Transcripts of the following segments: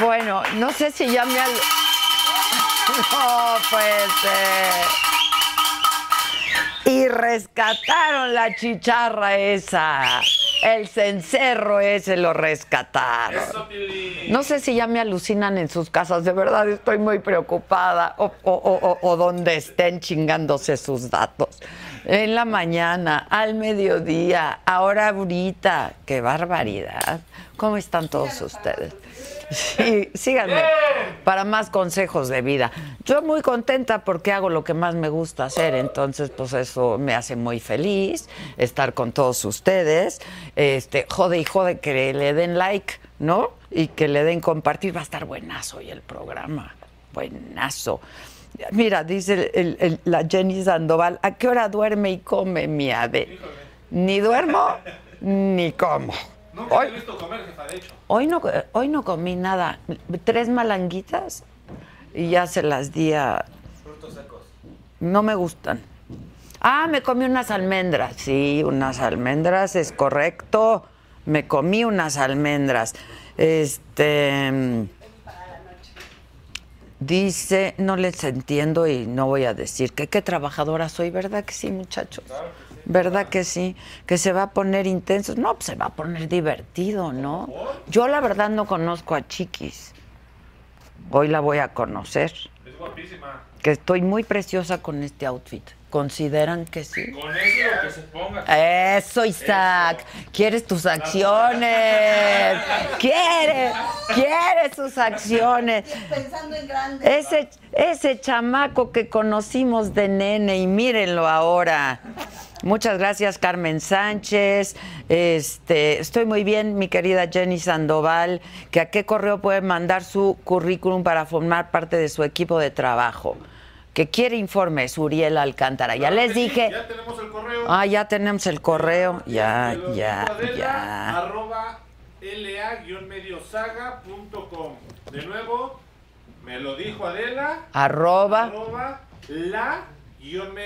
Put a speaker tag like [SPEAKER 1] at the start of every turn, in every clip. [SPEAKER 1] Bueno, no sé si ya me al... No, pues. Y rescataron la chicharra esa. El cencerro ese lo rescataron. No sé si ya me alucinan en sus casas. De verdad estoy muy preocupada. O, o- o- o- o donde estén chingándose sus datos. En la mañana, al mediodía, ahora ahorita. ¡Qué barbaridad! ¿Cómo están todos ustedes? Sí, síganme para más consejos de vida. Yo muy contenta porque hago lo que más me gusta hacer, entonces pues eso me hace muy feliz estar con todos ustedes. Este, jode y jode que le den like, ¿no? Y que le den compartir, va a estar buenazo hoy el programa. Buenazo. Mira, dice el- el- el- la Jenny Sandoval, ¿a qué hora duerme y come mi ave? Ni duermo ni como. Hoy- Hoy no, hoy no comí nada. Tres malanguitas y ya se las di a... No me gustan. Ah, me comí unas almendras. Sí, unas almendras, es correcto. Me comí unas almendras. Este... Dice, no les entiendo y no voy a decir que qué trabajadora soy, ¿verdad que sí, muchachos? ¿Verdad que sí? Que se va a poner intenso. No, pues se va a poner divertido, ¿no? Yo la verdad no conozco a Chiquis. Hoy la voy a conocer. Es guapísima. Que estoy muy preciosa con este outfit. ¿Consideran que sí?
[SPEAKER 2] Con eso lo que se ponga.
[SPEAKER 1] Eso, Isaac. Quieres tus acciones. Quieres, quieres sus acciones.
[SPEAKER 3] pensando en grande.
[SPEAKER 1] Ese, ese chamaco que conocimos de nene y mírenlo ahora. Muchas gracias, Carmen Sánchez. Este, estoy muy bien, mi querida Jenny Sandoval, que a qué correo puede mandar su currículum para formar parte de su equipo de trabajo. Que quiere informes, Uriel Alcántara. Ya les dije.
[SPEAKER 2] Ya tenemos el correo. Este
[SPEAKER 1] Ah, ya tenemos el correo. Ya, ya,
[SPEAKER 2] Velocidadela,
[SPEAKER 1] ya.
[SPEAKER 2] Arroba la-mediosaga.com. De nuevo, me lo dijo Adela.
[SPEAKER 1] Arroba.
[SPEAKER 2] Arroba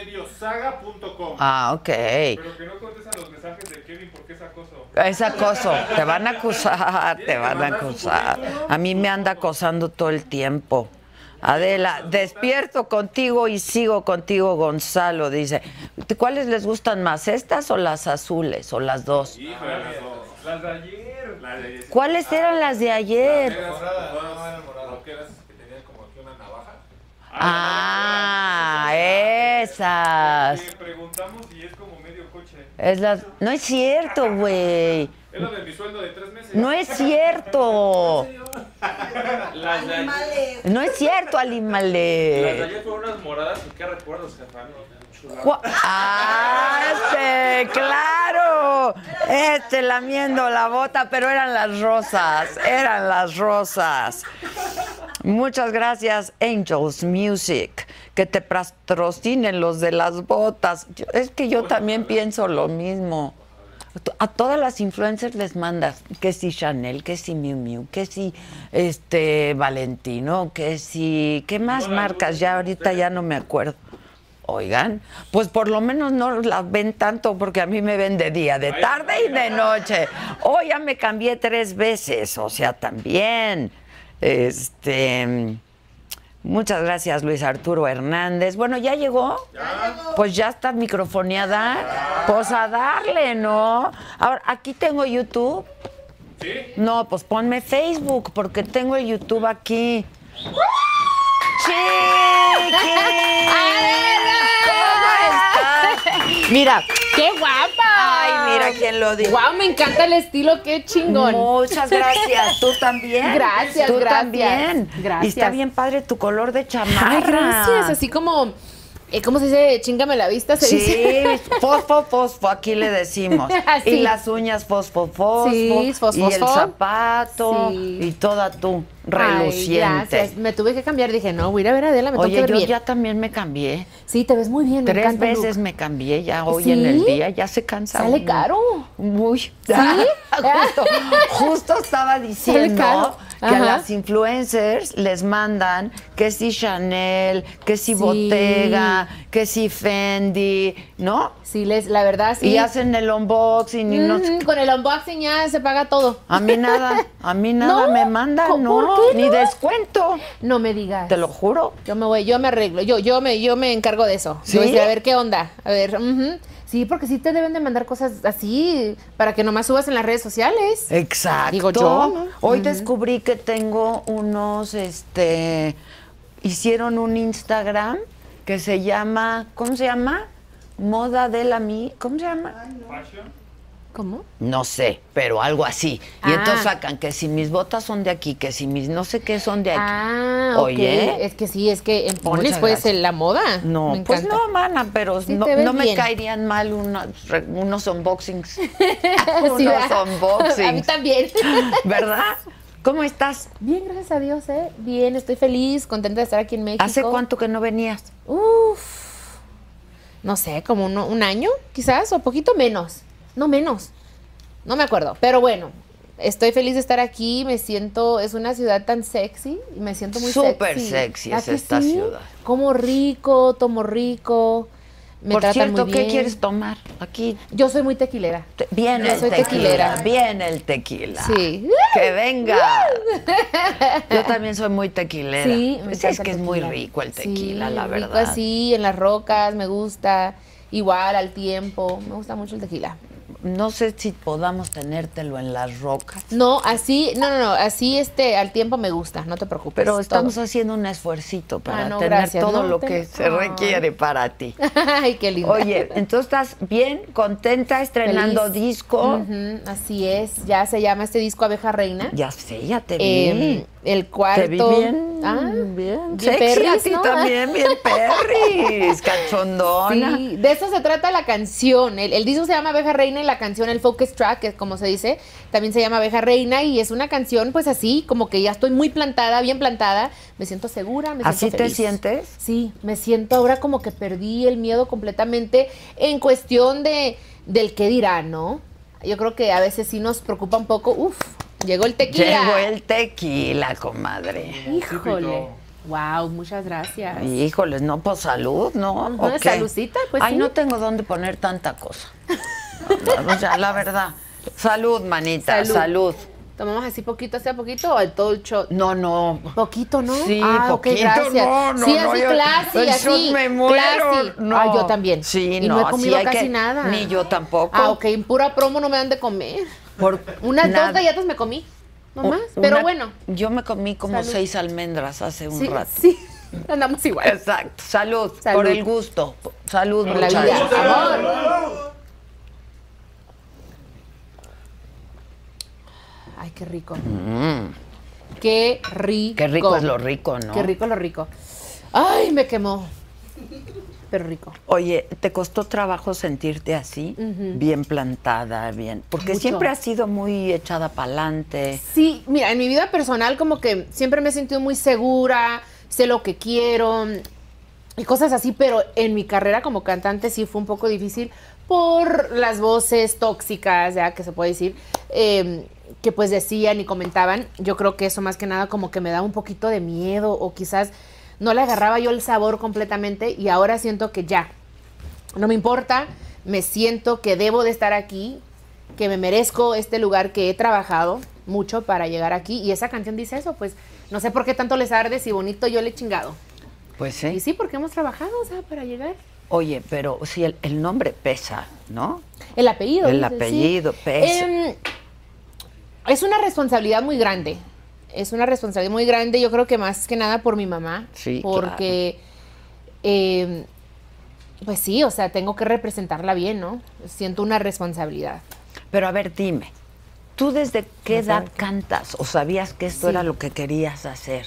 [SPEAKER 2] la-mediosaga.com.
[SPEAKER 1] Ah, ok.
[SPEAKER 2] Pero que no contestan los mensajes de Kevin porque es acoso.
[SPEAKER 1] Es acoso, te van a acusar, te
[SPEAKER 2] que
[SPEAKER 1] van a
[SPEAKER 2] mandar su
[SPEAKER 1] acusar.
[SPEAKER 2] currículum.
[SPEAKER 1] A mí me anda acosando todo el tiempo. Adela, despierto contigo y sigo contigo, Gonzalo, dice. ¿Cuáles les gustan más, estas o las azules o las dos?
[SPEAKER 2] Híjole, Ah, las dos. Las de ayer. Las de ayer.
[SPEAKER 1] ¿Cuáles eran las de ayer?
[SPEAKER 2] que tenían como aquí una navaja.
[SPEAKER 1] Ah, esas.
[SPEAKER 2] Le preguntamos y es como medio coche.
[SPEAKER 1] Es las... No es cierto, güey.
[SPEAKER 2] Es lo de mi sueldo de tres meses.
[SPEAKER 1] No es cierto.
[SPEAKER 4] Las de ayer,
[SPEAKER 3] Animales.
[SPEAKER 1] No es cierto,
[SPEAKER 4] las de
[SPEAKER 1] Alimale.
[SPEAKER 4] ayer fueron unas moradas y qué recuerdos, jefa. Chulada.
[SPEAKER 1] Cu- ¡Ah, sí, claro! Este lamiendo la bota, pero eran las rosas, eran las rosas. Muchas gracias, Angels Music. Que te patrocinen los de las botas. Yo- es que yo también pienso lo mismo. To- A todas las influencers les mandas que si Chanel, que si Miu Miu, que si este Valentino, que si qué más marcas ya ahorita ya no me acuerdo. Oigan, pues por lo menos no las ven tanto porque a mí me ven de día, de tarde y de noche. Hoy ya me cambié tres veces, o sea, también. Este Muchas gracias, Luis Arturo Hernández. Bueno, ¿ya llegó? Pues ya está microfoneada. Pues a darle, ¿no? Ahora, aquí tengo YouTube.
[SPEAKER 2] ¿Sí?
[SPEAKER 1] No, pues ponme Facebook, porque tengo el YouTube aquí. ¡Chiqui! ¿Cómo estás? Mira,
[SPEAKER 3] ¡Qué guapa!
[SPEAKER 1] ay, mira quién lo dijo.
[SPEAKER 3] ¡Guau! Me encanta el estilo, qué chingón.
[SPEAKER 1] Muchas gracias. Tú también.
[SPEAKER 3] Gracias,
[SPEAKER 1] Tú
[SPEAKER 3] gracias.
[SPEAKER 1] también.
[SPEAKER 3] Gracias.
[SPEAKER 1] Y está bien padre tu color de chamarra.
[SPEAKER 3] Ay, gracias. Así como, eh, ¿cómo se dice? Chingame la vista, se
[SPEAKER 1] Sí,
[SPEAKER 3] dice.
[SPEAKER 1] fosfo, fosfo, aquí le decimos.
[SPEAKER 3] Sí.
[SPEAKER 1] Y las uñas fosfo, fosfo.
[SPEAKER 3] Sí, fosfo,
[SPEAKER 1] y el
[SPEAKER 3] fosfo.
[SPEAKER 1] zapato.
[SPEAKER 3] Sí.
[SPEAKER 1] Y toda tú,
[SPEAKER 3] Ay,
[SPEAKER 1] reluciente.
[SPEAKER 3] gracias. Me tuve que cambiar. Dije, no, voy a ir a ver a Adela, me
[SPEAKER 1] Oye,
[SPEAKER 3] tengo que
[SPEAKER 1] yo
[SPEAKER 3] ver bien.
[SPEAKER 1] ya también me cambié.
[SPEAKER 3] Sí, te ves muy bien, me
[SPEAKER 1] Tres
[SPEAKER 3] encanta el
[SPEAKER 1] veces
[SPEAKER 3] look.
[SPEAKER 1] me cambié ya hoy en el
[SPEAKER 3] ¿Sí?
[SPEAKER 1] día, ya se cansa.
[SPEAKER 3] Sale
[SPEAKER 1] uno.
[SPEAKER 3] caro.
[SPEAKER 1] Uy, justo, justo estaba diciendo
[SPEAKER 3] caro.
[SPEAKER 1] que a
[SPEAKER 3] Ajá.
[SPEAKER 1] las influencers les mandan que si Chanel, que si
[SPEAKER 3] Sí.
[SPEAKER 1] Bottega, que si Fendi, ¿no?
[SPEAKER 3] Sí, les, la verdad, sí.
[SPEAKER 1] Y hacen el unboxing y no sé
[SPEAKER 3] Ujú, Con el unboxing ya se paga todo.
[SPEAKER 1] A mí nada, a mí nada
[SPEAKER 3] No,
[SPEAKER 1] me mandan,
[SPEAKER 3] ¿por
[SPEAKER 1] no,
[SPEAKER 3] qué
[SPEAKER 1] ni
[SPEAKER 3] no?
[SPEAKER 1] descuento,
[SPEAKER 3] No me digas.
[SPEAKER 1] te lo juro.
[SPEAKER 3] Yo me voy, yo me arreglo, yo, yo me, yo me encargo de eso.
[SPEAKER 1] ¿Sí?
[SPEAKER 3] Yo decía, a ver qué onda, a ver, ujú. sí, porque sí te deben de mandar cosas así para que nomás subas en las redes sociales.
[SPEAKER 1] Eh, Exacto.
[SPEAKER 3] Digo yo, ¿no?
[SPEAKER 1] Hoy
[SPEAKER 3] Ujú.
[SPEAKER 1] descubrí que tengo unos, este, hicieron un Instagram que se llama, ¿cómo se llama? Moda de la mi, ¿cómo se llama?
[SPEAKER 3] ¿Cómo?
[SPEAKER 1] No sé, pero algo así. Y
[SPEAKER 3] Ah.
[SPEAKER 1] entonces sacan que si mis botas son de aquí, que si mis no sé qué son de aquí.
[SPEAKER 3] Ah,
[SPEAKER 1] Oye.
[SPEAKER 3] ok. Es que sí, es que en pones
[SPEAKER 1] Muchas
[SPEAKER 3] pues
[SPEAKER 1] gracias.
[SPEAKER 3] en la moda.
[SPEAKER 1] No,
[SPEAKER 3] me
[SPEAKER 1] pues
[SPEAKER 3] encanta.
[SPEAKER 1] no, mana, pero
[SPEAKER 3] Sí
[SPEAKER 1] no,
[SPEAKER 3] te ves
[SPEAKER 1] no me
[SPEAKER 3] bien.
[SPEAKER 1] caerían mal unos, re- unos unboxings.
[SPEAKER 3] Sí,
[SPEAKER 1] unos
[SPEAKER 3] ¿verdad? A mí
[SPEAKER 1] unboxings.
[SPEAKER 3] también.
[SPEAKER 1] ¿Verdad? ¿Cómo estás?
[SPEAKER 3] Bien, gracias a Dios, ¿eh? Bien, estoy feliz, contenta de estar aquí en México.
[SPEAKER 1] ¿Hace cuánto que no venías?
[SPEAKER 3] Uf, no sé, como uno- un año, quizás, o poquito menos. No menos. No me acuerdo. Pero bueno, estoy feliz de estar aquí. Me siento, es una ciudad tan sexy. y Me siento muy sexy.
[SPEAKER 1] Súper sexy
[SPEAKER 3] ¿A
[SPEAKER 1] es
[SPEAKER 3] que
[SPEAKER 1] esta ciudad.
[SPEAKER 3] Como rico, tomo rico. Me
[SPEAKER 1] Por
[SPEAKER 3] tratan
[SPEAKER 1] cierto,
[SPEAKER 3] muy
[SPEAKER 1] ¿qué
[SPEAKER 3] bien.
[SPEAKER 1] quieres tomar? Aquí
[SPEAKER 3] Yo soy muy tequilera.
[SPEAKER 1] te- viene
[SPEAKER 3] Yo
[SPEAKER 1] el
[SPEAKER 3] soy
[SPEAKER 1] tequila.
[SPEAKER 3] tequilera.
[SPEAKER 1] Viene el tequila.
[SPEAKER 3] Sí.
[SPEAKER 1] Que venga. Yo también soy muy tequilera.
[SPEAKER 3] Sí, me
[SPEAKER 1] Pues es
[SPEAKER 3] encanta
[SPEAKER 1] que
[SPEAKER 3] el
[SPEAKER 1] es muy
[SPEAKER 3] tequila.
[SPEAKER 1] rico el
[SPEAKER 3] Sí,
[SPEAKER 1] tequila, la verdad.
[SPEAKER 3] Rico así, en las rocas, me gusta. Igual, al tiempo. Me gusta mucho el tequila.
[SPEAKER 1] No sé si podamos tenértelo en las rocas,
[SPEAKER 3] No, así, no, no, no, así este, al tiempo me gusta, no te preocupes.
[SPEAKER 1] pero estamos
[SPEAKER 3] todo.
[SPEAKER 1] haciendo un esfuercito para
[SPEAKER 3] Ah, no,
[SPEAKER 1] tener
[SPEAKER 3] gracias,
[SPEAKER 1] todo
[SPEAKER 3] no,
[SPEAKER 1] lo
[SPEAKER 3] te-
[SPEAKER 1] que se
[SPEAKER 3] Ay.
[SPEAKER 1] requiere para ti.
[SPEAKER 3] Ay, qué lindo.
[SPEAKER 1] Oye, entonces estás bien, contenta, estrenando disco.
[SPEAKER 3] así es, ya se llama este disco Abeja Reina.
[SPEAKER 1] Ya sé, ya te vi.
[SPEAKER 3] Eh, el cuarto.
[SPEAKER 1] Te vi bien,
[SPEAKER 3] Ah,
[SPEAKER 1] bien
[SPEAKER 3] bien
[SPEAKER 1] sexy a
[SPEAKER 3] perris,
[SPEAKER 1] ti
[SPEAKER 3] ¿no?
[SPEAKER 1] también, bien perris, cachondona.
[SPEAKER 3] Sí, de eso se trata la canción. El, el disco se llama Abeja Reina y la canción, el focus track, que es como se dice, también se llama Abeja Reina y es una canción, pues así, como que ya estoy muy plantada, bien plantada, me siento segura, me
[SPEAKER 1] ¿Así
[SPEAKER 3] siento
[SPEAKER 1] te
[SPEAKER 3] feliz.
[SPEAKER 1] sientes?
[SPEAKER 3] Sí, me siento ahora como que perdí el miedo completamente en cuestión de del qué dirá, ¿no? Yo creo que a veces sí nos preocupa un poco. Uf, llegó el tequila.
[SPEAKER 1] Llegó el tequila, comadre.
[SPEAKER 3] Híjole. Wow, muchas gracias.
[SPEAKER 1] Híjoles, no, pues salud, ¿no?
[SPEAKER 3] Ajá,
[SPEAKER 1] ¿O qué?
[SPEAKER 3] saludcita, pues,
[SPEAKER 1] Ay,
[SPEAKER 3] sí.
[SPEAKER 1] no tengo dónde poner tanta cosa. O sea, la verdad. Salud, manita, salud.
[SPEAKER 3] Salud. Tomamos así poquito, así a poquito o el todo el shot.
[SPEAKER 1] No, no.
[SPEAKER 3] Poquito, ¿no?
[SPEAKER 1] Sí,
[SPEAKER 3] ah, ok,
[SPEAKER 1] poquito,
[SPEAKER 3] gracias.
[SPEAKER 1] no, no,
[SPEAKER 3] sí,
[SPEAKER 1] no,
[SPEAKER 3] así
[SPEAKER 1] yo-
[SPEAKER 3] classy,
[SPEAKER 1] el
[SPEAKER 3] así.
[SPEAKER 1] shot me muero,
[SPEAKER 3] classy.
[SPEAKER 1] no.
[SPEAKER 3] Ah, yo también.
[SPEAKER 1] Sí,
[SPEAKER 3] y no,
[SPEAKER 1] no,
[SPEAKER 3] he
[SPEAKER 1] sí
[SPEAKER 3] comido
[SPEAKER 1] hay
[SPEAKER 3] casi
[SPEAKER 1] que-
[SPEAKER 3] nada.
[SPEAKER 1] ni yo tampoco.
[SPEAKER 3] Ah, ok, en pura promo no me dan de comer.
[SPEAKER 1] Por
[SPEAKER 3] Unas
[SPEAKER 1] nada.
[SPEAKER 3] dos galletas me comí,
[SPEAKER 1] U-
[SPEAKER 3] nomás. Pero
[SPEAKER 1] una-
[SPEAKER 3] bueno.
[SPEAKER 1] Yo me comí como
[SPEAKER 3] Salud.
[SPEAKER 1] seis almendras hace un
[SPEAKER 3] sí,
[SPEAKER 1] rato.
[SPEAKER 3] sí, andamos igual.
[SPEAKER 1] Exacto. Salud,
[SPEAKER 3] Salud.
[SPEAKER 1] Por el gusto. Salud,
[SPEAKER 3] Por la
[SPEAKER 1] muchachos.
[SPEAKER 3] vida. Amor. Ay, qué rico. Qué rico.
[SPEAKER 1] Mm. Qué rico es lo rico, ¿no?
[SPEAKER 3] Qué rico lo rico. Ay, me quemó. Pero rico.
[SPEAKER 1] Oye, ¿te costó trabajo sentirte así?
[SPEAKER 3] Ujú.
[SPEAKER 1] Bien plantada, bien. Porque
[SPEAKER 3] Mucho.
[SPEAKER 1] siempre has sido muy echada para adelante.
[SPEAKER 3] Sí, mira, en mi vida personal como que siempre me he sentido muy segura, sé lo que quiero y cosas así, pero en mi carrera como cantante sí fue un poco difícil por las voces tóxicas, ya que se puede decir, eh, que pues decían y comentaban. Yo creo que eso más que nada como que me da un poquito de miedo o quizás no le agarraba yo el sabor completamente y ahora siento que ya, no me importa, me siento que debo de estar aquí, que me merezco este lugar que he trabajado mucho para llegar aquí. Y esa canción dice eso, pues No sé por qué tanto les arde si bonito yo le he chingado.
[SPEAKER 1] Pues sí.
[SPEAKER 3] Y sí, porque hemos trabajado, o sea, para llegar.
[SPEAKER 1] Oye, pero sí, el, el nombre pesa, ¿no?
[SPEAKER 3] El apellido.
[SPEAKER 1] El
[SPEAKER 3] dices, sí.
[SPEAKER 1] apellido pues. pesa.
[SPEAKER 3] Em, es una responsabilidad muy grande. Es una responsabilidad muy grande, yo creo que más que nada por mi mamá.
[SPEAKER 1] Sí,
[SPEAKER 3] Porque, em, pues sí, o sea, tengo que representarla bien, ¿no? Siento una responsabilidad.
[SPEAKER 1] Pero a ver, dime, ¿tú desde qué
[SPEAKER 3] Ajá.
[SPEAKER 1] edad cantas o sabías que esto
[SPEAKER 3] Sí.
[SPEAKER 1] era lo que querías hacer?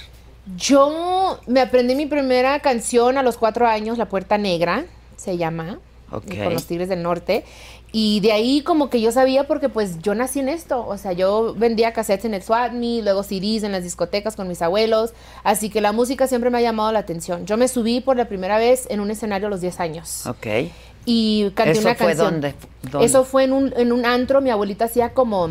[SPEAKER 3] Yo me aprendí mi primera canción a los cuatro años, La Puerta Negra, se llama, eh,
[SPEAKER 1] Ok.
[SPEAKER 3] con los Tigres del Norte. Y de ahí como que yo sabía porque pues yo nací en esto, o sea, yo vendía cassettes en el SWATMI, luego CDs en las discotecas con mis abuelos, así que la música siempre me ha llamado la atención. Yo me subí por la primera vez en un escenario a los 10 años
[SPEAKER 1] Ok.
[SPEAKER 3] y canté
[SPEAKER 1] Ah, ¿Eso
[SPEAKER 3] una
[SPEAKER 1] fue
[SPEAKER 3] canción.
[SPEAKER 1] dónde? ¿Dónde?
[SPEAKER 3] Eso fue en un, en un antro, mi abuelita hacía como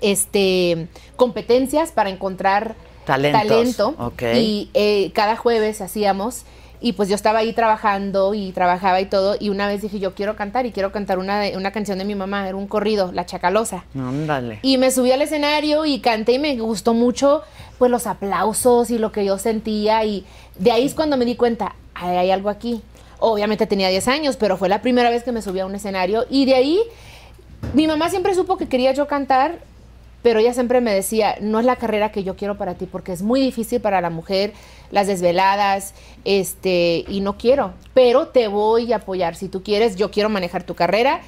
[SPEAKER 3] este competencias para encontrar
[SPEAKER 1] Talentos,
[SPEAKER 3] talento.
[SPEAKER 1] ok.
[SPEAKER 3] Y eh, cada jueves hacíamos. Y pues yo estaba ahí trabajando y trabajaba y todo. Y una vez dije, yo quiero cantar y quiero cantar una, de- una canción de mi mamá. Era un corrido, La Chacalosa.
[SPEAKER 1] Ándale.
[SPEAKER 3] Y me subí al escenario y canté y me gustó mucho pues los aplausos y lo que yo sentía y de ahí es cuando me di cuenta, "Ay, hay algo aquí. Obviamente tenía 10 años, pero fue la primera vez que me subí a un escenario y de ahí mi mamá siempre supo que quería yo cantar, pero ella siempre me decía, no es la carrera que yo quiero para ti porque es muy difícil para la mujer, las desveladas, este, y no quiero, pero te voy a apoyar si tú quieres, yo quiero manejar tu carrera,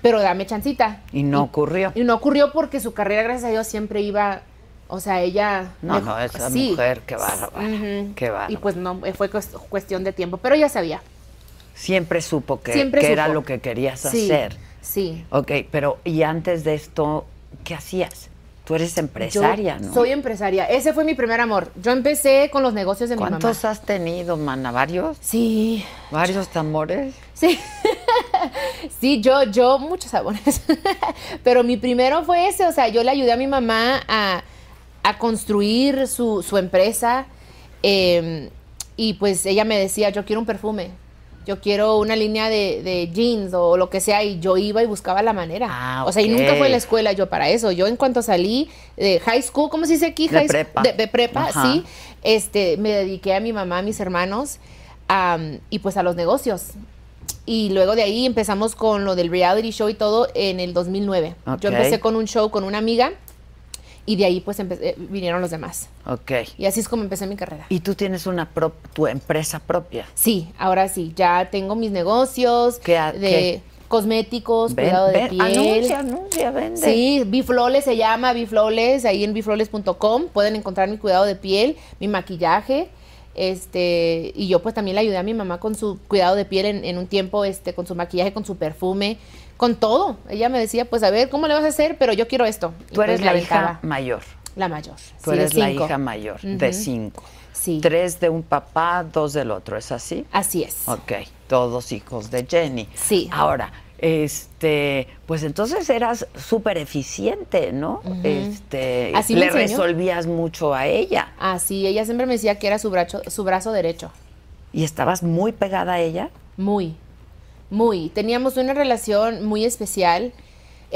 [SPEAKER 3] pero dame chancita.
[SPEAKER 1] Y no ocurrió.
[SPEAKER 3] Y no ocurrió porque su carrera, gracias a Dios, siempre iba. O sea, ella.
[SPEAKER 1] No, no, esa mujer, qué bárbara,
[SPEAKER 3] Ujú.
[SPEAKER 1] qué bárbara.
[SPEAKER 3] Y pues no, fue cues- cuestión de tiempo. Pero ella sabía.
[SPEAKER 1] Siempre supo que,
[SPEAKER 3] Siempre
[SPEAKER 1] que era
[SPEAKER 3] supo.
[SPEAKER 1] lo que querías
[SPEAKER 3] Sí,
[SPEAKER 1] hacer.
[SPEAKER 3] Sí.
[SPEAKER 1] Ok, pero ¿y antes de esto qué hacías? Tú eres
[SPEAKER 3] Yo
[SPEAKER 1] empresaria, ¿no?
[SPEAKER 3] Soy empresaria. Ese fue mi primer amor. Yo empecé con los negocios de mi mamá.
[SPEAKER 1] ¿Cuántos has tenido, mana? ¿Varios?
[SPEAKER 3] Sí.
[SPEAKER 1] ¿Varios tambores?
[SPEAKER 3] Sí. sí, yo, yo, muchos sabores. Pero mi primero fue ese, o sea, yo le ayudé a mi mamá a, a construir su, su empresa. eh, y pues ella me decía, yo quiero un perfume, yo quiero una línea de, de jeans o lo que sea. Y yo iba y buscaba la manera.
[SPEAKER 1] Ah,
[SPEAKER 3] O sea, y
[SPEAKER 1] ok.
[SPEAKER 3] nunca fue a la escuela yo para eso. Yo en cuanto salí de high school, ¿cómo se dice aquí?
[SPEAKER 1] De
[SPEAKER 3] High sc-
[SPEAKER 1] prepa.
[SPEAKER 3] De, de prepa,
[SPEAKER 1] Ajá.
[SPEAKER 3] sí este, me dediqué a mi mamá, a mis hermanos am, y pues a los negocios. Y luego de ahí empezamos con lo del reality show y todo en el 2009. Yo
[SPEAKER 1] Ok.
[SPEAKER 3] empecé con un show con una amiga y de ahí pues empe- eh, vinieron los demás.
[SPEAKER 1] Ok.
[SPEAKER 3] Y así es como empecé mi carrera.
[SPEAKER 1] ¿Y tú tienes una prop- tu empresa propia?
[SPEAKER 3] Sí, ahora sí, ya tengo mis negocios
[SPEAKER 1] ¿Qué ha-
[SPEAKER 3] de
[SPEAKER 1] qué?
[SPEAKER 3] cosméticos,
[SPEAKER 1] Ven,
[SPEAKER 3] cuidado de
[SPEAKER 1] ven,
[SPEAKER 3] piel.
[SPEAKER 1] anuncia, anuncia, vende.
[SPEAKER 3] Sí, Bifloles se llama, Bifloles, ahí en bifloles.com pueden encontrar mi cuidado de piel, mi maquillaje, este, y yo pues también le ayudé a mi mamá con su cuidado de piel en, en un tiempo, este, con su maquillaje, con su perfume, con todo. Ella me decía, pues a ver, ¿cómo le vas a hacer? Pero yo quiero esto. Y,
[SPEAKER 1] Tú eres
[SPEAKER 3] pues,
[SPEAKER 1] la
[SPEAKER 3] le
[SPEAKER 1] hija
[SPEAKER 3] aventaba.
[SPEAKER 1] mayor.
[SPEAKER 3] La mayor.
[SPEAKER 1] Tú
[SPEAKER 3] sí, de
[SPEAKER 1] eres la
[SPEAKER 3] cinco.
[SPEAKER 1] hija mayor de
[SPEAKER 3] Ujú.
[SPEAKER 1] cinco.
[SPEAKER 3] Sí.
[SPEAKER 1] Tres de un papá, dos del otro, ¿es así?
[SPEAKER 3] Así es.
[SPEAKER 1] Ok, todos hijos de Jenny.
[SPEAKER 3] Sí.
[SPEAKER 1] Ahora, este, pues entonces eras súper eficiente, ¿no? Este,
[SPEAKER 3] Así me
[SPEAKER 1] le
[SPEAKER 3] enseñó.
[SPEAKER 1] resolvías mucho a ella
[SPEAKER 3] Así, ella siempre me decía que era su brazo, su brazo derecho.
[SPEAKER 1] y estabas muy pegada a ella.
[SPEAKER 3] Muy, muy. Teníamos una relación muy especial,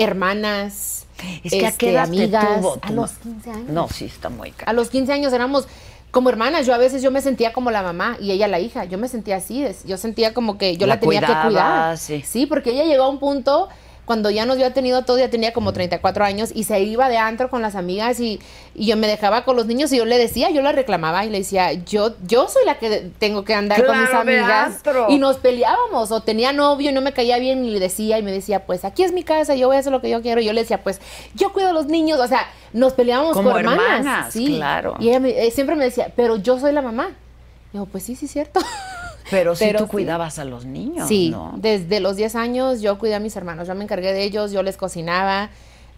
[SPEAKER 3] hermanas,
[SPEAKER 1] Es que a
[SPEAKER 3] este,
[SPEAKER 1] qué edad te
[SPEAKER 3] amigas.
[SPEAKER 1] tuvo tu
[SPEAKER 3] a los
[SPEAKER 1] ma-
[SPEAKER 3] 15 años.
[SPEAKER 1] No, sí está muy cara.
[SPEAKER 3] A los 15 años éramos como hermanas. Yo a veces yo me sentía como la mamá y ella la hija. Yo me sentía así. es- Yo sentía como que yo la,
[SPEAKER 1] La
[SPEAKER 3] tenía que
[SPEAKER 1] cuidaba,
[SPEAKER 3] cuidar.
[SPEAKER 1] sí.
[SPEAKER 3] porque ella llegó a un punto cuando ya nos había tenido todo, ya tenía
[SPEAKER 1] Mm.
[SPEAKER 3] como 34 años y se iba de antro con las amigas y, y yo me dejaba con los niños y yo le decía, yo la reclamaba y le decía, yo yo soy la que tengo que andar con mis
[SPEAKER 1] Claro, de
[SPEAKER 3] amigas
[SPEAKER 1] antro.
[SPEAKER 3] y nos peleábamos o tenía novio y no me caía bien y le decía y me decía, pues aquí es mi casa, yo voy a hacer lo que yo quiero y yo le decía, pues yo cuido a los niños, o sea, nos peleábamos
[SPEAKER 1] Como
[SPEAKER 3] con Pues hermanas,
[SPEAKER 1] hermanas,
[SPEAKER 3] sí.
[SPEAKER 1] claro.
[SPEAKER 3] Y ella me- eh, siempre me decía, pero yo soy la mamá. Digo, pues sí, sí, es cierto.
[SPEAKER 1] Pero sí
[SPEAKER 3] Pero
[SPEAKER 1] tú
[SPEAKER 3] sí.
[SPEAKER 1] cuidabas a los niños,
[SPEAKER 3] sí,
[SPEAKER 1] ¿no?
[SPEAKER 3] desde los 10 años yo cuidé a mis hermanos, yo me encargué de ellos, yo les cocinaba,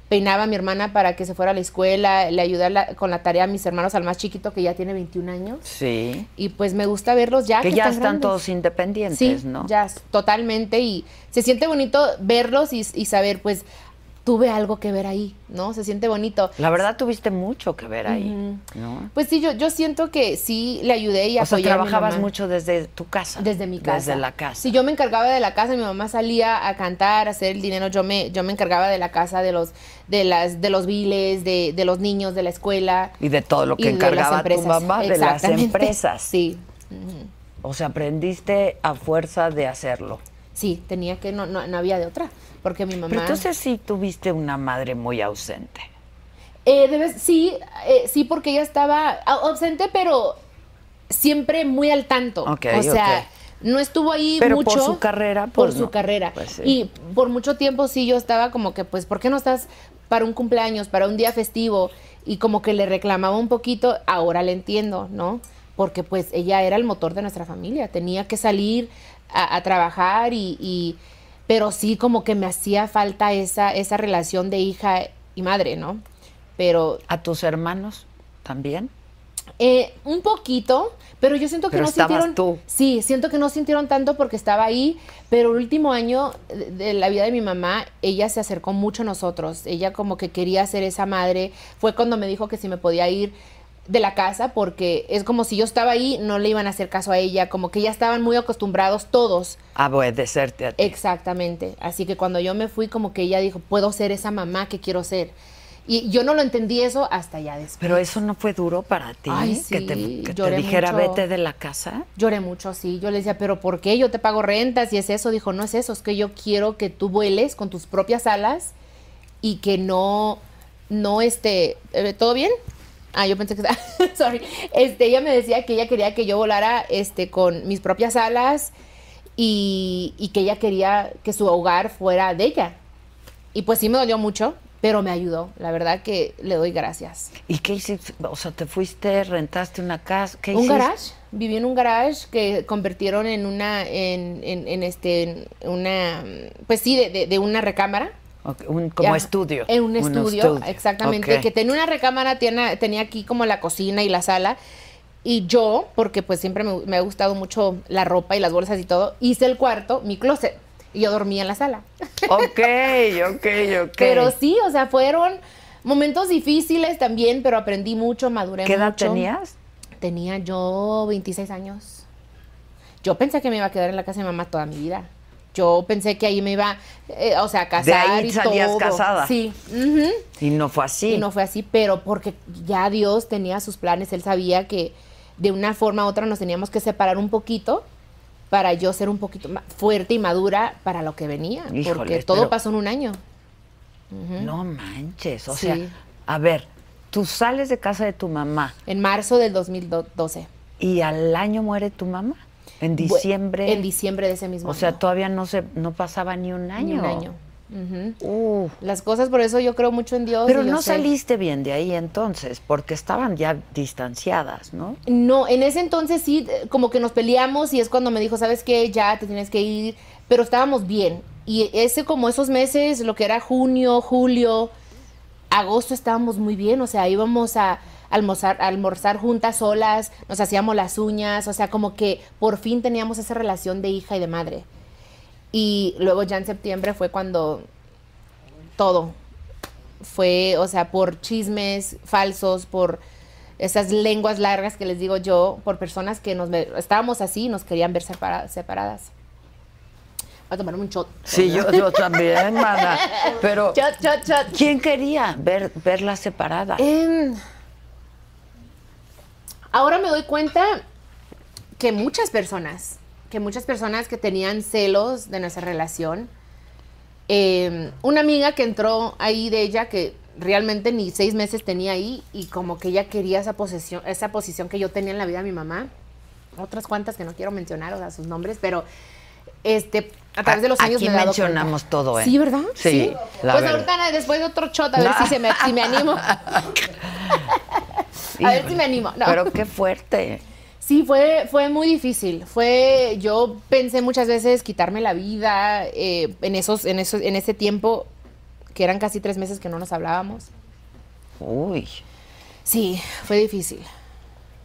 [SPEAKER 3] peinaba a mi hermana para que se fuera a la escuela, le ayudé a la- con la tarea a mis hermanos, al más chiquito que ya tiene 21 años.
[SPEAKER 1] Sí.
[SPEAKER 3] Y pues me gusta verlos ya.
[SPEAKER 1] que ya están
[SPEAKER 3] están grandes.
[SPEAKER 1] todos independientes,
[SPEAKER 3] Sí,
[SPEAKER 1] ¿no?
[SPEAKER 3] ya, totalmente. Y se siente bonito verlos y, y saber, pues, tuve algo que ver ahí, ¿no? Se siente bonito.
[SPEAKER 1] La verdad tuviste mucho que ver ahí,
[SPEAKER 3] Ujú.
[SPEAKER 1] ¿no?
[SPEAKER 3] Pues sí, yo, yo siento que sí le ayudé y
[SPEAKER 1] O sea,
[SPEAKER 3] apoyé a mi
[SPEAKER 1] trabajabas
[SPEAKER 3] mamá.
[SPEAKER 1] mucho desde tu casa.
[SPEAKER 3] Desde mi casa.
[SPEAKER 1] Desde la casa.
[SPEAKER 3] Si yo me encargaba de la casa, mi mamá salía a cantar, a hacer el dinero, yo me, yo me encargaba de la casa, de los, de las, de los viles, de, de los niños, de la escuela.
[SPEAKER 1] Y de todo lo que
[SPEAKER 3] y de las
[SPEAKER 1] encargaba tu
[SPEAKER 3] empresas.
[SPEAKER 1] mamá de las
[SPEAKER 3] Exactamente.
[SPEAKER 1] empresas.
[SPEAKER 3] Sí,
[SPEAKER 1] O sea, aprendiste a fuerza de hacerlo.
[SPEAKER 3] sí, tenía que, no, no, no había de otra, porque mi mamá...
[SPEAKER 1] Pero entonces sí tuviste una madre muy ausente.
[SPEAKER 3] Eh, de vez- sí, eh, sí, porque ella estaba a- ausente, pero siempre muy al tanto.
[SPEAKER 1] Ok,
[SPEAKER 3] o sea, no estuvo ahí
[SPEAKER 1] Pero por
[SPEAKER 3] mucho.
[SPEAKER 1] su carrera,
[SPEAKER 3] Por
[SPEAKER 1] pues,
[SPEAKER 3] su
[SPEAKER 1] no.
[SPEAKER 3] carrera.
[SPEAKER 1] Pues, sí.
[SPEAKER 3] Y por mucho tiempo sí yo estaba como que, pues, ¿por qué no estás para un cumpleaños, para un día festivo? Y como que le reclamaba un poquito, ahora le entiendo, ¿no? Porque pues ella era el motor de nuestra familia, tenía que salir a, a trabajar y, y- pero sí como que me hacía falta esa, esa relación de hija y madre, ¿no? Pero
[SPEAKER 1] ¿A tus hermanos también?
[SPEAKER 3] eh, un poquito, pero yo siento que
[SPEAKER 1] Pero
[SPEAKER 3] no
[SPEAKER 1] estabas
[SPEAKER 3] sintieron.
[SPEAKER 1] tú.
[SPEAKER 3] Sí, siento que no sintieron tanto porque estaba ahí, pero el último año de, de la vida de mi mamá, ella se acercó mucho a nosotros. Ella como que quería ser esa madre. Fue cuando me dijo que si me podía ir de la casa porque es como si yo estaba ahí, no le iban a hacer caso a ella, como que ya estaban muy acostumbrados todos.
[SPEAKER 1] A obedecerte
[SPEAKER 3] Eh,
[SPEAKER 1] a ti.
[SPEAKER 3] Exactamente. Así que cuando yo me fui, como que ella dijo, puedo ser esa mamá que quiero ser. Y yo no lo entendí eso hasta ya después.
[SPEAKER 1] Pero eso no fue duro para ti,
[SPEAKER 3] eh.
[SPEAKER 1] ¿eh?
[SPEAKER 3] Ay,
[SPEAKER 1] que te,
[SPEAKER 3] sí,
[SPEAKER 1] que te
[SPEAKER 3] lloré
[SPEAKER 1] dijera
[SPEAKER 3] mucho.
[SPEAKER 1] vete de la casa.
[SPEAKER 3] Lloré mucho, sí. Yo le decía, pero ¿por qué? Yo te pago rentas y es eso. Dijo, no es eso, es que yo quiero que tú vueles con tus propias alas y que no, no este, eh, ¿todo bien? Ah, yo pensé que sorry. Este, ella me decía que ella quería que yo volara este, con mis propias alas y, y que ella quería que su hogar fuera de ella. Y pues sí me dolió mucho, pero me ayudó. La verdad que le doy gracias.
[SPEAKER 1] ¿Y qué hiciste? O sea, te fuiste, rentaste una casa. ¿Qué
[SPEAKER 3] un
[SPEAKER 1] hiciste?
[SPEAKER 3] garage viví en un garage que convirtieron en una en, en- en este en una pues sí de, de- de una recámara
[SPEAKER 1] Ok, un- como
[SPEAKER 3] Ajá.
[SPEAKER 1] estudio.
[SPEAKER 3] en Eh, un estudio, exactamente
[SPEAKER 1] Ok.
[SPEAKER 3] que tenía una recámara tenía, tenía aquí como la cocina y la sala y yo porque pues siempre me, me ha gustado mucho la ropa y las bolsas y todo hice el cuarto mi closet y yo dormía en la sala
[SPEAKER 1] Ok, ok, ok.
[SPEAKER 3] pero sí o sea fueron momentos difíciles también pero aprendí mucho maduré
[SPEAKER 1] ¿Qué edad
[SPEAKER 3] mucho.
[SPEAKER 1] tenías?
[SPEAKER 3] Tenía yo 26 años. Yo pensé que me iba a quedar en la casa de mamá toda mi vida. Yo pensé que ahí me iba, eh, o sea, a casar
[SPEAKER 1] ahí
[SPEAKER 3] y
[SPEAKER 1] salías
[SPEAKER 3] todo.
[SPEAKER 1] casada.
[SPEAKER 3] Sí. ujú.
[SPEAKER 1] Y no fue así.
[SPEAKER 3] Y no fue así, pero porque ya Dios tenía sus planes, él sabía que de una forma u otra nos teníamos que separar un poquito para yo ser un poquito ma- fuerte y madura para lo que venía, porque
[SPEAKER 1] Híjoles,
[SPEAKER 3] todo
[SPEAKER 1] pero-
[SPEAKER 3] pasó en un año.
[SPEAKER 1] No manches. O
[SPEAKER 3] Sí.
[SPEAKER 1] sea, a ver, tú sales de casa de tu mamá
[SPEAKER 3] En marzo del 2012.
[SPEAKER 1] y al año muere tu mamá. En
[SPEAKER 3] Bu-
[SPEAKER 1] diciembre.
[SPEAKER 3] En diciembre de ese mismo
[SPEAKER 1] O sea,
[SPEAKER 3] año.
[SPEAKER 1] todavía no se, no pasaba ni un año.
[SPEAKER 3] Ni Un año. Ujú.
[SPEAKER 1] Uh,
[SPEAKER 3] Las cosas, por eso yo creo mucho en Dios.
[SPEAKER 1] pero
[SPEAKER 3] y yo
[SPEAKER 1] no
[SPEAKER 3] sé.
[SPEAKER 1] saliste bien de ahí entonces, porque estaban ya distanciadas, ¿no?
[SPEAKER 3] No, en ese entonces sí, eh, como que nos peleamos y es cuando me dijo, ¿sabes qué? Ya te tienes que ir, pero estábamos bien. Y ese como esos meses, lo que era junio, julio, agosto estábamos muy bien, o sea, íbamos a almorzar, a almorzar juntas solas, nos hacíamos las uñas, o sea, como que por fin teníamos esa relación de hija y de madre. Y luego ya en septiembre fue cuando todo fue, o sea, por chismes falsos, por esas lenguas largas que les digo yo, por personas que nos ve- estábamos así y nos querían ver separa- separadas. Voy a tomarme un shot.
[SPEAKER 1] Sí, yo, yo también, mana. Pero
[SPEAKER 3] Shot, shot, shot.
[SPEAKER 1] ¿quién quería ver verla separada?
[SPEAKER 3] Em, ahora me doy cuenta que muchas personas, que muchas personas que tenían celos de nuestra relación, em, una amiga que entró ahí de ella que realmente ni seis meses tenía ahí y como que ella quería esa posesión, esa posición que yo tenía en la vida de mi mamá, otras cuantas que no quiero mencionar, o sea, sus nombres, pero este a través de los
[SPEAKER 1] A-
[SPEAKER 3] años
[SPEAKER 1] aquí
[SPEAKER 3] me he dado
[SPEAKER 1] mencionamos
[SPEAKER 3] cuenta.
[SPEAKER 1] todo, ¿eh?
[SPEAKER 3] Sí, ¿verdad?
[SPEAKER 1] Sí, la
[SPEAKER 3] Pues
[SPEAKER 1] verdad.
[SPEAKER 3] ahorita después de otro shot a ver si se me- si me animo. A ver si me animo. No.
[SPEAKER 1] Pero qué fuerte.
[SPEAKER 3] Sí, fue, fue muy difícil. Fue, yo pensé muchas veces quitarme la vida eh, en esos, en esos, en ese tiempo que eran casi tres meses que no nos hablábamos.
[SPEAKER 1] Uy.
[SPEAKER 3] Sí, fue difícil.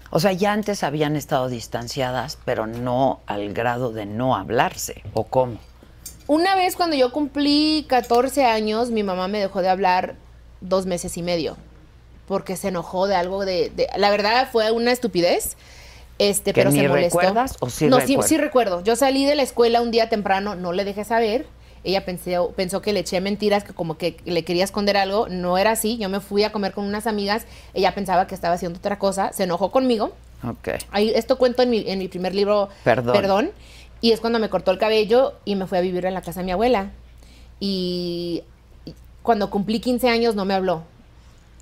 [SPEAKER 1] O sea, ya antes habían estado distanciadas, pero no al grado de no hablarse, ¿o cómo?
[SPEAKER 3] Una vez cuando yo cumplí 14 años, mi mamá me dejó de hablar dos meses y medio. Porque se enojó de algo de. de- la verdad fue una estupidez. Este,
[SPEAKER 1] ¿Que
[SPEAKER 3] pero
[SPEAKER 1] ni
[SPEAKER 3] se molestó.
[SPEAKER 1] recuerdas o sí
[SPEAKER 3] no,
[SPEAKER 1] recuerdas?
[SPEAKER 3] sí, sí recuerdo. Yo salí de la escuela un día temprano, no le dejé saber. Ella pensó, pensó que le eché mentiras, que como que le quería esconder algo. No era así. Yo me fui a comer con unas amigas. Ella pensaba que estaba haciendo otra cosa. Se enojó conmigo.
[SPEAKER 1] Ok.
[SPEAKER 3] Ahí, esto cuento en mi, en mi primer libro,
[SPEAKER 1] Perdón.
[SPEAKER 3] Y es cuando me cortó el cabello y me fui a vivir en la casa de mi abuela. Y y cuando cumplí 15 años no me habló.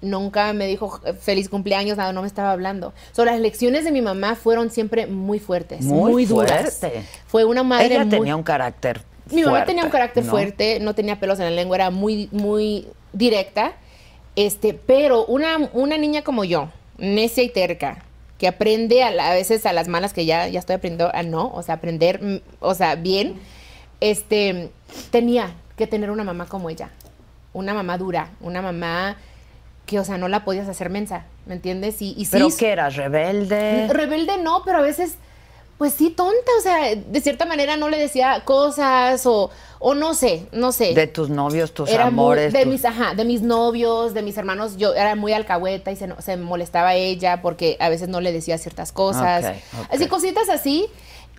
[SPEAKER 3] Nunca me dijo eh, feliz cumpleaños, nada, no me estaba hablando. So, las lecciones de mi mamá fueron siempre muy fuertes,
[SPEAKER 1] Muy
[SPEAKER 3] muy, duras.
[SPEAKER 1] fuerte.
[SPEAKER 3] Fue una madre
[SPEAKER 1] Ella
[SPEAKER 3] muy-
[SPEAKER 1] tenía un carácter
[SPEAKER 3] mi mamá tenía
[SPEAKER 1] fuerte,
[SPEAKER 3] un carácter
[SPEAKER 1] ¿no?
[SPEAKER 3] fuerte, no tenía pelos en la lengua, era muy, muy directa. Este, pero una, una niña como yo, necia y terca, que aprende a, la- a veces a las malas que ya, ya estoy aprendiendo a no, o sea, aprender, mm, o sea, bien, este, tenía que tener una mamá como ella. Una mamá dura, una mamá que, o sea, no la podías hacer mensa, ¿me entiendes? Y, y sí,
[SPEAKER 1] ¿Pero qué eras? ¿Rebelde?
[SPEAKER 3] Rebelde no, pero a veces, pues sí, tonta. O sea, de cierta manera no le decía cosas o, o no sé, no sé.
[SPEAKER 1] ¿De tus novios, tus
[SPEAKER 3] Era muy-
[SPEAKER 1] amores?
[SPEAKER 3] de
[SPEAKER 1] tus-
[SPEAKER 3] mis, ajá, de mis novios, de mis hermanos, yo era muy alcahueta y se, no- se molestaba ella porque a veces no le decía ciertas cosas.
[SPEAKER 1] Ok, ok.
[SPEAKER 3] Así cositas así.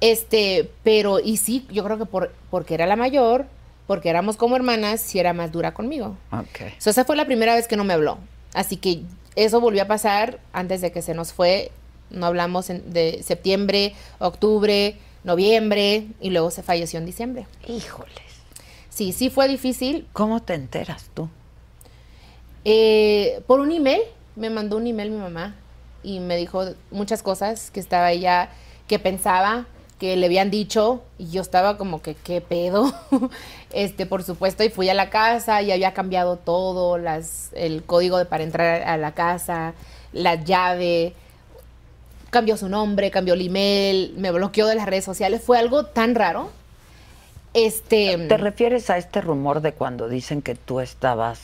[SPEAKER 3] Este, pero, y sí, yo creo que por, porque era la mayor, porque éramos como hermanas, sí era más dura conmigo.
[SPEAKER 1] Ok.
[SPEAKER 3] So, esa fue la primera vez que no me habló. Así que eso volvió a pasar antes de que se nos fue. No hablamos en- de septiembre, octubre, noviembre y luego se falleció en diciembre.
[SPEAKER 1] Híjoles.
[SPEAKER 3] Sí, sí fue difícil.
[SPEAKER 1] ¿Cómo te enteras tú?
[SPEAKER 3] Eh, por un email, me mandó un email mi mamá y me dijo muchas cosas que estaba ella, que pensaba, que le habían dicho y yo estaba como que, ¿qué pedo? este, por supuesto, y fui a la casa y había cambiado todo, las, el código de, para entrar a la casa, la llave, cambió su nombre, cambió el email, me bloqueó de las redes sociales, fue algo tan raro. Este,
[SPEAKER 1] ¿Te refieres a este rumor de cuando dicen que tú estabas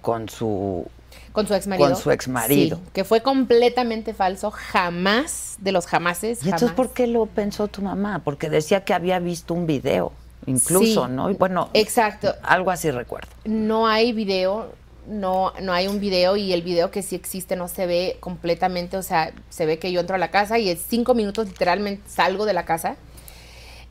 [SPEAKER 1] con su...
[SPEAKER 3] Con su ex marido.
[SPEAKER 1] Con su exmarido.
[SPEAKER 3] que fue completamente falso, jamás, de los jamases,
[SPEAKER 1] ¿Y entonces
[SPEAKER 3] jamás.
[SPEAKER 1] por qué lo pensó tu mamá? Porque decía que había visto un video, incluso,
[SPEAKER 3] Sí.
[SPEAKER 1] ¿no? Y bueno,
[SPEAKER 3] Exacto.
[SPEAKER 1] algo así recuerdo.
[SPEAKER 3] No hay video, no, no hay un video y el video que sí existe no se ve completamente, o sea, se ve que yo entro a la casa y en cinco minutos literalmente salgo de la casa.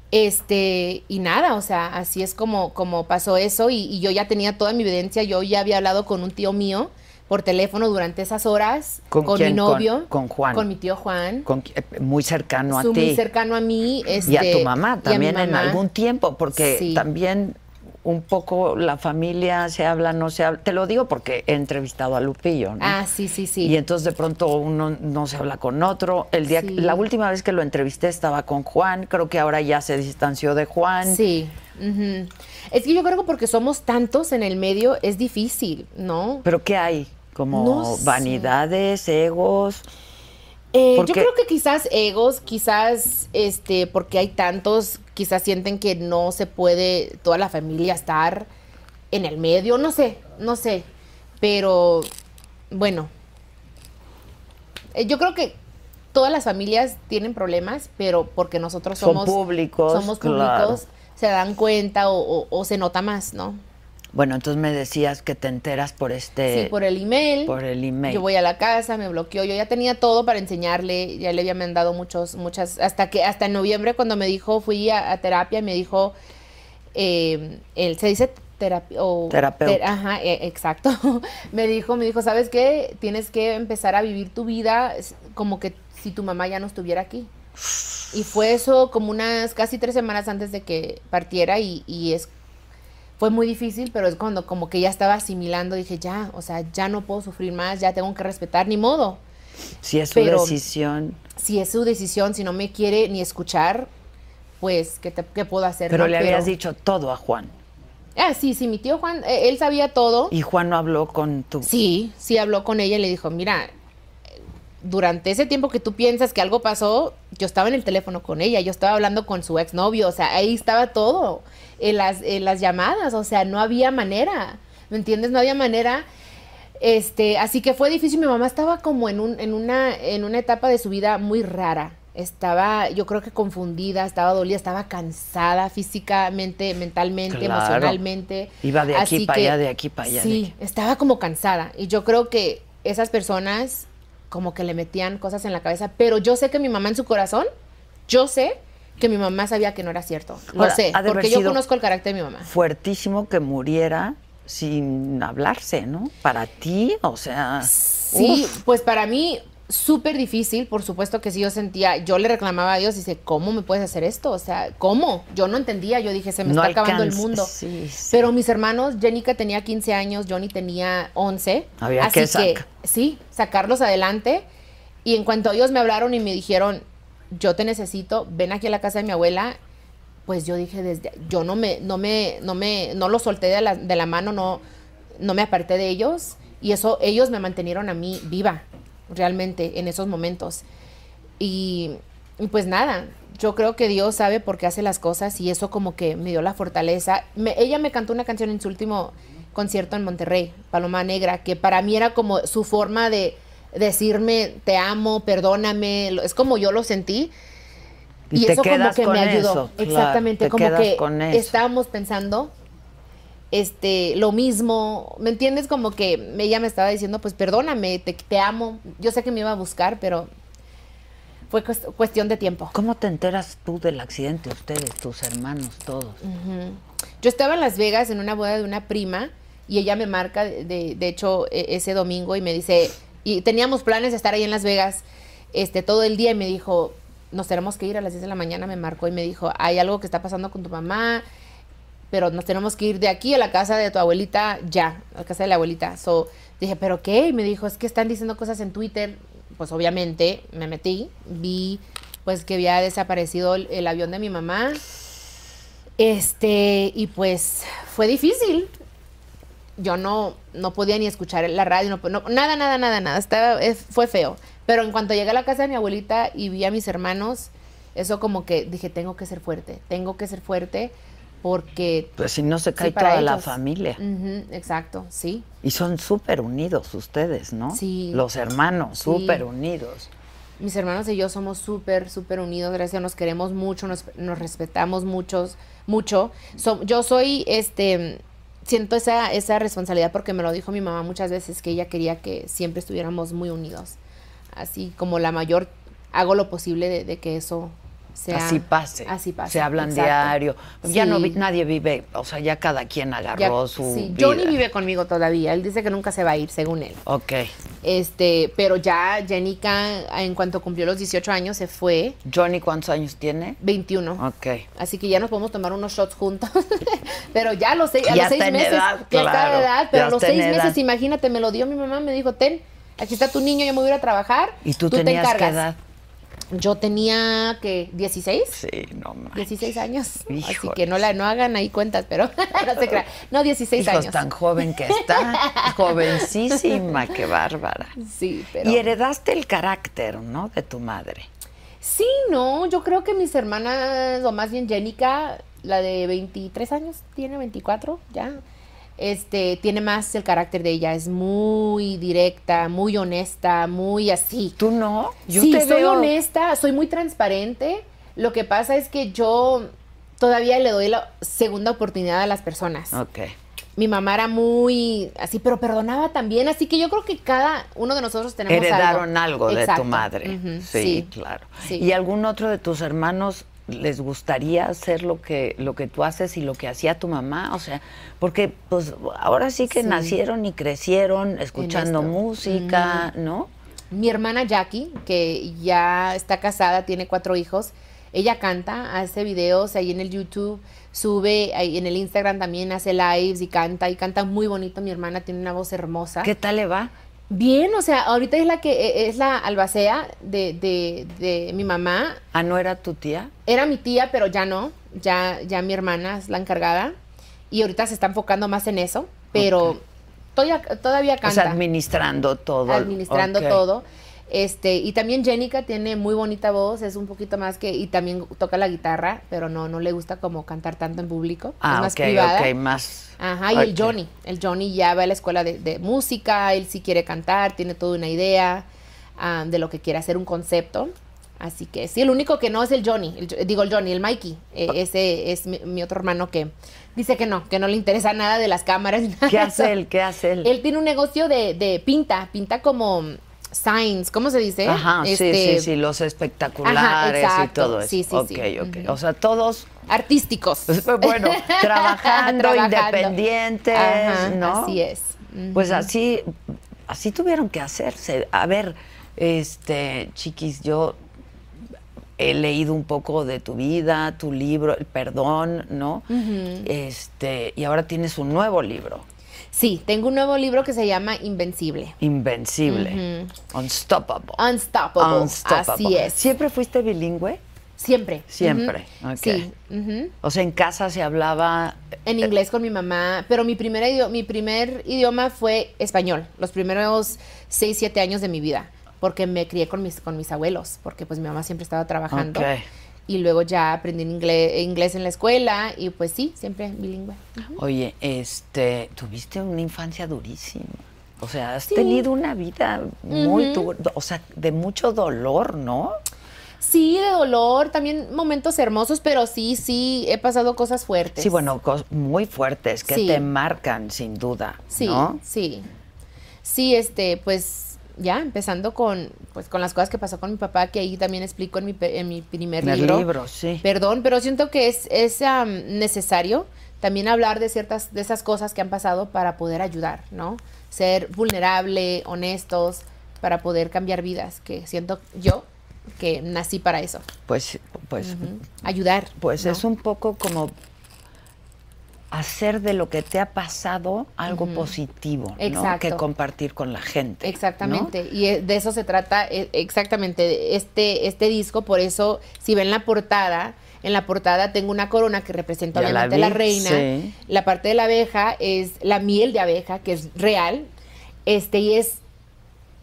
[SPEAKER 3] Este, y nada, o sea, así es como, como pasó eso y, y yo ya tenía toda mi evidencia, yo ya había hablado con un tío mío por teléfono durante esas horas,
[SPEAKER 1] ¿Con
[SPEAKER 3] mi
[SPEAKER 1] quién? Con-
[SPEAKER 3] novio,
[SPEAKER 1] con Juan.
[SPEAKER 3] con mi tío Juan.
[SPEAKER 1] Con- eh, muy cercano a
[SPEAKER 3] Su-
[SPEAKER 1] ti.
[SPEAKER 3] muy cercano a mí.
[SPEAKER 1] Y a
[SPEAKER 3] este,
[SPEAKER 1] tu mamá
[SPEAKER 3] y a
[SPEAKER 1] también
[SPEAKER 3] mi
[SPEAKER 1] en
[SPEAKER 3] mamá.
[SPEAKER 1] algún tiempo, porque
[SPEAKER 3] Sí.
[SPEAKER 1] también un poco la familia se habla, no se habla. Te lo digo porque he entrevistado a Lupillo, ¿no?
[SPEAKER 3] Ah, sí, sí, sí.
[SPEAKER 1] Y entonces de pronto uno no se habla con otro. El día,
[SPEAKER 3] Sí.
[SPEAKER 1] la última vez que lo entrevisté estaba con Juan. Creo que ahora ya se distanció de Juan.
[SPEAKER 3] Sí. ujú. Es que yo creo que porque somos tantos en el medio es difícil, ¿no?
[SPEAKER 1] Pero qué hay, como
[SPEAKER 3] No sé.
[SPEAKER 1] vanidades, egos.
[SPEAKER 3] Eh,
[SPEAKER 1] ¿Por
[SPEAKER 3] yo
[SPEAKER 1] qué?
[SPEAKER 3] creo que quizás egos, quizás este, porque hay tantos, quizás sienten que no se puede toda la familia estar en el medio, no sé, no sé. Pero bueno, eh, yo creo que todas las familias tienen problemas, pero porque nosotros
[SPEAKER 1] Son
[SPEAKER 3] somos
[SPEAKER 1] públicos,
[SPEAKER 3] somos
[SPEAKER 1] claro.
[SPEAKER 3] públicos, se dan cuenta o, o- o se nota más, ¿no?
[SPEAKER 1] Bueno, entonces me decías que te enteras por este.
[SPEAKER 3] sí, por el email.
[SPEAKER 1] por el email.
[SPEAKER 3] Yo voy a la casa, me bloqueó. Yo ya tenía todo para enseñarle, ya le había mandado muchos, muchas, hasta que, hasta en noviembre cuando me dijo, fui a, a terapia y me dijo, eh, él se dice terapia o
[SPEAKER 1] Terapeuta.
[SPEAKER 3] ajá, e- exacto. me dijo, me dijo, ¿sabes qué? Tienes que empezar a vivir tu vida es como que si tu mamá ya no estuviera aquí. Y fue eso como unas casi tres semanas antes de que partiera y, y es fue muy difícil, pero es cuando como que ya estaba asimilando, dije, ya, o sea, ya no puedo sufrir más, ya tengo que respetar, ni modo.
[SPEAKER 1] si es su
[SPEAKER 3] pero-
[SPEAKER 1] decisión.
[SPEAKER 3] Si es su decisión, si no me quiere ni escuchar, pues, ¿qué, te- qué puedo hacer?
[SPEAKER 1] Pero
[SPEAKER 3] no?
[SPEAKER 1] le habías dicho todo a Juan.
[SPEAKER 3] Ah, sí, sí, mi tío Juan, eh, él sabía todo.
[SPEAKER 1] Y Juan no habló con tu.
[SPEAKER 3] Sí, sí habló con ella y le dijo, mira, durante ese tiempo que tú piensas que algo pasó, yo estaba en el teléfono con ella, yo estaba hablando con su exnovio, o sea, ahí estaba todo, en las, en las llamadas, o sea, no había manera, ¿me entiendes? No había manera. Este, así que fue difícil, mi mamá estaba como en, un, en, una, en una etapa de su vida muy rara, estaba, yo creo que confundida, estaba dolida, estaba cansada físicamente, mentalmente,
[SPEAKER 1] Claro.
[SPEAKER 3] emocionalmente.
[SPEAKER 1] Iba de aquí
[SPEAKER 3] Así
[SPEAKER 1] para
[SPEAKER 3] que,
[SPEAKER 1] allá, de aquí para allá, de
[SPEAKER 3] Sí,
[SPEAKER 1] aquí.
[SPEAKER 3] estaba como cansada. Y yo creo que esas personas como que le metían cosas en la cabeza. Pero yo sé que mi mamá en su corazón, yo sé que mi mamá sabía que no era cierto. Lo
[SPEAKER 1] Ahora,
[SPEAKER 3] sé,
[SPEAKER 1] ha de haber
[SPEAKER 3] porque yo
[SPEAKER 1] sido-
[SPEAKER 3] conozco el carácter de mi mamá.
[SPEAKER 1] Fuertísimo que muriera sin hablarse, ¿no? Para ti, o sea.
[SPEAKER 3] Sí,
[SPEAKER 1] uf,
[SPEAKER 3] pues para mí súper difícil, por supuesto que sí, yo sentía, yo le reclamaba a Dios, dice, ¿cómo me puedes hacer esto? O sea, ¿cómo? Yo no entendía, yo dije, se me
[SPEAKER 1] No
[SPEAKER 3] está acabando el
[SPEAKER 1] alcanza-
[SPEAKER 3] mundo.
[SPEAKER 1] sí, sí.
[SPEAKER 3] Pero mis hermanos, Jenica tenía 15 años, Johnny tenía 11.
[SPEAKER 1] Había
[SPEAKER 3] así
[SPEAKER 1] que
[SPEAKER 3] que,
[SPEAKER 1] saca-
[SPEAKER 3] sí, sacarlos adelante. Y en cuanto ellos me hablaron y me dijeron, yo te necesito, ven aquí a la casa de mi abuela, pues yo dije desde yo no me no me no me no lo solté de la, de la mano no no me aparté de ellos y eso ellos me mantenieron a mí viva realmente en esos momentos y, y pues nada yo creo que Dios sabe por qué hace las cosas y eso como que me dio la fortaleza Me- ella me cantó una canción en su último concierto en Monterrey Paloma Negra que para mí era como su forma de decirme te amo perdóname lo- es como yo lo sentí
[SPEAKER 1] Y
[SPEAKER 3] y,
[SPEAKER 1] te
[SPEAKER 3] eso como
[SPEAKER 1] quedas
[SPEAKER 3] que
[SPEAKER 1] con
[SPEAKER 3] me ayudó.
[SPEAKER 1] eso, claro,
[SPEAKER 3] Exactamente,
[SPEAKER 1] te
[SPEAKER 3] como
[SPEAKER 1] quedas
[SPEAKER 3] que
[SPEAKER 1] con eso.
[SPEAKER 3] estábamos pensando este lo mismo, ¿me entiendes? Como que me- ella me estaba diciendo, pues perdóname, te, te amo. Yo sé que me iba a buscar, pero fue cues- cuestión de tiempo.
[SPEAKER 1] ¿Cómo te enteras tú del accidente? Ustedes, tus hermanos, todos.
[SPEAKER 3] Mm. Yo estaba en Las Vegas en una boda de una prima y ella me marca, de, de- de hecho, e- ese domingo y me dice, y teníamos planes de estar ahí en Las Vegas este, todo el día y me dijo, nos tenemos que ir a las 10 de la mañana, me marcó y me dijo, hay algo que está pasando con tu mamá, pero nos tenemos que ir de aquí a la casa de tu abuelita ya, a la casa de la abuelita. So, dije, ¿pero qué? Y me dijo, es que están diciendo cosas en Twitter. Pues obviamente me metí, vi pues que había desaparecido el- el avión de mi mamá. Este, y pues fue difícil. Yo no, no podía ni escuchar la radio, no po- no- nada, nada, nada, nada. Estaba, eh, fue feo. Pero en cuanto llegué a la casa de mi abuelita y vi a mis hermanos, eso como que dije, tengo que ser fuerte, tengo que ser fuerte porque...
[SPEAKER 1] Pues si no se
[SPEAKER 3] sí,
[SPEAKER 1] cae
[SPEAKER 3] para
[SPEAKER 1] toda la
[SPEAKER 3] ellos. Mm.
[SPEAKER 1] familia.
[SPEAKER 3] Ujú, exacto, sí.
[SPEAKER 1] Y son súper unidos ustedes, ¿no?
[SPEAKER 3] Sí.
[SPEAKER 1] Los hermanos,
[SPEAKER 3] Sí.
[SPEAKER 1] súper unidos.
[SPEAKER 3] mis hermanos y yo somos súper, súper unidos, gracias, a Dios, nos queremos mucho, nos, nos respetamos muchos, mucho. So- yo soy, este, siento esa, esa responsabilidad porque me lo dijo mi mamá muchas veces que ella quería que siempre estuviéramos muy unidos. Así como la mayor, hago lo posible de, de que eso sea.
[SPEAKER 1] así pase.
[SPEAKER 3] Así pase.
[SPEAKER 1] Se hablan
[SPEAKER 3] exacto.
[SPEAKER 1] diario. Ya no vi-
[SPEAKER 3] Sí.
[SPEAKER 1] nadie vive, o sea, ya cada quien
[SPEAKER 3] Ya-
[SPEAKER 1] agarró su
[SPEAKER 3] sí,
[SPEAKER 1] vida.
[SPEAKER 3] Johnny vive conmigo todavía. Él dice que nunca se va a ir, según él.
[SPEAKER 1] Ok.
[SPEAKER 3] Este, pero ya Jenica, en cuanto cumplió los 18 años, se fue.
[SPEAKER 1] Johnny, ¿cuántos años tiene?
[SPEAKER 3] 21.
[SPEAKER 1] Ok.
[SPEAKER 3] Así que ya nos podemos tomar unos shots juntos. pero ya a los seis, a
[SPEAKER 1] Ya
[SPEAKER 3] los seis
[SPEAKER 1] está en
[SPEAKER 3] meses.
[SPEAKER 1] edad,
[SPEAKER 3] ya está
[SPEAKER 1] claro,
[SPEAKER 3] de edad, pero
[SPEAKER 1] ya
[SPEAKER 3] a los
[SPEAKER 1] está en
[SPEAKER 3] seis
[SPEAKER 1] edad.
[SPEAKER 3] meses, imagínate, me lo dio mi mamá, me dijo, ten, aquí está tu niño, yo me voy a ir a trabajar.
[SPEAKER 1] ¿Y tú, tenías qué edad?
[SPEAKER 3] Yo tenía que 16.
[SPEAKER 1] Sí, no más.
[SPEAKER 3] 16 años. Así
[SPEAKER 1] Híjole.
[SPEAKER 3] que no la no hagan ahí cuentas, pero no se crean. No, 16
[SPEAKER 1] Hijos,
[SPEAKER 3] años.
[SPEAKER 1] tan joven que está, jovencísima, qué bárbara.
[SPEAKER 3] Sí, pero.
[SPEAKER 1] Y heredaste el carácter, ¿no? De tu madre.
[SPEAKER 3] Sí, no, yo creo que mis hermanas, o más bien Jenica, la de 23 años, tiene 24 ya, este, tiene más el carácter de ella, es muy directa, muy honesta, muy así.
[SPEAKER 1] ¿Tú no?
[SPEAKER 3] sí,
[SPEAKER 1] te
[SPEAKER 3] soy
[SPEAKER 1] veo-
[SPEAKER 3] honesta, soy muy transparente. Lo que pasa es que yo todavía le doy la segunda oportunidad a las personas
[SPEAKER 1] Ok.
[SPEAKER 3] mi mamá era muy así, pero perdonaba también. Así que yo creo que cada uno de nosotros tenemos
[SPEAKER 1] Heredaron algo, de
[SPEAKER 3] Exacto.
[SPEAKER 1] tu madre.
[SPEAKER 3] Ujú,
[SPEAKER 1] sí, claro.
[SPEAKER 3] Sí.
[SPEAKER 1] ¿Y algún otro de tus hermanos les gustaría hacer lo que, lo que tú haces y lo que hacía tu mamá? O sea, porque pues ahora sí que
[SPEAKER 3] Sí.
[SPEAKER 1] nacieron y crecieron escuchando
[SPEAKER 3] esto.
[SPEAKER 1] música, ¿no?
[SPEAKER 3] Mi hermana Jackie, que ya está casada, tiene cuatro hijos, ella canta, hace videos ahí en el YouTube, sube ahí en el Instagram también, hace lives y canta, y canta muy bonito. Mi hermana tiene una voz hermosa.
[SPEAKER 1] ¿Qué tal le va?
[SPEAKER 3] Bien, o sea, ahorita es la que eh, es la albacea de, de, de mi mamá.
[SPEAKER 1] ¿Ah, no era tu tía?
[SPEAKER 3] Era mi tía, pero ya no. Ya, ya mi hermana es la encargada. Y ahorita se está enfocando más en eso. Pero todavía, todavía
[SPEAKER 1] O sea,
[SPEAKER 3] canta.
[SPEAKER 1] administrando todo.
[SPEAKER 3] administrando
[SPEAKER 1] Ok.
[SPEAKER 3] todo. Este, y también Jenica tiene muy bonita voz, es un poquito más que, y también toca la guitarra, pero no, no le gusta como cantar tanto en público.
[SPEAKER 1] Ah,
[SPEAKER 3] es más
[SPEAKER 1] ok,
[SPEAKER 3] privada.
[SPEAKER 1] ok, más.
[SPEAKER 3] Ajá, y el
[SPEAKER 1] ok.
[SPEAKER 3] Johnny. El Johnny ya va a la escuela de, de música, él sí quiere cantar, tiene toda una idea ah, de lo que quiere hacer, un concepto. Ah, Así que sí, el único que no es el Johnny, el Jo- digo el Johnny, el Mikey.
[SPEAKER 1] Ah.
[SPEAKER 3] Eh, ese es mi, mi otro hermano que dice que no, que no le interesa nada de las cámaras. ni nada
[SPEAKER 1] ¿Qué
[SPEAKER 3] de eso.
[SPEAKER 1] hace él? ¿Qué hace él?
[SPEAKER 3] Él tiene un negocio de, de pinta, pinta como signs, ¿cómo se dice?
[SPEAKER 1] Ajá, sí,
[SPEAKER 3] Este,
[SPEAKER 1] sí, sí, los espectaculares y
[SPEAKER 3] exacto.
[SPEAKER 1] todo eso.
[SPEAKER 3] Sí, sí,
[SPEAKER 1] ok,
[SPEAKER 3] sí.
[SPEAKER 1] ok.
[SPEAKER 3] Ujú.
[SPEAKER 1] O sea, todos,
[SPEAKER 3] Artísticos.
[SPEAKER 1] pues, bueno, trabajando,
[SPEAKER 3] Trabajando.
[SPEAKER 1] independientes,
[SPEAKER 3] Ajá,
[SPEAKER 1] ¿no?
[SPEAKER 3] Así es. Ujú.
[SPEAKER 1] Pues así, así tuvieron que hacerse. A ver, este, chiquis, yo he leído un poco de tu vida, tu libro, el perdón, ¿no?
[SPEAKER 3] Ujú.
[SPEAKER 1] Este, y ahora tienes un nuevo libro,
[SPEAKER 3] Sí, tengo un nuevo libro que se llama Invencible.
[SPEAKER 1] Invencible, Unstoppable.
[SPEAKER 3] Unstoppable. Así es.
[SPEAKER 1] ¿Siempre fuiste bilingüe?
[SPEAKER 3] Siempre.
[SPEAKER 1] Siempre,
[SPEAKER 3] Ujú.
[SPEAKER 1] ok.
[SPEAKER 3] Sí. ujú.
[SPEAKER 1] O sea, en casa se hablaba
[SPEAKER 3] En inglés con mi mamá, pero mi primer, idi- mi primer idioma fue español, los primeros 6, 7 años de mi vida, porque me crié con mis, con mis abuelos, porque pues mi mamá siempre estaba trabajando.
[SPEAKER 1] Ok.
[SPEAKER 3] Y luego ya aprendí inglés, inglés en la escuela y pues sí, siempre bilingüe.
[SPEAKER 1] Oye, este, tuviste una infancia durísima. O sea, has
[SPEAKER 3] Sí.
[SPEAKER 1] tenido una vida muy dura, o sea, de mucho dolor, ¿no?
[SPEAKER 3] Sí, de dolor, también momentos hermosos, pero sí, sí, he pasado cosas fuertes.
[SPEAKER 1] Sí, bueno, cos- muy fuertes que
[SPEAKER 3] Sí.
[SPEAKER 1] te marcan sin duda,
[SPEAKER 3] Sí,
[SPEAKER 1] ¿no?
[SPEAKER 3] sí. Sí, este, pues ya empezando con pues con las cosas que pasó con mi papá, que ahí también explico en mi, pe- en mi primer
[SPEAKER 1] En el
[SPEAKER 3] libro.
[SPEAKER 1] libro, sí.
[SPEAKER 3] Perdón, pero siento que es, es am, necesario también hablar de ciertas de esas cosas que han pasado para poder ayudar, ¿no? Ser vulnerable, honestos para poder cambiar vidas, que siento yo que nací para eso,
[SPEAKER 1] Pues, pues,
[SPEAKER 3] ayudar.
[SPEAKER 1] pues
[SPEAKER 3] ¿no?
[SPEAKER 1] es un poco como hacer de lo que te ha pasado algo positivo, ¿no? Que
[SPEAKER 3] Exacto.
[SPEAKER 1] compartir con la gente. ¿no?
[SPEAKER 3] Exactamente, y eh, de eso se trata eh, exactamente de este, este disco, por eso si ven la portada, en la portada tengo una corona que representa
[SPEAKER 1] Ya la
[SPEAKER 3] obviamente la,
[SPEAKER 1] vi,
[SPEAKER 3] reina,
[SPEAKER 1] sí.
[SPEAKER 3] la parte de la abeja es la miel de abeja, que es real, este, y es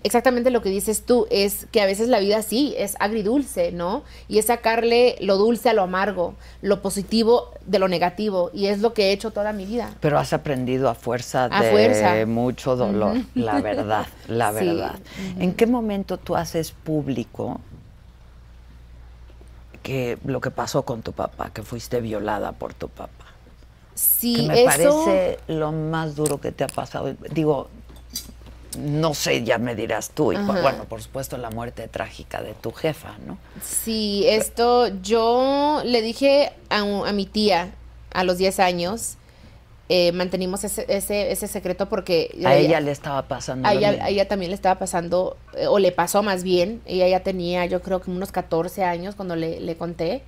[SPEAKER 3] exactamente lo que dices tú, es que a veces la vida sí es agridulce, ¿no? Y es sacarle lo dulce a lo amargo, lo positivo de lo negativo, y es lo que he hecho toda mi vida.
[SPEAKER 1] Pero has aprendido a fuerza
[SPEAKER 3] A
[SPEAKER 1] de
[SPEAKER 3] fuerza.
[SPEAKER 1] mucho dolor, la verdad, la
[SPEAKER 3] Sí,
[SPEAKER 1] verdad. ¿En qué momento tú haces público que lo que pasó con tu papá, que fuiste violada por tu papá?
[SPEAKER 3] Sí,
[SPEAKER 1] que me
[SPEAKER 3] eso-
[SPEAKER 1] parece lo más duro que te ha pasado. Digo, no sé, ya me dirás tú. Y cu- bueno, por supuesto, la muerte trágica de tu jefa, ¿no?
[SPEAKER 3] Sí, esto yo le dije a, un- a mi tía a los 10 años, eh, mantenimos ese, ese, ese secreto porque
[SPEAKER 1] A ella le estaba pasando.
[SPEAKER 3] a
[SPEAKER 1] lo
[SPEAKER 3] ella-
[SPEAKER 1] mismo.
[SPEAKER 3] a ella también le estaba pasando, eh, o le pasó más bien, ella ya tenía yo creo que unos 14 años cuando le, le conté,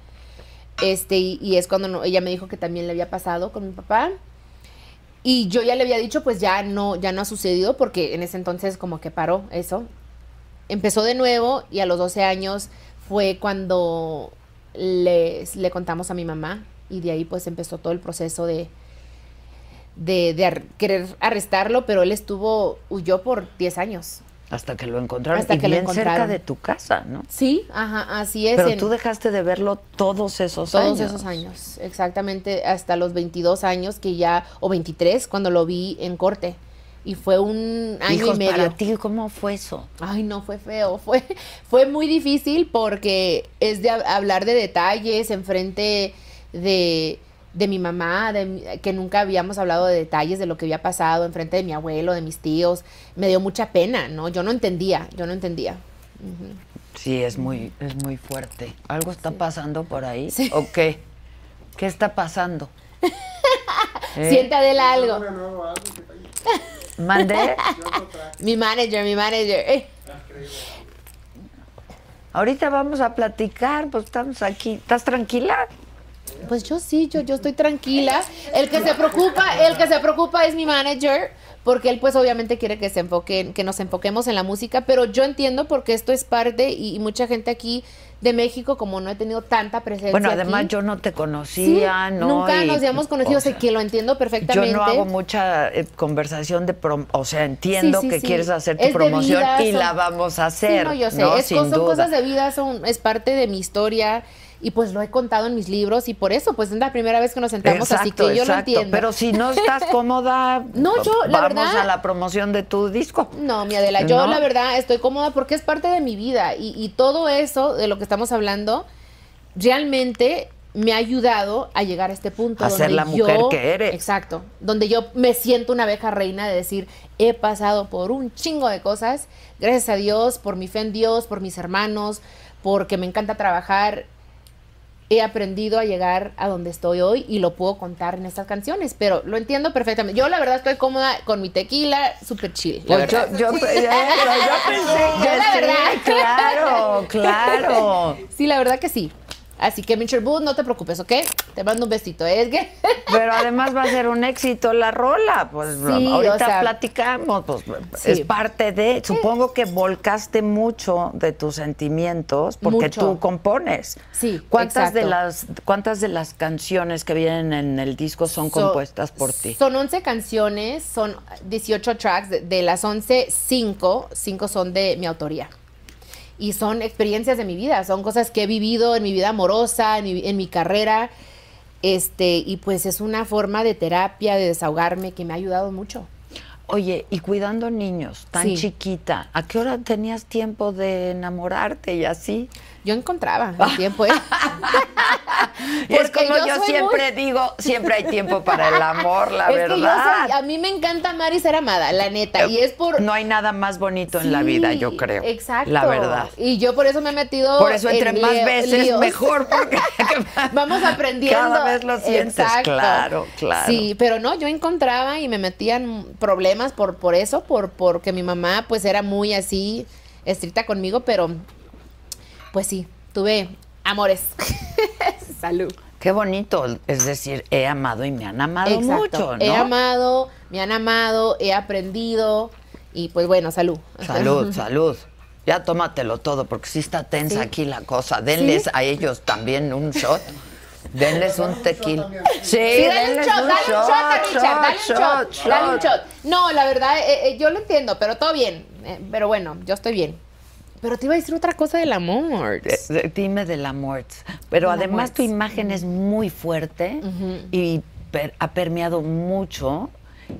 [SPEAKER 3] este, y, y es cuando no- ella me dijo que también le había pasado con mi papá. Y yo ya le había dicho, pues ya no, ya no ha sucedido porque en ese entonces como que paró eso, empezó de nuevo y a los 12 años fue cuando les- le contamos a mi mamá y de ahí pues empezó todo el proceso de, de, de ar- querer arrestarlo, pero él estuvo, huyó por 10 años.
[SPEAKER 1] Hasta que lo encontraron.
[SPEAKER 3] Hasta
[SPEAKER 1] y
[SPEAKER 3] que lo
[SPEAKER 1] bien cerca
[SPEAKER 3] encontraron.
[SPEAKER 1] de tu casa, ¿no?
[SPEAKER 3] Sí, ajá, así es.
[SPEAKER 1] Pero
[SPEAKER 3] en
[SPEAKER 1] tú dejaste de verlo todos esos años.
[SPEAKER 3] todos esos años, exactamente hasta los 22 años que ya, o 23, cuando lo vi en corte. Y fue un año
[SPEAKER 1] Hijos,
[SPEAKER 3] y medio.
[SPEAKER 1] para ti, ¿cómo fue eso?
[SPEAKER 3] Ay, no, fue feo, fue, fue muy difícil porque es de hab- hablar de detalles enfrente de, de mi mamá, de, mi- que nunca habíamos hablado de detalles de lo que había pasado, enfrente de mi abuelo, de mis tíos. Me dio mucha pena, ¿no? Yo no entendía, yo no entendía.
[SPEAKER 1] Sí, es muy, es muy fuerte. ¿Algo está pasando por ahí? ¿O qué? ¿Qué está pasando? ¿Eh?
[SPEAKER 3] Siente Adela algo.
[SPEAKER 1] ¿Mandé?
[SPEAKER 3] Mi manager, mi manager. Eh,
[SPEAKER 1] Ahorita vamos a platicar, pues estamos aquí. ¿Estás tranquila?
[SPEAKER 3] Pues yo sí, yo, yo estoy tranquila. El que se preocupa, el que se preocupa es mi manager, porque él pues obviamente quiere que se enfoquen, que nos enfoquemos en la música, pero yo entiendo porque esto es parte y, y mucha gente aquí de México, como no he tenido tanta presencia.
[SPEAKER 1] Bueno, además
[SPEAKER 3] aquí,
[SPEAKER 1] yo no te
[SPEAKER 3] sí,
[SPEAKER 1] conocía, ¿no?
[SPEAKER 3] nunca
[SPEAKER 1] Y,
[SPEAKER 3] nos habíamos conocido,
[SPEAKER 1] o sea,
[SPEAKER 3] sé que lo entiendo
[SPEAKER 1] yo
[SPEAKER 3] perfectamente.
[SPEAKER 1] no hago mucha eh, conversación de prom- o sea, entiendo
[SPEAKER 3] Sí, sí,
[SPEAKER 1] que
[SPEAKER 3] sí.
[SPEAKER 1] quieres hacer tu
[SPEAKER 3] Es de
[SPEAKER 1] promoción
[SPEAKER 3] vida,
[SPEAKER 1] y
[SPEAKER 3] son-
[SPEAKER 1] la vamos a
[SPEAKER 3] Sí,
[SPEAKER 1] hacer.
[SPEAKER 3] no, yo sé. es
[SPEAKER 1] Sin
[SPEAKER 3] cos- son
[SPEAKER 1] duda.
[SPEAKER 3] cosas de vida, son, es parte de mi historia Y pues lo he contado en mis libros y por eso, pues es la primera vez que nos sentamos, así
[SPEAKER 1] Exacto,
[SPEAKER 3] que yo lo
[SPEAKER 1] exacto.
[SPEAKER 3] entiendo.
[SPEAKER 1] Pero si no estás cómoda,
[SPEAKER 3] No, yo, la
[SPEAKER 1] vamos
[SPEAKER 3] verdad-
[SPEAKER 1] a la promoción de tu disco.
[SPEAKER 3] No, mi Adela, yo
[SPEAKER 1] ¿No?
[SPEAKER 3] la verdad estoy cómoda porque es parte de mi vida y, y todo eso de lo que estamos hablando realmente me ha ayudado a llegar a este punto.
[SPEAKER 1] A ser la mujer que eres.
[SPEAKER 3] Exacto, donde yo me siento una abeja reina de decir, he pasado por un chingo de cosas, gracias a Dios, por mi fe en Dios, por mis hermanos, porque me encanta trabajar. He aprendido a llegar a donde estoy hoy y lo puedo contar en estas canciones, pero lo entiendo perfectamente. Yo la verdad estoy cómoda con mi tequila, super chill. la
[SPEAKER 1] Pues
[SPEAKER 3] verdad.
[SPEAKER 1] yo, yo, eh, pero yo pensé que
[SPEAKER 3] Yo la
[SPEAKER 1] sí,
[SPEAKER 3] verdad.
[SPEAKER 1] claro, claro.
[SPEAKER 3] Sí, la verdad que sí. Así que, Mitchell Booth, no te preocupes, ¿ok? Te mando un besito. ¿eh? Es que.
[SPEAKER 1] Pero además va a ser un éxito la rola, pues
[SPEAKER 3] Sí,
[SPEAKER 1] ahorita
[SPEAKER 3] o sea,
[SPEAKER 1] platicamos, pues
[SPEAKER 3] sí.
[SPEAKER 1] es parte de, supongo que volcaste mucho de tus sentimientos porque
[SPEAKER 3] Mucho.
[SPEAKER 1] tú compones.
[SPEAKER 3] Sí,
[SPEAKER 1] ¿Cuántas
[SPEAKER 3] exacto.
[SPEAKER 1] de las cuántas de las canciones que vienen en el disco son
[SPEAKER 3] So-
[SPEAKER 1] compuestas por ti?
[SPEAKER 3] Son 11 canciones, son 18 tracks. De, de las 11, 5, 5 son de mi autoría. Y son experiencias de mi vida, son cosas que he vivido en mi vida amorosa, en mi, en mi carrera. Este, y pues es una forma de terapia, de desahogarme, que me ha ayudado mucho.
[SPEAKER 1] Oye, y cuidando niños, tan
[SPEAKER 3] Sí.
[SPEAKER 1] chiquita, ¿a qué hora tenías tiempo de enamorarte y así?
[SPEAKER 3] Yo encontraba el tiempo. ¿eh?
[SPEAKER 1] Y es
[SPEAKER 3] Porque
[SPEAKER 1] como yo,
[SPEAKER 3] yo soy
[SPEAKER 1] siempre digo, siempre hay tiempo para el amor, la
[SPEAKER 3] es que yo
[SPEAKER 1] verdad.
[SPEAKER 3] soy- a mí me encanta amar y ser amada, la neta. Y es por.
[SPEAKER 1] Eh, No hay nada más bonito en la
[SPEAKER 3] Sí,
[SPEAKER 1] vida, yo creo.
[SPEAKER 3] Exacto.
[SPEAKER 1] La verdad.
[SPEAKER 3] Y yo por eso me he metido.
[SPEAKER 1] Por eso entre
[SPEAKER 3] en
[SPEAKER 1] más
[SPEAKER 3] lío-
[SPEAKER 1] veces
[SPEAKER 3] líos.
[SPEAKER 1] mejor porque
[SPEAKER 3] Vamos aprendiendo.
[SPEAKER 1] Cada vez lo sientes,
[SPEAKER 3] Exacto.
[SPEAKER 1] claro, claro.
[SPEAKER 3] Sí, pero no, yo encontraba y me metían problemas por, por eso, por porque mi mamá pues era muy así estricta conmigo, pero pues sí, tuve amores. Salud.
[SPEAKER 1] Qué bonito, es decir, he amado y me han amado
[SPEAKER 3] Exacto.
[SPEAKER 1] mucho, ¿no?
[SPEAKER 3] He amado, me han amado, he aprendido y pues bueno, salud.
[SPEAKER 1] Salud, salud. Ya tómatelo todo porque sí está tensa
[SPEAKER 3] Sí.
[SPEAKER 1] aquí la cosa. Denles
[SPEAKER 3] Sí.
[SPEAKER 1] a ellos también un shot. Denles un tequila. Sí,
[SPEAKER 3] Sí, Eh, dale un
[SPEAKER 1] denles
[SPEAKER 3] shot, dale un shot, a Richard, dale un shot, dale un shot. No, la verdad, eh, eh, yo lo entiendo, pero todo bien. Eh, pero bueno, yo estoy bien. Pero te iba a decir otra cosa del amor.
[SPEAKER 1] Eh, eh, Dime del amor. Pero
[SPEAKER 3] Del
[SPEAKER 1] además
[SPEAKER 3] amor.
[SPEAKER 1] tu imagen es muy fuerte y per- ha permeado mucho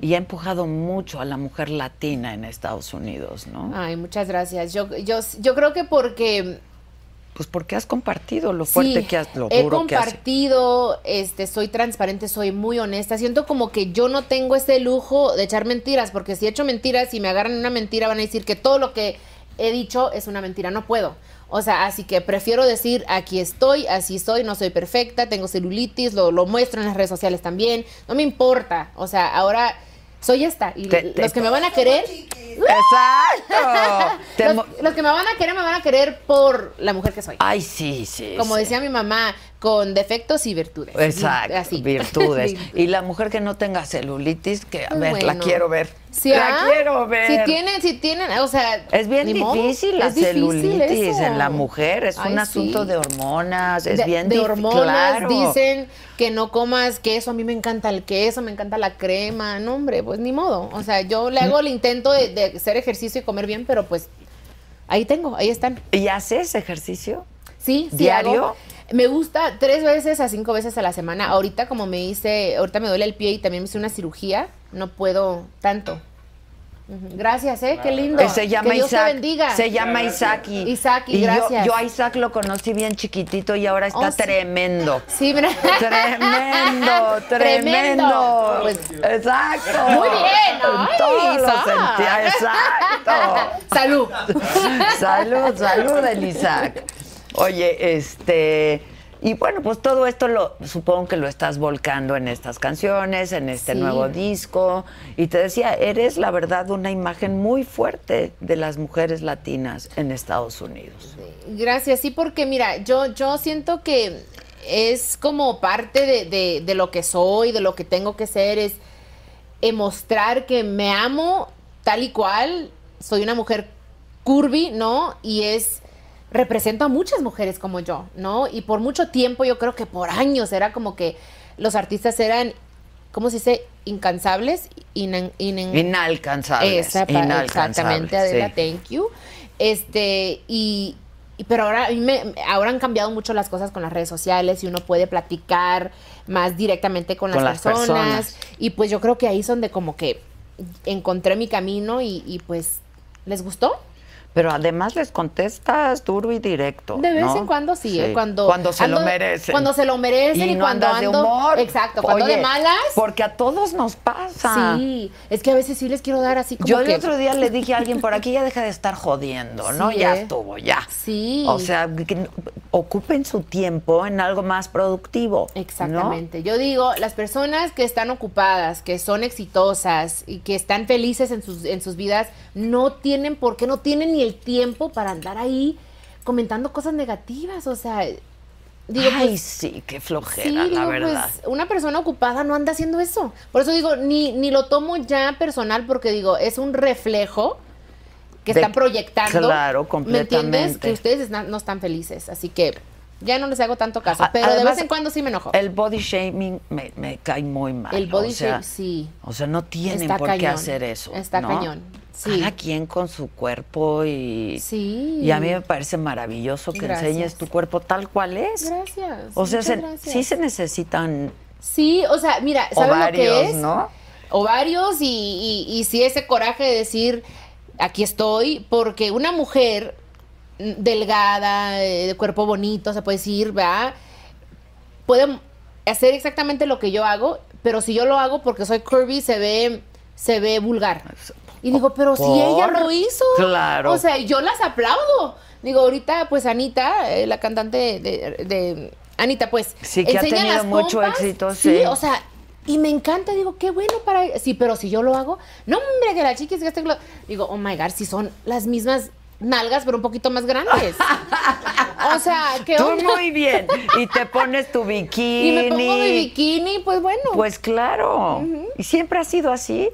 [SPEAKER 1] y ha empujado mucho a la mujer latina en Estados Unidos, ¿no?
[SPEAKER 3] Ay, muchas gracias. Yo, yo, yo creo que porque
[SPEAKER 1] Pues porque has compartido lo fuerte
[SPEAKER 3] Sí,
[SPEAKER 1] que has, lo
[SPEAKER 3] he
[SPEAKER 1] duro que has.
[SPEAKER 3] compartido, este, soy transparente, soy muy honesta. Siento como que yo no tengo ese lujo de echar mentiras, porque si echo mentiras y me agarran en una mentira, van a decir que todo lo que he dicho es una mentira. No puedo. O sea, así que prefiero decir, aquí estoy, así soy, no soy perfecta, tengo celulitis, lo, lo muestro en las redes sociales también. No me importa. O sea, ahora soy esta. Y
[SPEAKER 1] Te- te-
[SPEAKER 3] los que me van a querer...
[SPEAKER 1] Exacto. Te
[SPEAKER 3] Los,
[SPEAKER 1] mo-
[SPEAKER 3] los que me van a querer, me van a querer por la mujer que soy.
[SPEAKER 1] Ay, sí, sí.
[SPEAKER 3] Como
[SPEAKER 1] sí.
[SPEAKER 3] decía mi mamá, con defectos y virtudes.
[SPEAKER 1] Exacto,
[SPEAKER 3] Así.
[SPEAKER 1] virtudes.
[SPEAKER 3] Virtudes.
[SPEAKER 1] Y la mujer que no tenga celulitis, que a
[SPEAKER 3] Pues
[SPEAKER 1] ver, la
[SPEAKER 3] bueno.
[SPEAKER 1] quiero ver.
[SPEAKER 3] Sí,
[SPEAKER 1] la
[SPEAKER 3] ¿ah?
[SPEAKER 1] quiero ver.
[SPEAKER 3] Si tienen, si tienen, o sea.
[SPEAKER 1] Es bien
[SPEAKER 3] ni modo,
[SPEAKER 1] difícil la
[SPEAKER 3] es difícil
[SPEAKER 1] celulitis
[SPEAKER 3] eso.
[SPEAKER 1] en la mujer, es
[SPEAKER 3] Ay,
[SPEAKER 1] un
[SPEAKER 3] sí.
[SPEAKER 1] asunto de hormonas, es
[SPEAKER 3] de,
[SPEAKER 1] bien
[SPEAKER 3] de
[SPEAKER 1] dif-
[SPEAKER 3] hormonas
[SPEAKER 1] claro.
[SPEAKER 3] dicen que no comas queso, a mí me encanta el queso, me encanta la crema, no hombre, pues ni modo. O sea, yo le hago el intento de, de hacer ejercicio y comer bien, pero pues ahí tengo, ahí están.
[SPEAKER 1] ¿Y haces ejercicio?
[SPEAKER 3] Sí, sí
[SPEAKER 1] ¿Diario?
[SPEAKER 3] hago. Me gusta tres veces a cinco veces a la semana. Ahorita como me hice, ahorita me duele el pie y también me hice una cirugía, no puedo tanto. Ujú. Gracias, eh, qué lindo.
[SPEAKER 1] Eh, se llama
[SPEAKER 3] que Dios
[SPEAKER 1] Isaac.
[SPEAKER 3] te bendiga.
[SPEAKER 1] Se llama Isaac y,
[SPEAKER 3] Isaac, y
[SPEAKER 1] yo-
[SPEAKER 3] gracias.
[SPEAKER 1] Yo, a Isaac lo conocí bien chiquitito y ahora está
[SPEAKER 3] Oh, sí.
[SPEAKER 1] tremendo.
[SPEAKER 3] Sí, mira.
[SPEAKER 1] Tremendo, tremendo.
[SPEAKER 3] Pues,
[SPEAKER 1] exacto.
[SPEAKER 3] muy bien. Ay,
[SPEAKER 1] En todos los
[SPEAKER 3] Isaac.
[SPEAKER 1] sentidos, Exacto.
[SPEAKER 3] salud.
[SPEAKER 1] Salud, salud, el Isaac. Oye, este. Y bueno, pues todo esto lo supongo que lo estás volcando en estas canciones, en este
[SPEAKER 3] Sí.
[SPEAKER 1] nuevo disco. Y te decía, eres la verdad una imagen muy fuerte de las mujeres latinas en Estados Unidos.
[SPEAKER 3] Gracias, sí, porque mira, yo, yo siento que es como parte de, de- de lo que soy, de lo que tengo que ser, es eh, mostrar que me amo tal y cual, soy una mujer curvy, ¿no? Y es, represento a muchas mujeres como yo, ¿no? Y por mucho tiempo, yo creo que por años era como que los artistas eran, ¿cómo se dice? Incansables, inan- inan-
[SPEAKER 1] Inalcanzables.
[SPEAKER 3] esa pa-
[SPEAKER 1] inalcanzables,
[SPEAKER 3] exactamente, Adela,
[SPEAKER 1] sí.
[SPEAKER 3] thank you. Este, y, Y- Pero ahora, a mí me- ahora han cambiado mucho las cosas con las redes sociales y uno puede platicar más directamente con,
[SPEAKER 1] Con
[SPEAKER 3] las,
[SPEAKER 1] las
[SPEAKER 3] personas,
[SPEAKER 1] personas.
[SPEAKER 3] Y pues yo creo que ahí es donde como que encontré mi camino y, y, pues les gustó.
[SPEAKER 1] Pero además les contestas duro y directo.
[SPEAKER 3] De vez
[SPEAKER 1] ¿no?
[SPEAKER 3] en cuando sí, ¿eh? cuando,
[SPEAKER 1] cuando se lo
[SPEAKER 3] ando-
[SPEAKER 1] merecen.
[SPEAKER 3] Cuando se lo merecen y,
[SPEAKER 1] no
[SPEAKER 3] cuando
[SPEAKER 1] andas
[SPEAKER 3] ando
[SPEAKER 1] de humor.
[SPEAKER 3] Exacto, cuando
[SPEAKER 1] Oye,
[SPEAKER 3] de malas.
[SPEAKER 1] Porque a todos nos pasa.
[SPEAKER 3] Sí, es que a veces sí les quiero dar así como
[SPEAKER 1] Yo el
[SPEAKER 3] que-
[SPEAKER 1] otro día le dije a alguien por aquí, ya deja de estar jodiendo, ¿no?
[SPEAKER 3] Sí,
[SPEAKER 1] ya
[SPEAKER 3] ¿eh?
[SPEAKER 1] estuvo, ya.
[SPEAKER 3] Sí.
[SPEAKER 1] O sea, que ocupen su tiempo en algo más productivo. ¿no?
[SPEAKER 3] Exactamente. Yo digo, las personas que están ocupadas, que son exitosas y que están felices en sus, en sus vidas, no tienen por qué, no tienen ni el tiempo para andar ahí comentando cosas negativas. O sea, digo,
[SPEAKER 1] Ay,
[SPEAKER 3] pues,
[SPEAKER 1] sí, qué
[SPEAKER 3] sí,
[SPEAKER 1] flojera, la
[SPEAKER 3] digo,
[SPEAKER 1] verdad.
[SPEAKER 3] pues una persona ocupada no anda haciendo eso. Por eso digo, ni, ni lo tomo ya personal porque digo, es un reflejo que
[SPEAKER 1] De-
[SPEAKER 3] están proyectando.
[SPEAKER 1] claro,
[SPEAKER 3] ¿Me entiendes?
[SPEAKER 1] completamente.
[SPEAKER 3] Que ustedes están- no están felices. Así que ya no les hago tanto caso.
[SPEAKER 1] A-
[SPEAKER 3] pero de
[SPEAKER 1] además,
[SPEAKER 3] vez en cuando sí me enojo.
[SPEAKER 1] El body shaming me, me cae muy mal.
[SPEAKER 3] El body
[SPEAKER 1] o sea,
[SPEAKER 3] shape, sí.
[SPEAKER 1] O sea, no tienen
[SPEAKER 3] Está
[SPEAKER 1] por qué
[SPEAKER 3] cañón,
[SPEAKER 1] hacer eso.
[SPEAKER 3] está
[SPEAKER 1] ¿no?
[SPEAKER 3] cañón, sí.
[SPEAKER 1] Cada quien con su cuerpo y.
[SPEAKER 3] Sí.
[SPEAKER 1] Y a mí me parece maravilloso que
[SPEAKER 3] Gracias.
[SPEAKER 1] enseñes tu cuerpo tal cual es.
[SPEAKER 3] Gracias.
[SPEAKER 1] O sea,
[SPEAKER 3] muchas
[SPEAKER 1] se-
[SPEAKER 3] gracias.
[SPEAKER 1] sí se necesitan
[SPEAKER 3] Sí, o sea, mira, ¿sabes lo que
[SPEAKER 1] ovarios,
[SPEAKER 3] es?
[SPEAKER 1] ¿no?
[SPEAKER 3] Ovarios y, y, y sí ese coraje de decir, aquí estoy, porque una mujer mm, delgada, eh, de cuerpo bonito, se puede decir, ¿verdad? Puede hacer exactamente lo que yo hago, pero si yo lo hago porque soy curvy, se ve, se ve vulgar. Y digo, pero si ella
[SPEAKER 1] ¿Por?
[SPEAKER 3] lo hizo.
[SPEAKER 1] Claro.
[SPEAKER 3] O sea, yo las aplaudo. Digo, ahorita, pues Anita, eh, la cantante de, de- Anita, pues.
[SPEAKER 1] Sí, que ha
[SPEAKER 3] enseña
[SPEAKER 1] tenido
[SPEAKER 3] las
[SPEAKER 1] mucho
[SPEAKER 3] pompas.
[SPEAKER 1] éxito,
[SPEAKER 3] Sí,
[SPEAKER 1] sí.
[SPEAKER 3] o sea, y me encanta. Digo, qué bueno para. Sí, pero si yo lo hago. No, hombre, que la chiquis que este. que lo-". Digo, oh my god, si son las mismas nalgas, pero un poquito más grandes. o sea, qué
[SPEAKER 1] Tú
[SPEAKER 3] onda?
[SPEAKER 1] muy bien. Y te pones tu bikini.
[SPEAKER 3] Y me pongo mi bikini, pues bueno.
[SPEAKER 1] Pues claro. ¿Y siempre ha sido así?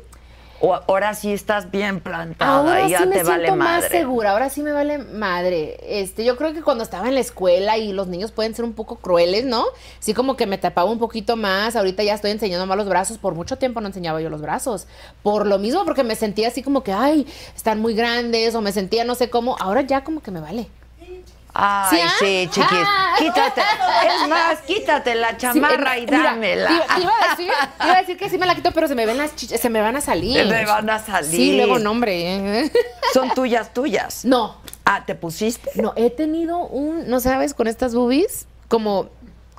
[SPEAKER 1] ¿O ahora sí estás bien plantada
[SPEAKER 3] Ahora
[SPEAKER 1] y ya
[SPEAKER 3] sí me
[SPEAKER 1] te
[SPEAKER 3] siento
[SPEAKER 1] vale
[SPEAKER 3] más
[SPEAKER 1] madre?
[SPEAKER 3] segura, ahora sí me vale madre. Este, yo creo que cuando estaba en la escuela y los niños pueden ser un poco crueles, ¿no? Sí como que me tapaba un poquito más, ahorita ya estoy enseñando más los brazos, por mucho tiempo no enseñaba yo los brazos. Por lo mismo porque me sentía así como que, ay, están muy grandes o me sentía no sé cómo, ahora ya como que me vale.
[SPEAKER 1] Ay,
[SPEAKER 3] ¿Sí, ah?
[SPEAKER 1] sí, chiquis.
[SPEAKER 3] Ah.
[SPEAKER 1] Quítate. Es más, quítate la
[SPEAKER 3] Sí,
[SPEAKER 1] chamarra
[SPEAKER 3] eh,
[SPEAKER 1] y
[SPEAKER 3] mira,
[SPEAKER 1] dámela.
[SPEAKER 3] Iba, iba a decir, iba a decir que sí me la quito, pero se me ven las chichas, se me van a salir.
[SPEAKER 1] Me van a salir.
[SPEAKER 3] Sí, luego no, hombre.
[SPEAKER 1] Son tuyas, tuyas.
[SPEAKER 3] No,
[SPEAKER 1] Ah, ¿te pusiste?
[SPEAKER 3] No, he tenido un, no sabes, con estas boobies, como,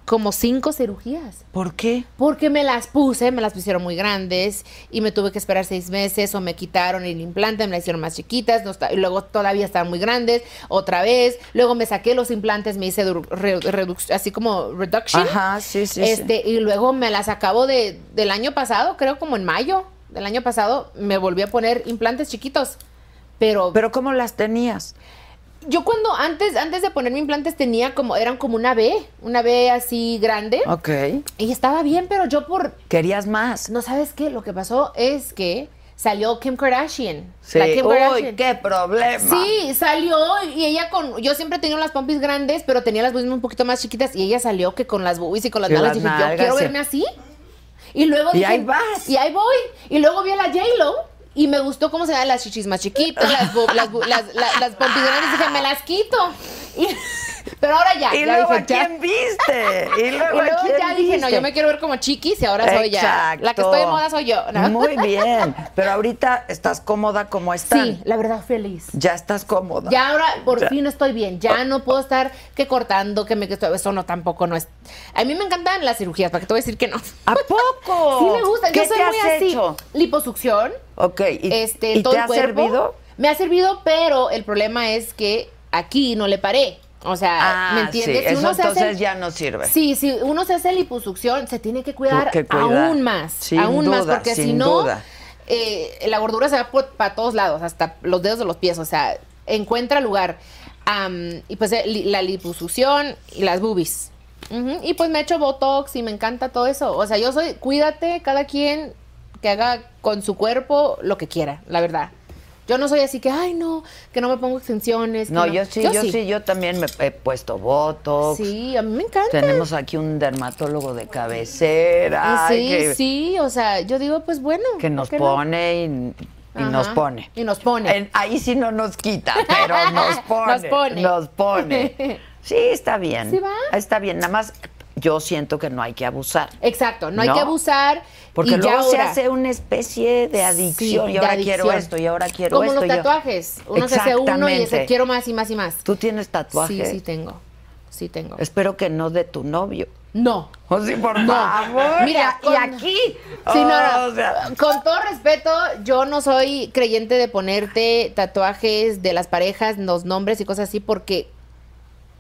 [SPEAKER 3] como cinco cirugías.
[SPEAKER 1] ¿Por qué?
[SPEAKER 3] Porque me las puse, me las pusieron muy grandes y me tuve que esperar seis meses o me quitaron el implante, me las hicieron más chiquitas, no está- y luego todavía estaban muy grandes, otra vez, luego me saqué los implantes, me hice du- re- reduc- así como reduction.
[SPEAKER 1] Ajá, sí, sí, sí.
[SPEAKER 3] este, Y luego me las acabo de, del año pasado, creo como en mayo del año pasado, me volví a poner implantes chiquitos. Pero,
[SPEAKER 1] ¿Pero cómo las tenías?
[SPEAKER 3] yo cuando antes, antes de ponerme implantes tenía como, eran como una B, una B así grande.
[SPEAKER 1] Ok.
[SPEAKER 3] Y estaba bien, pero yo por,
[SPEAKER 1] ¿Querías más?
[SPEAKER 3] no sabes qué, lo que pasó es que salió Kim Kardashian.
[SPEAKER 1] Sí.
[SPEAKER 3] la Kim
[SPEAKER 1] Uy,
[SPEAKER 3] Kardashian.
[SPEAKER 1] qué problema.
[SPEAKER 3] Sí, salió y ella con, yo siempre tenía las pompis grandes, pero tenía las boobies un poquito más chiquitas y ella salió que con las boobies y con las
[SPEAKER 1] Y
[SPEAKER 3] nalgas
[SPEAKER 1] las
[SPEAKER 3] dije, yo
[SPEAKER 1] nalgas,
[SPEAKER 3] quiero
[SPEAKER 1] sí.
[SPEAKER 3] verme así. Y luego
[SPEAKER 1] Y
[SPEAKER 3] dije,
[SPEAKER 1] ahí vas.
[SPEAKER 3] Y ahí voy. Y luego vi a la J-Lo y me gustó cómo se dan las chichis más chiquitas, las, bo- las, bo- las, la- las pompis grandes, dije, me las quito. Y- pero ahora ya,
[SPEAKER 1] Y
[SPEAKER 3] ya
[SPEAKER 1] luego a
[SPEAKER 3] dije, ya.
[SPEAKER 1] quién viste. Y
[SPEAKER 3] Y
[SPEAKER 1] luego, a
[SPEAKER 3] luego
[SPEAKER 1] quién
[SPEAKER 3] ya dije, no,
[SPEAKER 1] viste?
[SPEAKER 3] yo me quiero ver como chiquis y ahora soy ya. La
[SPEAKER 1] Exacto.
[SPEAKER 3] que estoy de moda soy yo, ¿no?
[SPEAKER 1] Muy bien. Pero ahorita estás cómoda como estás.
[SPEAKER 3] Sí, la verdad, feliz.
[SPEAKER 1] Ya estás cómoda.
[SPEAKER 3] Ya ahora por fin estoy bien, ya no puedo estar que cortando, que me que esto- eso no tampoco no es. A mí me encantan las cirugías, para que te voy a decir que no. Sí
[SPEAKER 1] ¿A poco?
[SPEAKER 3] me gusta,
[SPEAKER 1] Oh, ¿Qué
[SPEAKER 3] yo soy
[SPEAKER 1] te
[SPEAKER 3] muy
[SPEAKER 1] has
[SPEAKER 3] así.
[SPEAKER 1] hecho?
[SPEAKER 3] Liposucción,
[SPEAKER 1] Ok. ¿Y,
[SPEAKER 3] este,
[SPEAKER 1] ¿y
[SPEAKER 3] todo
[SPEAKER 1] te
[SPEAKER 3] el
[SPEAKER 1] ha
[SPEAKER 3] cuerpo.
[SPEAKER 1] servido?
[SPEAKER 3] Me ha servido, pero el problema es que aquí no le paré. O sea,
[SPEAKER 1] Ah,
[SPEAKER 3] ¿me entiendes?
[SPEAKER 1] sí. Eso entonces
[SPEAKER 3] hace-
[SPEAKER 1] ya no sirve.
[SPEAKER 3] Sí, si uno se hace liposucción, se tiene que cuidar,
[SPEAKER 1] que cuidar.
[SPEAKER 3] aún más.
[SPEAKER 1] Sin
[SPEAKER 3] aún más,
[SPEAKER 1] duda,
[SPEAKER 3] porque si
[SPEAKER 1] sin
[SPEAKER 3] no,
[SPEAKER 1] duda.
[SPEAKER 3] eh, la gordura se va para todos lados, hasta los dedos de los pies, o sea, encuentra lugar. Am, y pues eh, li- la liposucción y las boobies. Ujú, Y pues me he hecho botox y me encanta todo eso. O sea, yo soy, cuídate, cada quien que haga con su cuerpo lo que quiera, la verdad. Yo no soy así que, ay, no, que no me pongo extensiones. que
[SPEAKER 1] No, yo sí, yo, sí.
[SPEAKER 3] sí.
[SPEAKER 1] yo también me he puesto botox.
[SPEAKER 3] Sí, a mí me encanta.
[SPEAKER 1] Tenemos aquí un dermatólogo de cabecera
[SPEAKER 3] Ah, sí,
[SPEAKER 1] que,
[SPEAKER 3] sí, o sea, yo digo, pues bueno.
[SPEAKER 1] que nos
[SPEAKER 3] ¿por qué no?
[SPEAKER 1] pone y y nos
[SPEAKER 3] Ajá.
[SPEAKER 1] pone.
[SPEAKER 3] Y nos pone.
[SPEAKER 1] En- ahí sí no nos quita, pero nos pone.
[SPEAKER 3] Nos pone.
[SPEAKER 1] nos pone. Sí, está bien.
[SPEAKER 3] ¿Sí va?
[SPEAKER 1] Está bien. Nada más yo siento que no hay que abusar.
[SPEAKER 3] Exacto, no, hay
[SPEAKER 1] No.
[SPEAKER 3] que abusar.
[SPEAKER 1] Porque
[SPEAKER 3] y ya
[SPEAKER 1] luego se
[SPEAKER 3] ahora-
[SPEAKER 1] hace una especie de adicción.
[SPEAKER 3] Sí,
[SPEAKER 1] y
[SPEAKER 3] de
[SPEAKER 1] ahora quiero
[SPEAKER 3] adicción.
[SPEAKER 1] esto, y ahora quiero
[SPEAKER 3] Como
[SPEAKER 1] esto.
[SPEAKER 3] los
[SPEAKER 1] y yo-
[SPEAKER 3] tatuajes. Uno se hace uno y
[SPEAKER 1] Exactamente.
[SPEAKER 3] dice, quiero más y más y más.
[SPEAKER 1] ¿Tú tienes tatuaje?
[SPEAKER 3] Sí, sí tengo. Sí tengo.
[SPEAKER 1] Espero que no de tu novio.
[SPEAKER 3] No.
[SPEAKER 1] O sí, por favor.
[SPEAKER 3] Mira,
[SPEAKER 1] y
[SPEAKER 3] con-
[SPEAKER 1] aquí.
[SPEAKER 3] Sí, no,
[SPEAKER 1] Oh,
[SPEAKER 3] no.
[SPEAKER 1] o sea,
[SPEAKER 3] Con todo respeto, yo no soy creyente de ponerte tatuajes de las parejas, los nombres y cosas así, porque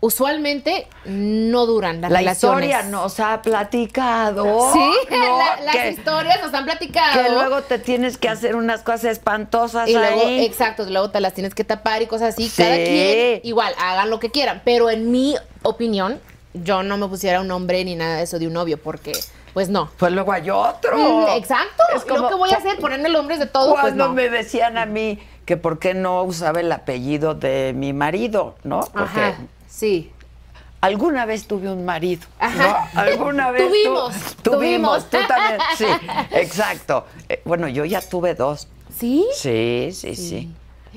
[SPEAKER 3] usualmente no duran las
[SPEAKER 1] la
[SPEAKER 3] relaciones.
[SPEAKER 1] historia nos ha platicado.
[SPEAKER 3] Sí,
[SPEAKER 1] Oh, ¿no?
[SPEAKER 3] la- las
[SPEAKER 1] que,
[SPEAKER 3] historias nos han platicado.
[SPEAKER 1] que luego te tienes que hacer unas cosas espantosas
[SPEAKER 3] y luego,
[SPEAKER 1] ahí.
[SPEAKER 3] exacto, luego te las tienes que tapar y cosas así.
[SPEAKER 1] Sí.
[SPEAKER 3] Cada quien, igual, hagan lo que quieran. Pero en mi opinión, yo no me pusiera un nombre ni nada de eso de un novio, porque, pues no.
[SPEAKER 1] Pues luego hay otro.
[SPEAKER 3] Mm, Exacto.
[SPEAKER 1] Es como pues,
[SPEAKER 3] lo que voy a hacer, ponerme los nombres de todo, pues
[SPEAKER 1] Cuando
[SPEAKER 3] no.
[SPEAKER 1] me decían a mí que por qué no usaba el apellido de mi marido, ¿no? Porque
[SPEAKER 3] Ajá, sí.
[SPEAKER 1] alguna vez tuve un marido.
[SPEAKER 3] Ajá.
[SPEAKER 1] ¿no? Alguna vez. tu-
[SPEAKER 3] Tuvimos,
[SPEAKER 1] tuvimos.
[SPEAKER 3] tuvimos.
[SPEAKER 1] Tú también. Sí, exacto. Eh, bueno, yo ya tuve dos.
[SPEAKER 3] ¿Sí?
[SPEAKER 1] Sí, sí, sí.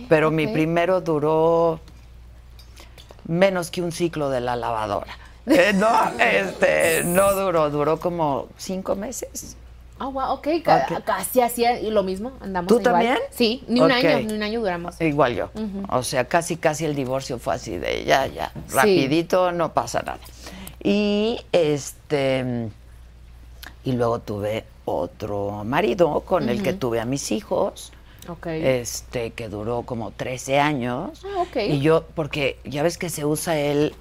[SPEAKER 1] Pero mi
[SPEAKER 3] ok.
[SPEAKER 1] primero duró menos que un ciclo de la lavadora. Eh, no, este, no duró, duró como cinco meses.
[SPEAKER 3] Ah, wow, ok. ca-
[SPEAKER 1] Ok.
[SPEAKER 3] Casi hacía y lo mismo, andamos
[SPEAKER 1] ¿Tú
[SPEAKER 3] igual.
[SPEAKER 1] también?
[SPEAKER 3] Sí, ni un
[SPEAKER 1] Ok.
[SPEAKER 3] año, ni un año duramos.
[SPEAKER 1] Igual yo. O sea, casi, casi el divorcio fue así de ya, ya,
[SPEAKER 3] Sí.
[SPEAKER 1] rapidito, no pasa nada. Y este, y luego tuve otro marido con el que tuve a mis hijos,
[SPEAKER 3] Ok.
[SPEAKER 1] este, que duró como 13 años.
[SPEAKER 3] Ah, ok.
[SPEAKER 1] Y yo, porque ya ves que se usa el,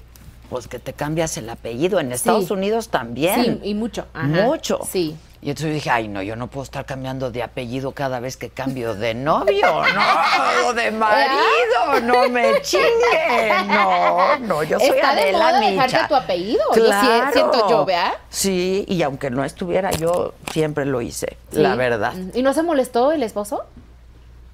[SPEAKER 1] pues que te cambias el apellido. En Estados Unidos también.
[SPEAKER 3] sí, y mucho. ajá.
[SPEAKER 1] Mucho.
[SPEAKER 3] Sí.
[SPEAKER 1] Y entonces dije, ay, no, yo no puedo estar cambiando de apellido cada vez que cambio de novio, ¿no? O de marido, no me chingue. No, no, yo soy
[SPEAKER 3] Está de
[SPEAKER 1] Adela
[SPEAKER 3] moda dejarte
[SPEAKER 1] Micha.
[SPEAKER 3] tu apellido, yo sie- siento yo, ¿verdad?
[SPEAKER 1] Sí, y aunque no estuviera yo, siempre lo hice, la
[SPEAKER 3] Sí. Mm.
[SPEAKER 1] verdad.
[SPEAKER 3] ¿Y no se molestó el esposo?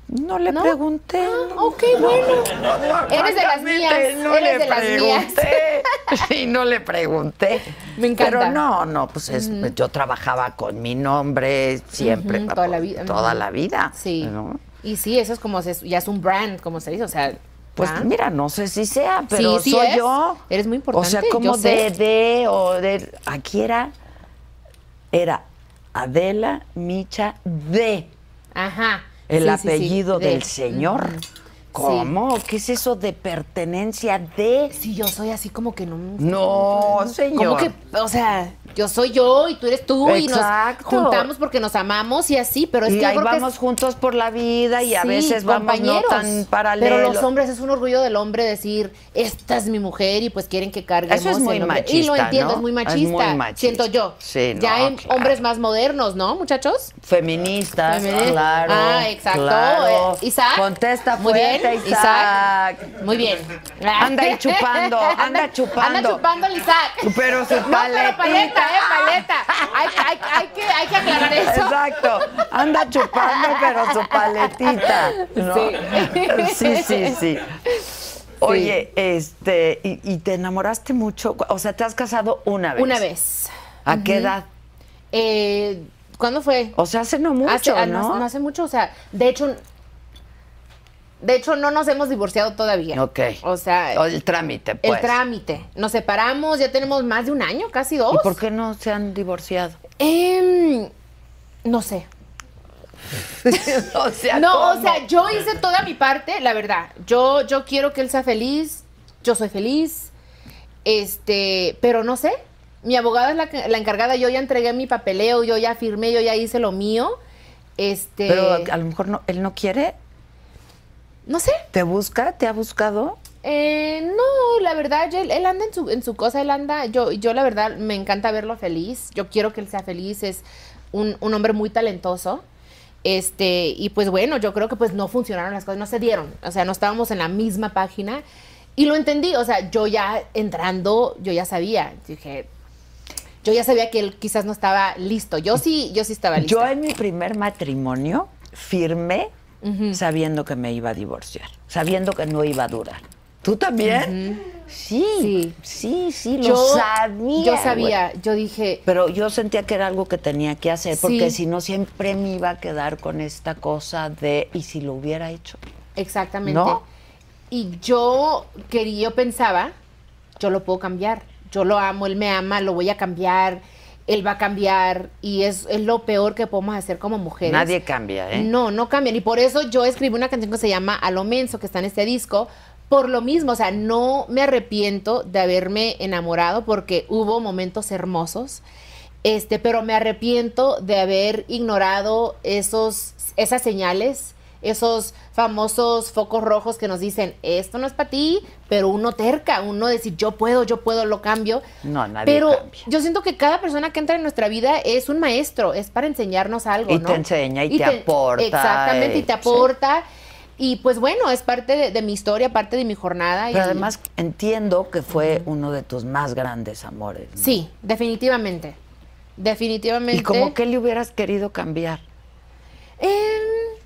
[SPEAKER 1] No le
[SPEAKER 3] ¿No?
[SPEAKER 1] pregunté.
[SPEAKER 3] Ah, ok, bueno.
[SPEAKER 1] No, no,
[SPEAKER 3] Eres de las mías,
[SPEAKER 1] francamente, No
[SPEAKER 3] eres
[SPEAKER 1] le
[SPEAKER 3] de las mías.
[SPEAKER 1] pregunté. Sí, no le pregunté.
[SPEAKER 3] Me encanta.
[SPEAKER 1] Pero no, no, pues es- yo trabajaba con mi nombre siempre.
[SPEAKER 3] Ujú,
[SPEAKER 1] pa-
[SPEAKER 3] toda la vida,
[SPEAKER 1] Toda
[SPEAKER 3] ujú.
[SPEAKER 1] la vida.
[SPEAKER 3] Sí.
[SPEAKER 1] ¿no?
[SPEAKER 3] Y sí, eso es como, se- ya es un brand, como se dice, o sea.
[SPEAKER 1] Pues
[SPEAKER 3] ¿ah?
[SPEAKER 1] mira, no sé si sea, pero
[SPEAKER 3] Sí, sí
[SPEAKER 1] soy
[SPEAKER 3] es.
[SPEAKER 1] yo.
[SPEAKER 3] Eres muy importante,
[SPEAKER 1] O sea,
[SPEAKER 3] yo
[SPEAKER 1] como de,
[SPEAKER 3] sé.
[SPEAKER 1] de, o de. Aquí era. Era Adela Micha de.
[SPEAKER 3] Ajá.
[SPEAKER 1] El
[SPEAKER 3] Sí, sí, sí,
[SPEAKER 1] apellido
[SPEAKER 3] de-
[SPEAKER 1] del señor.
[SPEAKER 3] Ujú.
[SPEAKER 1] ¿Cómo? ¿Qué es eso de pertenencia de?
[SPEAKER 3] Sí, yo soy así como que no.
[SPEAKER 1] No,
[SPEAKER 3] Como
[SPEAKER 1] señor.
[SPEAKER 3] que, o sea, yo soy yo y tú eres tú
[SPEAKER 1] Exacto.
[SPEAKER 3] y nos juntamos porque nos amamos y así, pero es
[SPEAKER 1] y
[SPEAKER 3] que yo
[SPEAKER 1] ahí
[SPEAKER 3] creo que es-
[SPEAKER 1] vamos juntos por la vida y a
[SPEAKER 3] sí,
[SPEAKER 1] veces vamos no
[SPEAKER 3] compañeros,
[SPEAKER 1] tan paralelos.
[SPEAKER 3] Pero los hombres es un orgullo del hombre decir, "Esta es mi mujer" y pues quieren que carguemos
[SPEAKER 1] Eso es muy
[SPEAKER 3] el nombre. Y
[SPEAKER 1] machista,
[SPEAKER 3] lo entiendo,
[SPEAKER 1] ¿no?
[SPEAKER 3] es muy
[SPEAKER 1] Es muy
[SPEAKER 3] machista,
[SPEAKER 1] machista.
[SPEAKER 3] siento yo.
[SPEAKER 1] Sí, no,
[SPEAKER 3] ya hay
[SPEAKER 1] claro.
[SPEAKER 3] hombres más modernos, ¿no, muchachos?
[SPEAKER 1] Feministas,
[SPEAKER 3] Feministas.
[SPEAKER 1] claro.
[SPEAKER 3] Ah, exacto.
[SPEAKER 1] claro.
[SPEAKER 3] Eh, Isaac.
[SPEAKER 1] Contesta
[SPEAKER 3] Muy
[SPEAKER 1] fuerte,
[SPEAKER 3] bien,
[SPEAKER 1] Isaac.
[SPEAKER 3] Muy bien.
[SPEAKER 1] Anda ahí chupando, anda chupando.
[SPEAKER 3] Anda chupando el Isaac.
[SPEAKER 1] Pero su
[SPEAKER 3] No, pero paleta,
[SPEAKER 1] paletita.
[SPEAKER 3] eh, paleta. Hay, hay- hay que, hay que aclarar eso.
[SPEAKER 1] Exacto. Anda chupando, pero su paletita. ¿no? Sí, sí, sí. Oye, este, y, y te enamoraste mucho? O sea, ¿te has casado una vez?
[SPEAKER 3] Una vez.
[SPEAKER 1] ¿A qué edad?
[SPEAKER 3] Eh, ¿Cuándo fue?
[SPEAKER 1] O sea, hace no mucho,
[SPEAKER 3] hace, ah,
[SPEAKER 1] ¿no?
[SPEAKER 3] no, no hace mucho, o sea, de hecho, de hecho no nos hemos divorciado todavía.
[SPEAKER 1] Ok.
[SPEAKER 3] O sea,
[SPEAKER 1] O el trámite, pues.
[SPEAKER 3] el trámite. Nos separamos, ya tenemos más de un año, casi dos.
[SPEAKER 1] ¿Y por qué no se han divorciado?
[SPEAKER 3] Em, no sé.
[SPEAKER 1] o sea,
[SPEAKER 3] no,
[SPEAKER 1] ¿cómo?
[SPEAKER 3] o sea, yo hice toda mi parte, la verdad. Yo, yo quiero que él sea feliz, yo soy feliz, este, pero no sé. Mi abogada es la, que- la encargada, yo ya entregué mi papeleo, yo ya firmé, yo ya hice lo mío, este,
[SPEAKER 1] Pero a lo mejor no, él no quiere.
[SPEAKER 3] no sé.
[SPEAKER 1] ¿Te busca? ¿Te ha buscado?
[SPEAKER 3] Eh, no, la verdad, él, él anda en su, en su cosa, él anda, yo, yo la verdad me encanta verlo feliz, yo quiero que él sea feliz, es un, un hombre muy talentoso, este, y pues bueno, yo creo que pues no funcionaron las cosas, no se dieron, o sea, no estábamos en la misma página, y lo entendí, o sea, yo ya entrando, yo ya sabía, dije, yo ya sabía que él quizás no estaba listo, yo sí, yo sí estaba listo.
[SPEAKER 1] Yo en mi primer matrimonio firmé sabiendo que me iba a divorciar, sabiendo que no iba a durar. ¿Tú también? Sí, sí, sí, lo
[SPEAKER 3] yo
[SPEAKER 1] sabía.
[SPEAKER 3] Yo sabía, yo dije,
[SPEAKER 1] güey. Pero yo sentía que era algo que tenía que hacer, porque
[SPEAKER 3] Sí.
[SPEAKER 1] si no siempre me iba a quedar con esta cosa de, ¿y si lo hubiera hecho?
[SPEAKER 3] exactamente.
[SPEAKER 1] ¿No?
[SPEAKER 3] Y yo quería, yo pensaba, yo lo puedo cambiar. Yo lo amo, él me ama, lo voy a cambiar, él va a cambiar. Y es, es lo peor que podemos hacer como mujeres.
[SPEAKER 1] Nadie cambia, ¿eh?
[SPEAKER 3] No, no cambian. Y por eso yo escribí una canción que se llama A lo menso, que está en este disco. Por lo mismo, o sea, no me arrepiento de haberme enamorado porque hubo momentos hermosos. Este, pero me arrepiento de haber ignorado esos, esas señales, esos famosos focos rojos que nos dicen, esto no es para ti, pero uno terca, uno decir, yo puedo, yo puedo, lo cambio.
[SPEAKER 1] No, nadie
[SPEAKER 3] Pero
[SPEAKER 1] cambia.
[SPEAKER 3] yo siento que cada persona que entra en nuestra vida es un maestro, es para enseñarnos algo.
[SPEAKER 1] Y
[SPEAKER 3] ¿no?
[SPEAKER 1] te enseña y te aporta,
[SPEAKER 3] Exactamente, y
[SPEAKER 1] eh,
[SPEAKER 3] te aporta. Y pues bueno, es parte de, de mi historia, parte de mi jornada. y-
[SPEAKER 1] Pero además entiendo que fue uno de tus más grandes amores. ¿no?
[SPEAKER 3] Sí, definitivamente. Definitivamente.
[SPEAKER 1] ¿Y como que le hubieras querido cambiar?
[SPEAKER 3] Em,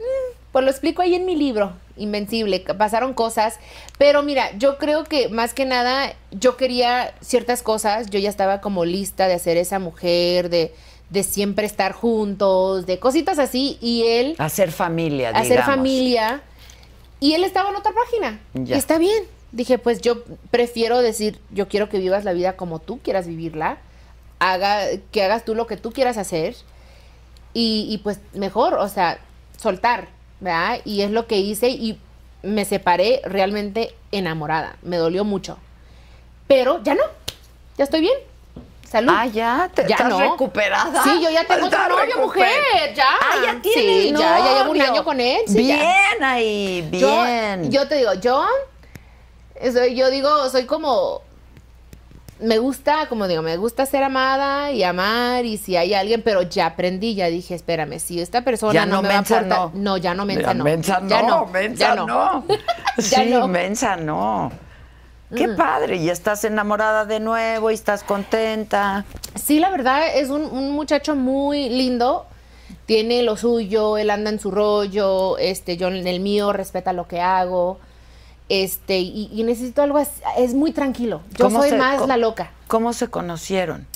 [SPEAKER 3] mm, pues lo explico ahí en mi libro, Invencible. que Pasaron cosas. Pero mira, yo creo que más que nada, yo quería ciertas cosas. Yo ya estaba como lista de hacer esa mujer, de, de siempre estar juntos, de cositas así. Y él,
[SPEAKER 1] Hacer familia,
[SPEAKER 3] hacer
[SPEAKER 1] digamos.
[SPEAKER 3] familia. Y él estaba en otra página.
[SPEAKER 1] Ya.
[SPEAKER 3] Y está bien. Dije, pues yo prefiero decir, yo quiero que vivas la vida como tú quieras vivirla. Haga, que hagas tú lo que tú quieras hacer. Y, y, pues mejor, o sea, soltar, ¿verdad? Y es lo que hice y me separé realmente enamorada. Me dolió mucho. Pero ya no, ya estoy bien. Salud.
[SPEAKER 1] Ah, ya, te
[SPEAKER 3] Ya
[SPEAKER 1] estás
[SPEAKER 3] no.
[SPEAKER 1] recuperada.
[SPEAKER 3] Sí, yo ya tengo
[SPEAKER 1] Estás
[SPEAKER 3] otro novio,
[SPEAKER 1] recuper-
[SPEAKER 3] mujer, ya.
[SPEAKER 1] Ah, ya tienes
[SPEAKER 3] Sí, ya, ya llevo un
[SPEAKER 1] novio.
[SPEAKER 3] año con él, sí, ya.
[SPEAKER 1] bien ahí,
[SPEAKER 3] Yo-
[SPEAKER 1] bien.
[SPEAKER 3] Yo, te digo, yo, soy- yo digo, soy como, me gusta, como digo, me gusta ser amada y amar y si hay alguien, pero ya aprendí, ya dije, espérame, si esta persona
[SPEAKER 1] Ya
[SPEAKER 3] no,
[SPEAKER 1] no,
[SPEAKER 3] me va a
[SPEAKER 1] mensa,
[SPEAKER 3] aportar,
[SPEAKER 1] no.
[SPEAKER 3] ya no mensa, no,
[SPEAKER 1] Mensa no,
[SPEAKER 3] ya no,
[SPEAKER 1] mensa
[SPEAKER 3] ya
[SPEAKER 1] no.
[SPEAKER 3] no.
[SPEAKER 1] sí,
[SPEAKER 3] Ya no. Mm.
[SPEAKER 1] mensa no. Qué padre, y estás enamorada de nuevo y estás contenta.
[SPEAKER 3] Sí, la verdad es un, un muchacho muy lindo. Tiene lo suyo, él anda en su rollo, este, yo en el mío, respeta lo que hago. Este, y, y necesito algo así, es muy tranquilo. Yo
[SPEAKER 1] ¿Cómo
[SPEAKER 3] soy
[SPEAKER 1] se-
[SPEAKER 3] más
[SPEAKER 1] co-
[SPEAKER 3] la loca.
[SPEAKER 1] ¿Cómo se conocieron?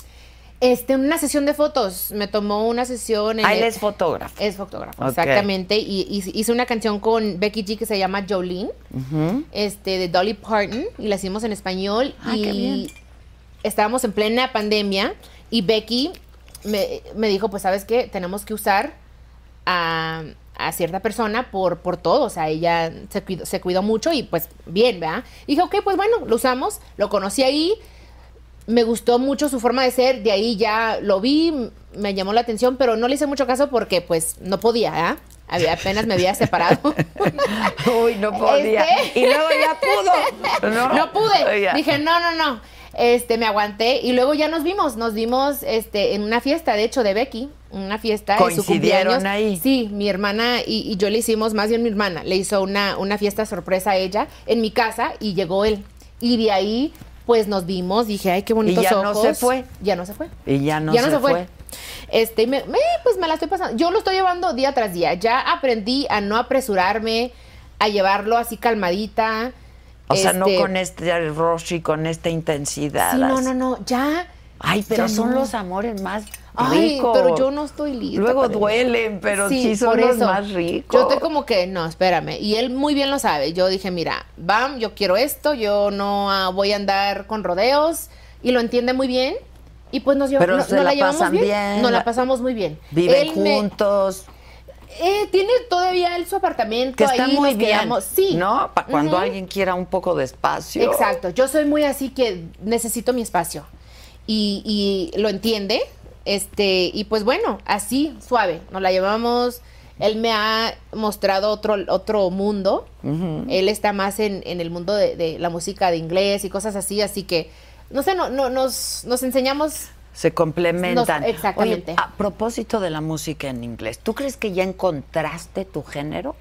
[SPEAKER 3] Este, una sesión de fotos, me tomó una sesión en
[SPEAKER 1] Ah, él
[SPEAKER 3] el-
[SPEAKER 1] es fotógrafo.
[SPEAKER 3] es fotógrafo,
[SPEAKER 1] Ok.
[SPEAKER 3] exactamente. Y, y hice una canción con Becky G que se llama Jolene, este, de Dolly Parton, y la hicimos en español.
[SPEAKER 1] Ah,
[SPEAKER 3] y
[SPEAKER 1] qué bien.
[SPEAKER 3] estábamos en plena pandemia y Becky me, me dijo, pues, ¿sabes qué? Tenemos que usar a, a cierta persona por, por todo. O sea, ella se cuidó, se cuidó mucho y pues bien, ¿verdad? Y dije, ok, pues bueno, lo usamos, lo conocí ahí, me gustó mucho su forma de ser, de ahí ya lo vi, m- me llamó la atención, pero no le hice mucho caso porque pues no podía, ¿ah? Había- Apenas me había separado.
[SPEAKER 1] Uy, no podía.
[SPEAKER 3] Este-
[SPEAKER 1] Y luego ya pudo. No, Oh,
[SPEAKER 3] no, pude.
[SPEAKER 1] Ya.
[SPEAKER 3] Dije, no, no, no. Este, me aguanté y luego ya nos vimos, nos vimos este, en una fiesta, de hecho, de Becky, una fiesta de su
[SPEAKER 1] ¿Coincidieron
[SPEAKER 3] cumpleaños.
[SPEAKER 1] ahí?
[SPEAKER 3] Sí, mi hermana y, y yo le hicimos, más bien mi hermana, le hizo una, una fiesta sorpresa a ella en mi casa y llegó él. Y de ahí, pues nos vimos, dije, ay, qué bonitos
[SPEAKER 1] ya no
[SPEAKER 3] ojos.
[SPEAKER 1] se fue.
[SPEAKER 3] Ya no se fue
[SPEAKER 1] Y ya no,
[SPEAKER 3] ya
[SPEAKER 1] se, fue.
[SPEAKER 3] Este, y me, me- pues me la estoy pasando. Yo lo estoy llevando día tras día. Ya aprendí a no apresurarme, a llevarlo así calmadita.
[SPEAKER 1] O sea, no
[SPEAKER 3] Este,
[SPEAKER 1] con este rush y con esta intensidad.
[SPEAKER 3] Sí, no,
[SPEAKER 1] así.
[SPEAKER 3] no, no. Ya.
[SPEAKER 1] Ay, pero
[SPEAKER 3] Ya
[SPEAKER 1] son
[SPEAKER 3] no.
[SPEAKER 1] los amores más ricos.
[SPEAKER 3] Ay, pero yo no estoy lista.
[SPEAKER 1] Luego
[SPEAKER 3] para eso.
[SPEAKER 1] duelen, pero sí, son
[SPEAKER 3] por
[SPEAKER 1] los
[SPEAKER 3] eso.
[SPEAKER 1] más ricos.
[SPEAKER 3] Yo estoy como que, no, espérame. Y él muy bien lo sabe. Yo dije, mira, bam, yo quiero esto, yo no ah, voy a andar con rodeos. Y lo entiende muy bien. Y pues nos, lleva-
[SPEAKER 1] Pero
[SPEAKER 3] no-
[SPEAKER 1] se
[SPEAKER 3] nos
[SPEAKER 1] la
[SPEAKER 3] la, llevamos
[SPEAKER 1] pasan
[SPEAKER 3] bien.
[SPEAKER 1] bien,
[SPEAKER 3] Nos
[SPEAKER 1] la-
[SPEAKER 3] la pasamos muy bien.
[SPEAKER 1] Viven
[SPEAKER 3] Él me-
[SPEAKER 1] juntos.
[SPEAKER 3] Eh, tiene todavía él su apartamento
[SPEAKER 1] Que está
[SPEAKER 3] ahí,
[SPEAKER 1] muy
[SPEAKER 3] nos
[SPEAKER 1] bien.
[SPEAKER 3] quedamos- Sí.
[SPEAKER 1] ¿No? Pa- cuando
[SPEAKER 3] Ujú.
[SPEAKER 1] alguien quiera un poco de espacio.
[SPEAKER 3] Exacto. Yo soy muy así que necesito mi espacio. Y, y lo entiende. Este, y pues bueno, así, suave. Nos la llevamos. Él me ha mostrado otro, otro mundo. Él está más en, en el mundo de, de la música de inglés y cosas así. Así que, no sé, no, no, nos, nos enseñamos.
[SPEAKER 1] Se complementan.
[SPEAKER 3] Nos- exactamente.
[SPEAKER 1] Oye, a propósito de la música en inglés, ¿tú crees que ya encontraste tu género?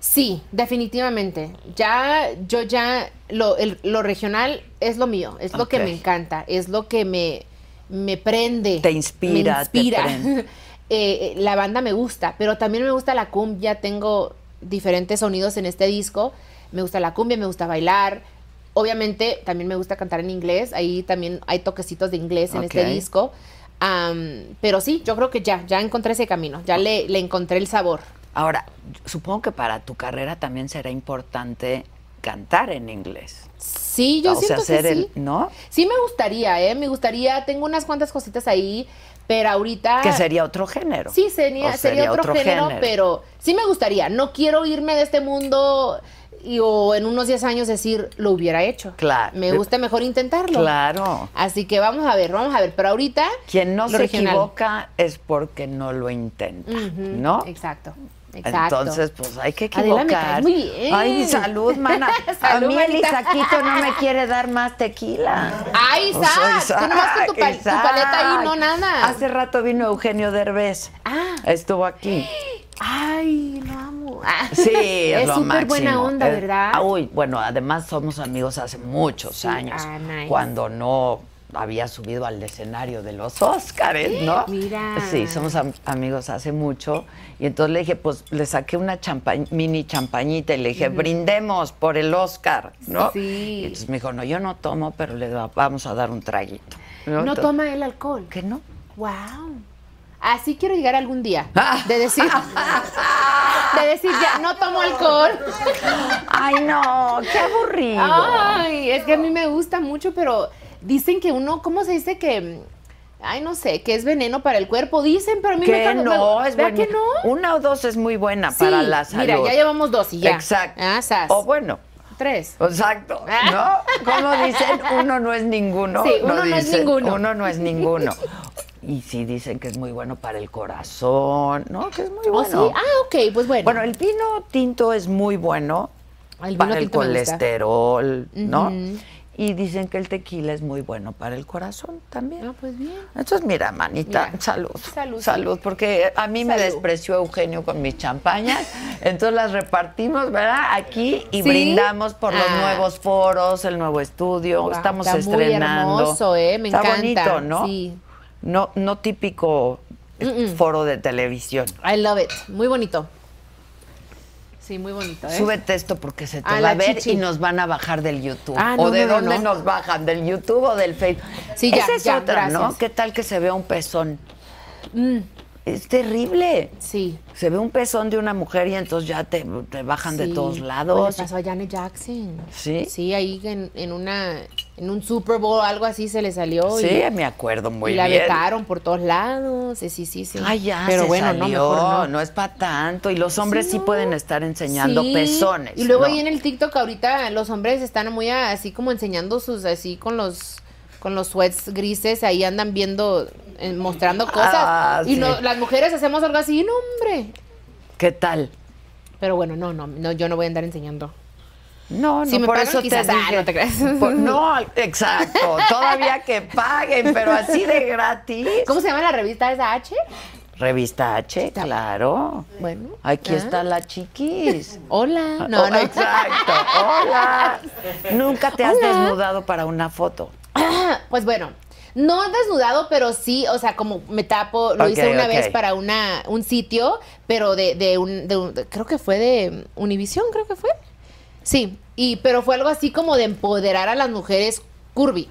[SPEAKER 3] Sí, definitivamente. Ya, yo ya, lo, el- lo regional es lo mío, es lo
[SPEAKER 1] Ok.
[SPEAKER 3] que me encanta, es lo que me, me prende.
[SPEAKER 1] Te inspira, te
[SPEAKER 3] Me inspira.
[SPEAKER 1] prende.
[SPEAKER 3] Eh, eh, la banda me gusta, pero también me gusta la cumbia, tengo diferentes sonidos en este disco, me gusta la cumbia, me gusta bailar. Obviamente también me gusta cantar en inglés, ahí también hay toquecitos de inglés en
[SPEAKER 1] Ok.
[SPEAKER 3] este disco. Am, pero sí, yo creo que ya, ya encontré ese camino,
[SPEAKER 1] Ah.
[SPEAKER 3] ya le, le encontré el sabor.
[SPEAKER 1] Ahora, supongo que para tu carrera también será importante cantar en inglés.
[SPEAKER 3] Sí,
[SPEAKER 1] Ah,
[SPEAKER 3] yo
[SPEAKER 1] o sea,
[SPEAKER 3] siento
[SPEAKER 1] hacer
[SPEAKER 3] que sí.
[SPEAKER 1] el, ¿no?
[SPEAKER 3] Sí me gustaría, ¿eh? Me gustaría, tengo unas cuantas cositas ahí, pero ahorita...
[SPEAKER 1] Que sería otro género.
[SPEAKER 3] Ah. Sí, sería,
[SPEAKER 1] O
[SPEAKER 3] sería, otro, género, pero sí me gustaría. No quiero irme de este mundo y, o en unos 10 años decir, lo hubiera hecho.
[SPEAKER 1] Claro.
[SPEAKER 3] Me gusta mejor intentarlo.
[SPEAKER 1] Claro.
[SPEAKER 3] Así que vamos a ver, vamos a ver. Pero ahorita...
[SPEAKER 1] Quien no
[SPEAKER 3] lo
[SPEAKER 1] se
[SPEAKER 3] regional.
[SPEAKER 1] equivoca es porque no lo intenta,
[SPEAKER 3] Ujú,
[SPEAKER 1] ¿no?
[SPEAKER 3] Exacto, exacto.
[SPEAKER 1] Entonces, pues hay que
[SPEAKER 3] Adela,
[SPEAKER 1] equivocar.
[SPEAKER 3] me caes muy bien.
[SPEAKER 1] Ay, salud, mana. a
[SPEAKER 3] Salud,
[SPEAKER 1] mí el
[SPEAKER 3] manita.
[SPEAKER 1] Isaquito no me quiere dar más tequila.
[SPEAKER 3] ¡Ay,
[SPEAKER 1] O sea,
[SPEAKER 3] Isaac! Tú nomás con tu, pal- tu
[SPEAKER 1] Isaac.
[SPEAKER 3] paleta ahí, no nada.
[SPEAKER 1] Hace rato vino Eugenio Derbez.
[SPEAKER 3] Ah.
[SPEAKER 1] Estuvo aquí.
[SPEAKER 3] ¡Ay, lo amo! Ah.
[SPEAKER 1] Sí, es,
[SPEAKER 3] es
[SPEAKER 1] lo
[SPEAKER 3] súper buena
[SPEAKER 1] máximo.
[SPEAKER 3] onda,
[SPEAKER 1] Es-
[SPEAKER 3] ¿verdad?
[SPEAKER 1] Ah, Uy, bueno, además somos amigos hace muchos
[SPEAKER 3] Sí,
[SPEAKER 1] años.
[SPEAKER 3] ah, nice.
[SPEAKER 1] Cuando no había subido al escenario de los Óscares, ¿no?
[SPEAKER 3] Mira.
[SPEAKER 1] Sí, somos am- amigos hace mucho. Y entonces le dije, pues le saqué una champa- mini champañita y le dije, brindemos por el Óscar, ¿no?
[SPEAKER 3] Sí.
[SPEAKER 1] Y entonces me dijo, no, yo no tomo, pero le da- vamos a dar un traguito.
[SPEAKER 3] No,
[SPEAKER 1] Entonces-
[SPEAKER 3] toma el alcohol.
[SPEAKER 1] ¿Qué no?
[SPEAKER 3] Wow. Así quiero llegar algún día. De decir. De decir, ya no tomo alcohol.
[SPEAKER 1] Ay, no, qué aburrido.
[SPEAKER 3] Ay, es que a mí me gusta mucho, pero dicen que uno, ¿cómo se dice que? Ay, no sé, que es veneno para el cuerpo. Dicen, pero a mí me
[SPEAKER 1] Que
[SPEAKER 3] causa-
[SPEAKER 1] no,
[SPEAKER 3] me-
[SPEAKER 1] es
[SPEAKER 3] ¿verdad
[SPEAKER 1] buena.
[SPEAKER 3] que no?
[SPEAKER 1] Una o dos es muy buena
[SPEAKER 3] Sí,
[SPEAKER 1] para la salud.
[SPEAKER 3] Mira, ya llevamos dos y ya.
[SPEAKER 1] Exacto.
[SPEAKER 3] Ah, sas.
[SPEAKER 1] O bueno,
[SPEAKER 3] Tres.
[SPEAKER 1] exacto. ¿No? Como dicen, uno no es ninguno.
[SPEAKER 3] Sí, uno no es
[SPEAKER 1] dicen,
[SPEAKER 3] ninguno.
[SPEAKER 1] Uno no es ninguno. Y sí dicen que es muy bueno para el corazón, ¿no? Que es muy
[SPEAKER 3] Oh,
[SPEAKER 1] bueno.
[SPEAKER 3] sí. Ah, ok, pues bueno.
[SPEAKER 1] Bueno, el vino tinto es muy bueno
[SPEAKER 3] El vino
[SPEAKER 1] para el
[SPEAKER 3] tinto me gusta.
[SPEAKER 1] colesterol, ¿no?
[SPEAKER 3] Ujú.
[SPEAKER 1] Y dicen que el tequila es muy bueno para el corazón también.
[SPEAKER 3] Ah, pues bien.
[SPEAKER 1] Entonces, mira, manita,
[SPEAKER 3] Mira.
[SPEAKER 1] salud.
[SPEAKER 3] Salud.
[SPEAKER 1] Salud. porque a mí me
[SPEAKER 3] Salud.
[SPEAKER 1] despreció Eugenio con mis champañas. Entonces las repartimos, ¿verdad? Aquí y
[SPEAKER 3] ¿Sí?
[SPEAKER 1] brindamos por los
[SPEAKER 3] Ah.
[SPEAKER 1] nuevos foros, el nuevo estudio.
[SPEAKER 3] Wow,
[SPEAKER 1] Estamos
[SPEAKER 3] está muy
[SPEAKER 1] estrenando.
[SPEAKER 3] hermoso, ¿eh? Me
[SPEAKER 1] está
[SPEAKER 3] encanta,
[SPEAKER 1] bonito, ¿no?
[SPEAKER 3] sí.
[SPEAKER 1] No, no típico eh, foro de televisión.
[SPEAKER 3] I love it. Muy bonito. Sí, muy bonito, ¿eh?
[SPEAKER 1] Súbete esto porque se te
[SPEAKER 3] A
[SPEAKER 1] va a
[SPEAKER 3] la
[SPEAKER 1] ver
[SPEAKER 3] chichi.
[SPEAKER 1] y nos van a bajar del YouTube.
[SPEAKER 3] Ah,
[SPEAKER 1] o
[SPEAKER 3] no,
[SPEAKER 1] de
[SPEAKER 3] no, no,
[SPEAKER 1] dónde
[SPEAKER 3] no.
[SPEAKER 1] nos bajan, del YouTube o del Facebook.
[SPEAKER 3] Sí, ya,
[SPEAKER 1] Esa es
[SPEAKER 3] ya,
[SPEAKER 1] otra, ¿no?
[SPEAKER 3] gracias. Mm.
[SPEAKER 1] ¿Qué tal que se vea un pezón? Es terrible.
[SPEAKER 3] Sí.
[SPEAKER 1] Se ve un pezón de una mujer y entonces ya te, te bajan de
[SPEAKER 3] Sí.
[SPEAKER 1] todos
[SPEAKER 3] Bueno, le
[SPEAKER 1] lados.
[SPEAKER 3] pasó a Janet Jackson.
[SPEAKER 1] ¿Sí?
[SPEAKER 3] Sí, ahí en, en una en un Super Bowl o algo así se le salió y-
[SPEAKER 1] sí, me acuerdo
[SPEAKER 3] y,
[SPEAKER 1] muy
[SPEAKER 3] la
[SPEAKER 1] bien.
[SPEAKER 3] vetaron por todos lados. Sí, sí, sí, sí.
[SPEAKER 1] Ay, ya
[SPEAKER 3] Pero
[SPEAKER 1] se
[SPEAKER 3] bueno,
[SPEAKER 1] salió.
[SPEAKER 3] no mejor no.
[SPEAKER 1] es para tanto. Y los hombres sí,
[SPEAKER 3] no.
[SPEAKER 1] pueden estar enseñando
[SPEAKER 3] Sí.
[SPEAKER 1] pezones.
[SPEAKER 3] Y luego
[SPEAKER 1] ¿no?
[SPEAKER 3] ahí en el TikTok ahorita los hombres están muy así como enseñando sus así con los con los sweats grises, ahí andan viendo eh, mostrando cosas
[SPEAKER 1] Ah,
[SPEAKER 3] y
[SPEAKER 1] sí.
[SPEAKER 3] no- las mujeres hacemos algo así, no hombre.
[SPEAKER 1] ¿Qué tal?
[SPEAKER 3] Pero bueno, no, no, no yo no voy a andar enseñando.
[SPEAKER 1] No,
[SPEAKER 3] Si
[SPEAKER 1] no,
[SPEAKER 3] me
[SPEAKER 1] por
[SPEAKER 3] pagan,
[SPEAKER 1] eso
[SPEAKER 3] quizás,
[SPEAKER 1] te
[SPEAKER 3] ah,
[SPEAKER 1] dije.
[SPEAKER 3] no te creas.
[SPEAKER 1] Por- no, exacto. Todavía que paguen, pero así de gratis.
[SPEAKER 3] ¿Cómo se llama la revista esa H?
[SPEAKER 1] Revista H, claro.
[SPEAKER 3] Bueno.
[SPEAKER 1] Aquí
[SPEAKER 3] Ah.
[SPEAKER 1] está la chiquis.
[SPEAKER 3] Hola. No,
[SPEAKER 1] Oh,
[SPEAKER 3] no.
[SPEAKER 1] Exacto. Hola. Nunca te has
[SPEAKER 3] Hola.
[SPEAKER 1] desnudado para una foto.
[SPEAKER 3] Pues bueno, no desnudado, pero sí, o sea, como me tapo, lo
[SPEAKER 1] Ok,
[SPEAKER 3] hice una
[SPEAKER 1] ok.
[SPEAKER 3] vez para una, un sitio, pero de, de un, de un- de- creo que fue de Univisión, creo que fue. Sí, y, pero fue algo así como de empoderar a las mujeres curvy.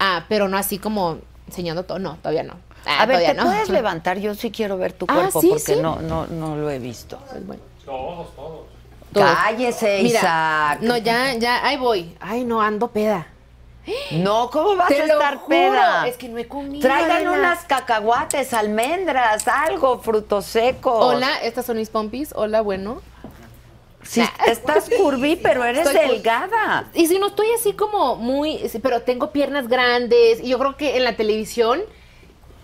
[SPEAKER 3] Ah, pero no así como enseñando todo, no, todavía no. Ah,
[SPEAKER 1] a ver,
[SPEAKER 3] todavía
[SPEAKER 1] ¿te
[SPEAKER 3] no.
[SPEAKER 1] puedes levantar? Yo sí quiero ver tu
[SPEAKER 3] Ah,
[SPEAKER 1] cuerpo
[SPEAKER 3] sí,
[SPEAKER 1] porque
[SPEAKER 3] sí.
[SPEAKER 1] no, no, no lo he visto.
[SPEAKER 3] Pues bueno,
[SPEAKER 2] Todos, todos.
[SPEAKER 3] todo.
[SPEAKER 1] Cállese,
[SPEAKER 3] Mira,
[SPEAKER 1] Isaac.
[SPEAKER 3] No, ya, ya, ahí voy. Ay, no, ando peda.
[SPEAKER 1] No, ¿cómo vas
[SPEAKER 3] Te
[SPEAKER 1] a
[SPEAKER 3] lo
[SPEAKER 1] estar
[SPEAKER 3] juro,
[SPEAKER 1] peda?
[SPEAKER 3] Es que no he comido.
[SPEAKER 1] Traigan
[SPEAKER 3] Adela.
[SPEAKER 1] unas cacahuates, almendras, algo, frutos secos.
[SPEAKER 3] Hola, estas son mis pompis. Hola, bueno.
[SPEAKER 1] Sí, estás curvy, pero eres
[SPEAKER 3] Estoy cur-
[SPEAKER 1] delgada.
[SPEAKER 3] Y si no estoy así como muy, sí, pero tengo piernas grandes y yo creo que en la televisión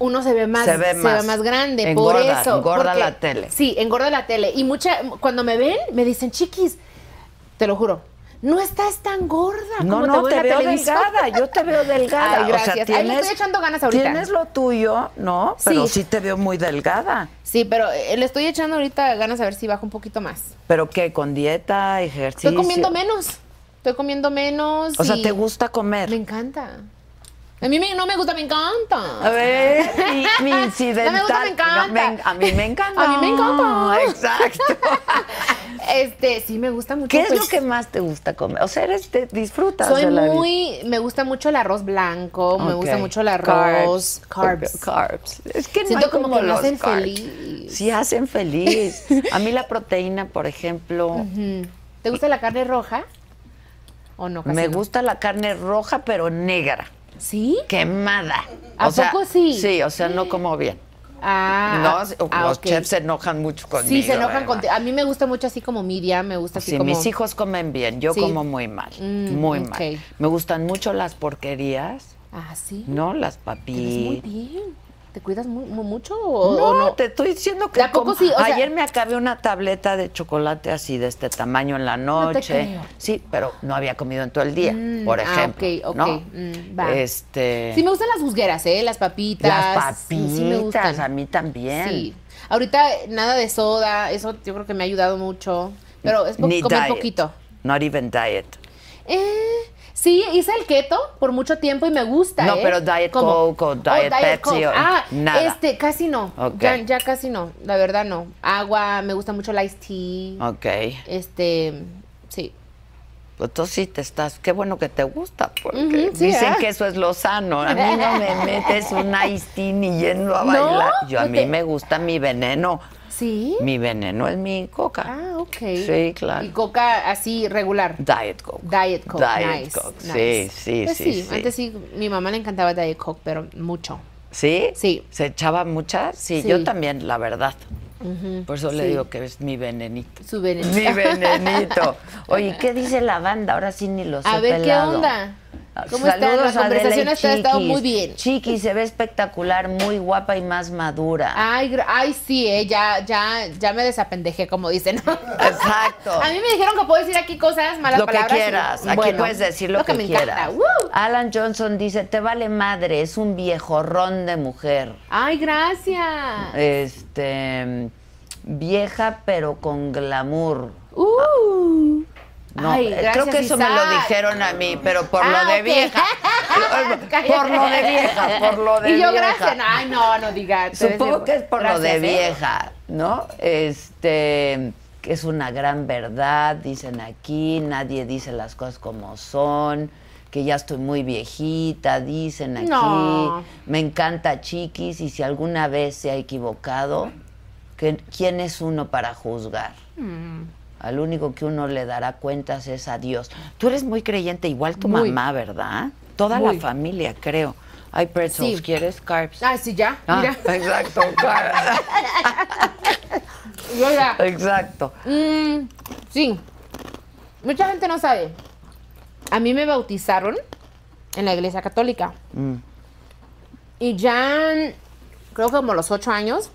[SPEAKER 3] uno se ve más,
[SPEAKER 1] Se ve más.
[SPEAKER 3] grande, por
[SPEAKER 1] Engorda,
[SPEAKER 3] eso.
[SPEAKER 1] engorda
[SPEAKER 3] porque-
[SPEAKER 1] la tele.
[SPEAKER 3] Sí, engorda la tele y mucha cuando me ven me dicen chiquis, te lo juro, no estás tan gorda.
[SPEAKER 1] No,
[SPEAKER 3] como
[SPEAKER 1] no,
[SPEAKER 3] veo
[SPEAKER 1] te
[SPEAKER 3] en la
[SPEAKER 1] veo
[SPEAKER 3] televisión".
[SPEAKER 1] delgada, yo te veo delgada.
[SPEAKER 3] Ay,
[SPEAKER 1] O sea,
[SPEAKER 3] gracias. Ahí le
[SPEAKER 1] tienes-
[SPEAKER 3] estoy echando ganas ahorita.
[SPEAKER 1] Tienes lo tuyo, ¿no? Pero
[SPEAKER 3] Sí.
[SPEAKER 1] sí te veo muy delgada.
[SPEAKER 3] Sí, pero eh, le estoy echando ahorita ganas a ver si bajo un poquito más.
[SPEAKER 1] ¿Pero qué? ¿Con dieta, ejercicio?
[SPEAKER 3] Estoy comiendo menos. Estoy comiendo menos.
[SPEAKER 1] O sea,
[SPEAKER 3] y-
[SPEAKER 1] ¿te gusta comer?
[SPEAKER 3] Me encanta. A mí me- no me gusta, me encanta.
[SPEAKER 1] A ver, mi, mi
[SPEAKER 3] No me gusta,
[SPEAKER 1] incidental.
[SPEAKER 3] me encanta.
[SPEAKER 1] No, me en- a mí me encanta.
[SPEAKER 3] A mí me encanta.
[SPEAKER 1] Exacto.
[SPEAKER 3] Este, sí, me gusta mucho.
[SPEAKER 1] ¿Qué es lo
[SPEAKER 3] pues,
[SPEAKER 1] que más te gusta comer? O sea, eres, te disfrutas
[SPEAKER 3] Soy
[SPEAKER 1] de la vida.
[SPEAKER 3] muy, me gusta mucho el arroz blanco, me gusta
[SPEAKER 1] Ok.
[SPEAKER 3] mucho el arroz,
[SPEAKER 1] Carbs.
[SPEAKER 3] carbs.
[SPEAKER 1] Carbs. Es que no
[SPEAKER 3] Siento
[SPEAKER 1] hay
[SPEAKER 3] como que me
[SPEAKER 1] los
[SPEAKER 3] hacen
[SPEAKER 1] carbs.
[SPEAKER 3] feliz.
[SPEAKER 1] Sí, hacen feliz. A mí la proteína, por ejemplo,
[SPEAKER 3] Ujú. ¿Te gusta la carne roja? ¿O no? casi
[SPEAKER 1] me
[SPEAKER 3] no?
[SPEAKER 1] gusta la carne roja, pero negra,
[SPEAKER 3] ¿Sí?
[SPEAKER 1] quemada.
[SPEAKER 3] ¿A
[SPEAKER 1] o sea,
[SPEAKER 3] poco sí?
[SPEAKER 1] Sí, o sea, no como bien.
[SPEAKER 3] Ah,
[SPEAKER 1] no,
[SPEAKER 3] ah,
[SPEAKER 1] los
[SPEAKER 3] ok.
[SPEAKER 1] chefs se enojan mucho conmigo.
[SPEAKER 3] Sí, se enojan
[SPEAKER 1] ¿verdad?
[SPEAKER 3] contigo. A mí me gusta mucho así como media, me gusta así
[SPEAKER 1] Sí,
[SPEAKER 3] como...
[SPEAKER 1] mis hijos comen bien, yo
[SPEAKER 3] Sí.
[SPEAKER 1] como muy mal,
[SPEAKER 3] Mm,
[SPEAKER 1] muy
[SPEAKER 3] ok.
[SPEAKER 1] mal. Me gustan mucho las porquerías,
[SPEAKER 3] Ah, sí.
[SPEAKER 1] ¿no? Las
[SPEAKER 3] Te ves muy
[SPEAKER 1] papitas.
[SPEAKER 3] bien. ¿Te cuidas mu- mu- mucho o
[SPEAKER 1] no,
[SPEAKER 3] o no?
[SPEAKER 1] te estoy diciendo que
[SPEAKER 3] ¿A poco
[SPEAKER 1] como-
[SPEAKER 3] sí? O sea-
[SPEAKER 1] ayer me acabé una tableta de chocolate así de este tamaño en la
[SPEAKER 3] te
[SPEAKER 1] noche.
[SPEAKER 3] creo.
[SPEAKER 1] Sí, pero no había comido en todo el día,
[SPEAKER 3] Mm,
[SPEAKER 1] por
[SPEAKER 3] ah,
[SPEAKER 1] ejemplo.
[SPEAKER 3] ok, ok,
[SPEAKER 1] ¿no?
[SPEAKER 3] mm, va.
[SPEAKER 1] Este,
[SPEAKER 3] Sí, me gustan las juzgueras, ¿eh? Las papitas.
[SPEAKER 1] las
[SPEAKER 3] sí,
[SPEAKER 1] papitas,
[SPEAKER 3] sí me gustan.
[SPEAKER 1] a mí también.
[SPEAKER 3] Sí. Ahorita eh, nada de soda, eso yo creo que me ha ayudado mucho. Pero es po-
[SPEAKER 1] Ni
[SPEAKER 3] comer
[SPEAKER 1] diet,
[SPEAKER 3] poquito.
[SPEAKER 1] Not even diet.
[SPEAKER 3] Eh, sí, hice el keto por mucho tiempo y me gusta.
[SPEAKER 1] No,
[SPEAKER 3] ¿eh?
[SPEAKER 1] pero Diet Coke o Diet Pepsi o
[SPEAKER 3] ah,
[SPEAKER 1] nada.
[SPEAKER 3] Este, casi no.
[SPEAKER 1] Ok.
[SPEAKER 3] Ya, ya casi no, la verdad no. Agua, me gusta mucho el iced tea.
[SPEAKER 1] Ok.
[SPEAKER 3] Este, sí.
[SPEAKER 1] Pues tú sí te estás, qué bueno que te gusta, porque
[SPEAKER 3] Ujú, sí,
[SPEAKER 1] dicen
[SPEAKER 3] ¿eh?
[SPEAKER 1] que eso es lo sano. A mí no me metes un ice tea ni yendo a
[SPEAKER 3] ¿No?
[SPEAKER 1] bailar. Yo a
[SPEAKER 3] ¿No
[SPEAKER 1] mí
[SPEAKER 3] te-
[SPEAKER 1] me gusta mi veneno.
[SPEAKER 3] ¿Sí?
[SPEAKER 1] Mi veneno es mi coca.
[SPEAKER 3] Ah, ok.
[SPEAKER 1] Sí, claro.
[SPEAKER 3] Y coca así regular.
[SPEAKER 1] Diet Coke.
[SPEAKER 3] Diet Coke.
[SPEAKER 1] Diet
[SPEAKER 3] nice,
[SPEAKER 1] Coke. Sí,
[SPEAKER 3] nice.
[SPEAKER 1] sí,
[SPEAKER 3] Pues
[SPEAKER 1] sí,
[SPEAKER 3] sí.
[SPEAKER 1] sí.
[SPEAKER 3] Antes sí, mi mamá le encantaba Diet Coke, pero mucho.
[SPEAKER 1] ¿Sí?
[SPEAKER 3] Sí.
[SPEAKER 1] ¿Se echaba muchas? Sí,
[SPEAKER 3] Sí.
[SPEAKER 1] yo también, la verdad. Por eso le
[SPEAKER 3] sí.
[SPEAKER 1] digo que es mi venenito.
[SPEAKER 3] Su venenito.
[SPEAKER 1] Mi venenito. Oye, ¿qué dice la banda? Ahora sí ni los
[SPEAKER 3] A
[SPEAKER 1] he
[SPEAKER 3] ver, ¿qué
[SPEAKER 1] pelado.
[SPEAKER 3] onda? ¿Cómo
[SPEAKER 1] Saludos,
[SPEAKER 3] están? La
[SPEAKER 1] Adela y
[SPEAKER 3] conversación hasta ha estado
[SPEAKER 1] Chiquis.
[SPEAKER 3] muy bien.
[SPEAKER 1] Chiqui se ve espectacular, muy guapa y más madura.
[SPEAKER 3] Ay, gra- ay sí, eh, ya, ya, ya me desapendejé, como dicen.
[SPEAKER 1] Exacto.
[SPEAKER 3] A mí me dijeron que puedo decir aquí cosas, malas
[SPEAKER 1] lo
[SPEAKER 3] palabras.
[SPEAKER 1] que
[SPEAKER 3] y-
[SPEAKER 1] quieras, aquí
[SPEAKER 3] bueno,
[SPEAKER 1] puedes decir lo, que,
[SPEAKER 3] me
[SPEAKER 1] quieras.
[SPEAKER 3] encanta. ¡Woo!
[SPEAKER 1] Alan Johnson dice, te vale madre, es un viejorrón de mujer.
[SPEAKER 3] Ay,
[SPEAKER 1] Eh, ah.
[SPEAKER 3] gracias.
[SPEAKER 1] Este, vieja pero con glamour.
[SPEAKER 3] Uh.
[SPEAKER 1] No,
[SPEAKER 3] Ay,
[SPEAKER 1] eh, creo
[SPEAKER 3] gracias,
[SPEAKER 1] que eso me lo
[SPEAKER 3] Isaac.
[SPEAKER 1] dijeron a mí, pero por
[SPEAKER 3] Ah,
[SPEAKER 1] lo de
[SPEAKER 3] ok.
[SPEAKER 1] vieja. por lo de vieja, por lo de
[SPEAKER 3] Y yo,
[SPEAKER 1] vieja.
[SPEAKER 3] gracias. No, Ay, no, no digas.
[SPEAKER 1] Supongo que es por lo de
[SPEAKER 3] vieja.
[SPEAKER 1] vieja, ¿no? Este, que es una gran verdad, dicen aquí, nadie dice las cosas como son, que ya estoy muy viejita, dicen aquí,
[SPEAKER 3] No.
[SPEAKER 1] me encanta Chiquis y si alguna vez se ha equivocado, que- ¿quién es uno para juzgar?
[SPEAKER 3] Mm.
[SPEAKER 1] Al único que uno le dará cuentas es a Dios. Tú eres muy creyente, igual tu
[SPEAKER 3] Muy.
[SPEAKER 1] mamá, ¿verdad? Toda
[SPEAKER 3] Muy.
[SPEAKER 1] la familia, creo. Ay, pretzels,
[SPEAKER 3] Sí.
[SPEAKER 1] ¿quieres carbs?
[SPEAKER 3] Ay, sí, ya.
[SPEAKER 1] Ah,
[SPEAKER 3] Mira,
[SPEAKER 1] Exacto, claro.
[SPEAKER 3] yo ya.
[SPEAKER 1] Exacto.
[SPEAKER 3] Mm, sí. Mucha gente no sabe. A mí me bautizaron en la iglesia católica. Y ya, mm, creo que como a los ocho años,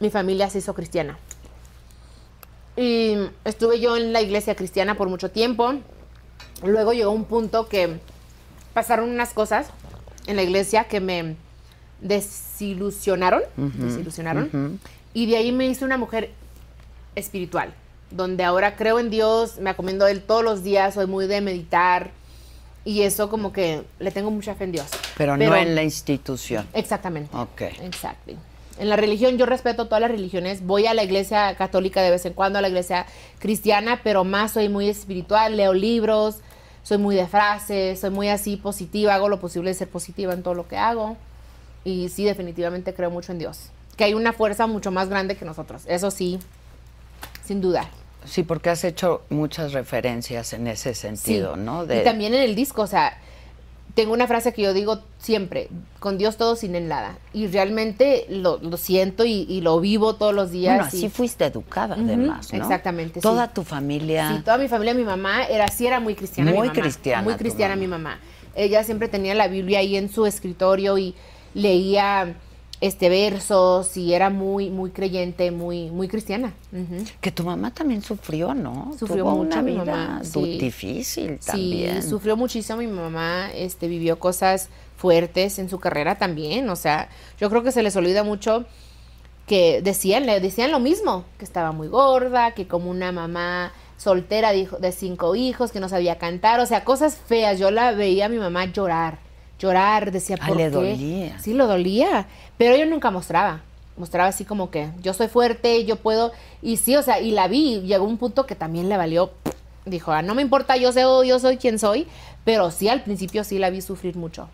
[SPEAKER 3] mi familia se hizo cristiana. Y estuve yo en la iglesia cristiana por mucho tiempo. Luego llegó un punto que pasaron unas cosas en la iglesia que me desilusionaron. desilusionaron. Y de ahí me hice una mujer espiritual, donde ahora creo en Dios, me acomiendo a Él todos los días, soy muy de meditar y eso como que le tengo mucha fe en Dios.
[SPEAKER 1] Pero, no en la institución.
[SPEAKER 3] Exactamente.
[SPEAKER 1] Ok.
[SPEAKER 3] Exacto. En la religión yo respeto todas las religiones, voy a la iglesia católica de vez en cuando, a la iglesia cristiana, pero más soy muy espiritual, leo libros, soy muy de frases, soy muy así positiva, hago lo posible de ser positiva en todo lo que hago. Y sí, definitivamente creo mucho en Dios, que hay una fuerza mucho más grande que nosotros, eso sí, sin duda.
[SPEAKER 1] Sí, porque has hecho muchas referencias en ese
[SPEAKER 3] Sí.
[SPEAKER 1] sentido, ¿no?
[SPEAKER 3] Y también en el disco, o sea, tengo una frase que yo digo siempre, con Dios todo sin el nada. Y realmente lo, lo siento y, y lo vivo todos los días.
[SPEAKER 1] Bueno,
[SPEAKER 3] y-
[SPEAKER 1] así fuiste educada,
[SPEAKER 3] Ujú,
[SPEAKER 1] además, ¿no?
[SPEAKER 3] exactamente, sí.
[SPEAKER 1] Toda tu familia.
[SPEAKER 3] Sí, toda mi familia, mi mamá era así, era muy cristiana. mi
[SPEAKER 1] Muy
[SPEAKER 3] mamá,
[SPEAKER 1] cristiana
[SPEAKER 3] Muy
[SPEAKER 1] tu
[SPEAKER 3] cristiana
[SPEAKER 1] mamá.
[SPEAKER 3] mi mamá. Ella siempre tenía la Biblia ahí en su escritorio y leía este versos y era muy, muy creyente, muy, muy cristiana. Ujú.
[SPEAKER 1] Que tu mamá también sufrió, ¿no?
[SPEAKER 3] Sufrió
[SPEAKER 1] Tuvo
[SPEAKER 3] mucho
[SPEAKER 1] una
[SPEAKER 3] mi
[SPEAKER 1] vida
[SPEAKER 3] mamá,
[SPEAKER 1] du-
[SPEAKER 3] sí.
[SPEAKER 1] difícil
[SPEAKER 3] Sí,
[SPEAKER 1] también.
[SPEAKER 3] sufrió muchísimo mi mamá, este, vivió cosas fuertes en su carrera también, o sea, yo creo que se les olvida mucho que decían, le decían lo mismo, que estaba muy gorda, que como una mamá soltera de, hijo- de cinco hijos, que no sabía cantar, o sea, cosas feas, yo la veía a mi mamá llorar, llorar, decía,
[SPEAKER 1] Ay,
[SPEAKER 3] ¿por
[SPEAKER 1] le
[SPEAKER 3] qué?".
[SPEAKER 1] dolía.
[SPEAKER 3] Sí, lo dolía, pero ella nunca mostraba. mostraba así como que yo soy fuerte, yo puedo. Y sí, o sea, y la vi. Llegó un punto que también le valió. Dijo, ah, no me importa, yo sé, yo soy quien soy. Pero sí, al principio sí la vi sufrir mucho.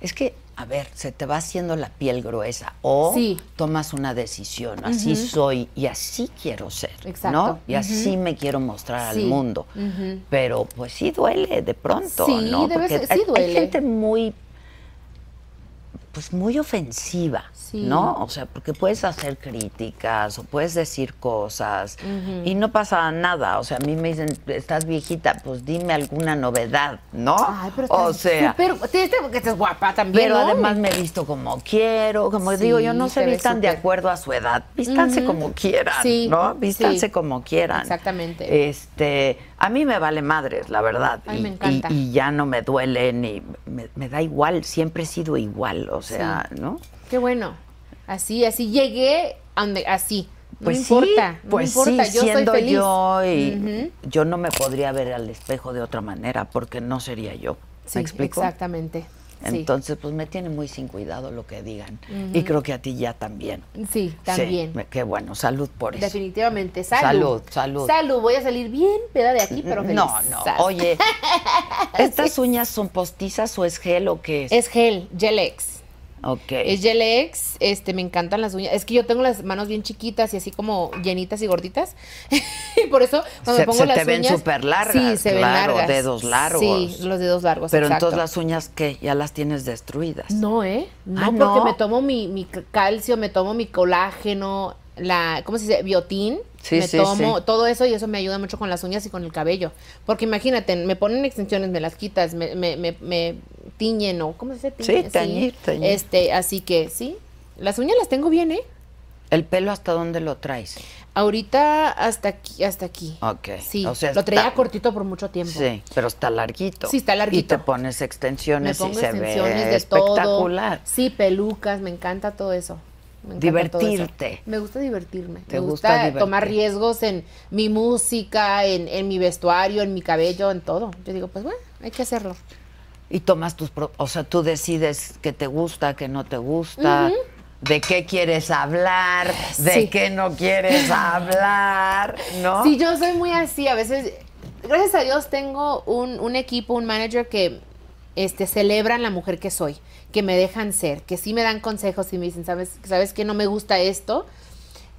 [SPEAKER 1] Es que, a ver, se te va haciendo la piel gruesa o
[SPEAKER 3] Sí.
[SPEAKER 1] tomas una decisión, así soy y así quiero ser,
[SPEAKER 3] Exacto.
[SPEAKER 1] ¿no? Y así me quiero mostrar
[SPEAKER 3] Sí.
[SPEAKER 1] al mundo.
[SPEAKER 3] Ujú.
[SPEAKER 1] Pero pues sí duele de pronto,
[SPEAKER 3] Sí,
[SPEAKER 1] ¿no?
[SPEAKER 3] debe
[SPEAKER 1] Porque
[SPEAKER 3] ser- sí
[SPEAKER 1] hay, hay
[SPEAKER 3] duele.
[SPEAKER 1] gente muy pues muy ofensiva,
[SPEAKER 3] Sí.
[SPEAKER 1] ¿no? O sea, porque puedes hacer críticas o puedes decir cosas y no pasa nada. O sea, a mí me dicen, estás viejita, pues dime alguna novedad, ¿no?
[SPEAKER 3] Ay, pero
[SPEAKER 1] Ah, o
[SPEAKER 3] estás
[SPEAKER 1] sea,
[SPEAKER 3] súper- te- te- que estás guapa también.
[SPEAKER 1] pero
[SPEAKER 3] ¿no?
[SPEAKER 1] además me he visto como quiero, como
[SPEAKER 3] Sí,
[SPEAKER 1] digo, yo no se
[SPEAKER 3] te ves
[SPEAKER 1] vistan de
[SPEAKER 3] súper.
[SPEAKER 1] acuerdo a su edad, vístanse
[SPEAKER 3] Ujú.
[SPEAKER 1] como quieran,
[SPEAKER 3] Sí,
[SPEAKER 1] ¿no? Vístanse
[SPEAKER 3] sí.
[SPEAKER 1] como quieran.
[SPEAKER 3] Exactamente.
[SPEAKER 1] Este, a mí me vale madres, la verdad.
[SPEAKER 3] Ay,
[SPEAKER 1] y,
[SPEAKER 3] me encanta.
[SPEAKER 1] y- y ya no me duele ni me, me da igual, siempre he sido igual, o sea, ¿no?
[SPEAKER 3] Qué bueno. Así, así llegué a donde, así. No
[SPEAKER 1] Pues sí,
[SPEAKER 3] importa, no
[SPEAKER 1] pues
[SPEAKER 3] importa,
[SPEAKER 1] sí,
[SPEAKER 3] yo soy
[SPEAKER 1] siendo
[SPEAKER 3] feliz.
[SPEAKER 1] yo y
[SPEAKER 3] Ujú.
[SPEAKER 1] yo no me podría ver al espejo de otra manera porque no sería yo.
[SPEAKER 3] Sí,
[SPEAKER 1] ¿Me explico?
[SPEAKER 3] exactamente. Sí.
[SPEAKER 1] Entonces, pues me tiene muy sin cuidado lo que digan. Y creo que a ti ya también.
[SPEAKER 3] sí, también.
[SPEAKER 1] Sí, me- qué bueno, salud por eso.
[SPEAKER 3] Definitivamente,
[SPEAKER 1] Salud,
[SPEAKER 3] salud.
[SPEAKER 1] salud. Mm,
[SPEAKER 3] voy a salir bien peda de aquí, pero feliz.
[SPEAKER 1] No, no, oye, ¿estas uñas son postizas o es gel o qué es?
[SPEAKER 3] Es gel, Gelex.
[SPEAKER 1] ok.
[SPEAKER 3] Es Gelex, este, me encantan las uñas. Es que yo tengo las manos bien chiquitas y así como llenitas y gorditas. y por eso cuando
[SPEAKER 1] Se-
[SPEAKER 3] me pongo
[SPEAKER 1] se te
[SPEAKER 3] las
[SPEAKER 1] ven
[SPEAKER 3] uñas-
[SPEAKER 1] súper largas,
[SPEAKER 3] Sí, se ven
[SPEAKER 1] claro,
[SPEAKER 3] largas.
[SPEAKER 1] dedos largos.
[SPEAKER 3] Sí, los dedos largos,
[SPEAKER 1] Pero
[SPEAKER 3] exacto.
[SPEAKER 1] entonces las uñas, ¿qué? ¿Ya las tienes destruidas?
[SPEAKER 3] No, ¿eh? No,
[SPEAKER 1] Ah,
[SPEAKER 3] porque
[SPEAKER 1] ¿no?
[SPEAKER 3] me tomo mi, mi c- calcio, me tomo mi colágeno, la, ¿cómo se dice? Biotín.
[SPEAKER 1] Sí,
[SPEAKER 3] me
[SPEAKER 1] sí,
[SPEAKER 3] tomo
[SPEAKER 1] sí.
[SPEAKER 3] todo eso y eso me ayuda mucho con las uñas y con el cabello. Porque imagínate, me ponen extensiones, me las quitas, me, me, me- me tiñen o ¿cómo se dice?
[SPEAKER 1] Sí, teñir, teñir.
[SPEAKER 3] Este, así que sí, las uñas las tengo bien, ¿eh?
[SPEAKER 1] ¿El pelo hasta dónde lo traes?
[SPEAKER 3] Ahorita hasta aquí, hasta aquí.
[SPEAKER 1] Ok,
[SPEAKER 3] Sí,
[SPEAKER 1] o sea,
[SPEAKER 3] lo traía
[SPEAKER 1] está-
[SPEAKER 3] cortito por mucho tiempo.
[SPEAKER 1] Sí, pero está larguito.
[SPEAKER 3] Sí, está
[SPEAKER 1] Y te
[SPEAKER 3] larguito.
[SPEAKER 1] pones
[SPEAKER 3] Me
[SPEAKER 1] extensiones
[SPEAKER 3] pongo
[SPEAKER 1] y se
[SPEAKER 3] extensiones
[SPEAKER 1] ve
[SPEAKER 3] de
[SPEAKER 1] espectacular.
[SPEAKER 3] todo. Sí, pelucas, me encanta todo eso. Me encanta todo eso.
[SPEAKER 1] Divertirte.
[SPEAKER 3] Me gusta divertirme.
[SPEAKER 1] Te
[SPEAKER 3] me
[SPEAKER 1] gusta
[SPEAKER 3] gusta,
[SPEAKER 1] divertirte.
[SPEAKER 3] tomar riesgos en mi música, en, en mi vestuario, en mi cabello, en todo. Yo digo, pues bueno, hay que hacerlo.
[SPEAKER 1] Y tomas tus, pro- o sea, tú decides qué te gusta, qué no te gusta, de qué quieres hablar, de
[SPEAKER 3] Sí.
[SPEAKER 1] qué no quieres hablar, ¿no?
[SPEAKER 3] Sí, yo soy muy así. A veces, gracias a Dios, tengo un, un equipo, un manager que este, celebran la mujer que soy, que me dejan ser, que sí me dan consejos y me dicen, ¿sabes, ¿sabes que no me gusta esto?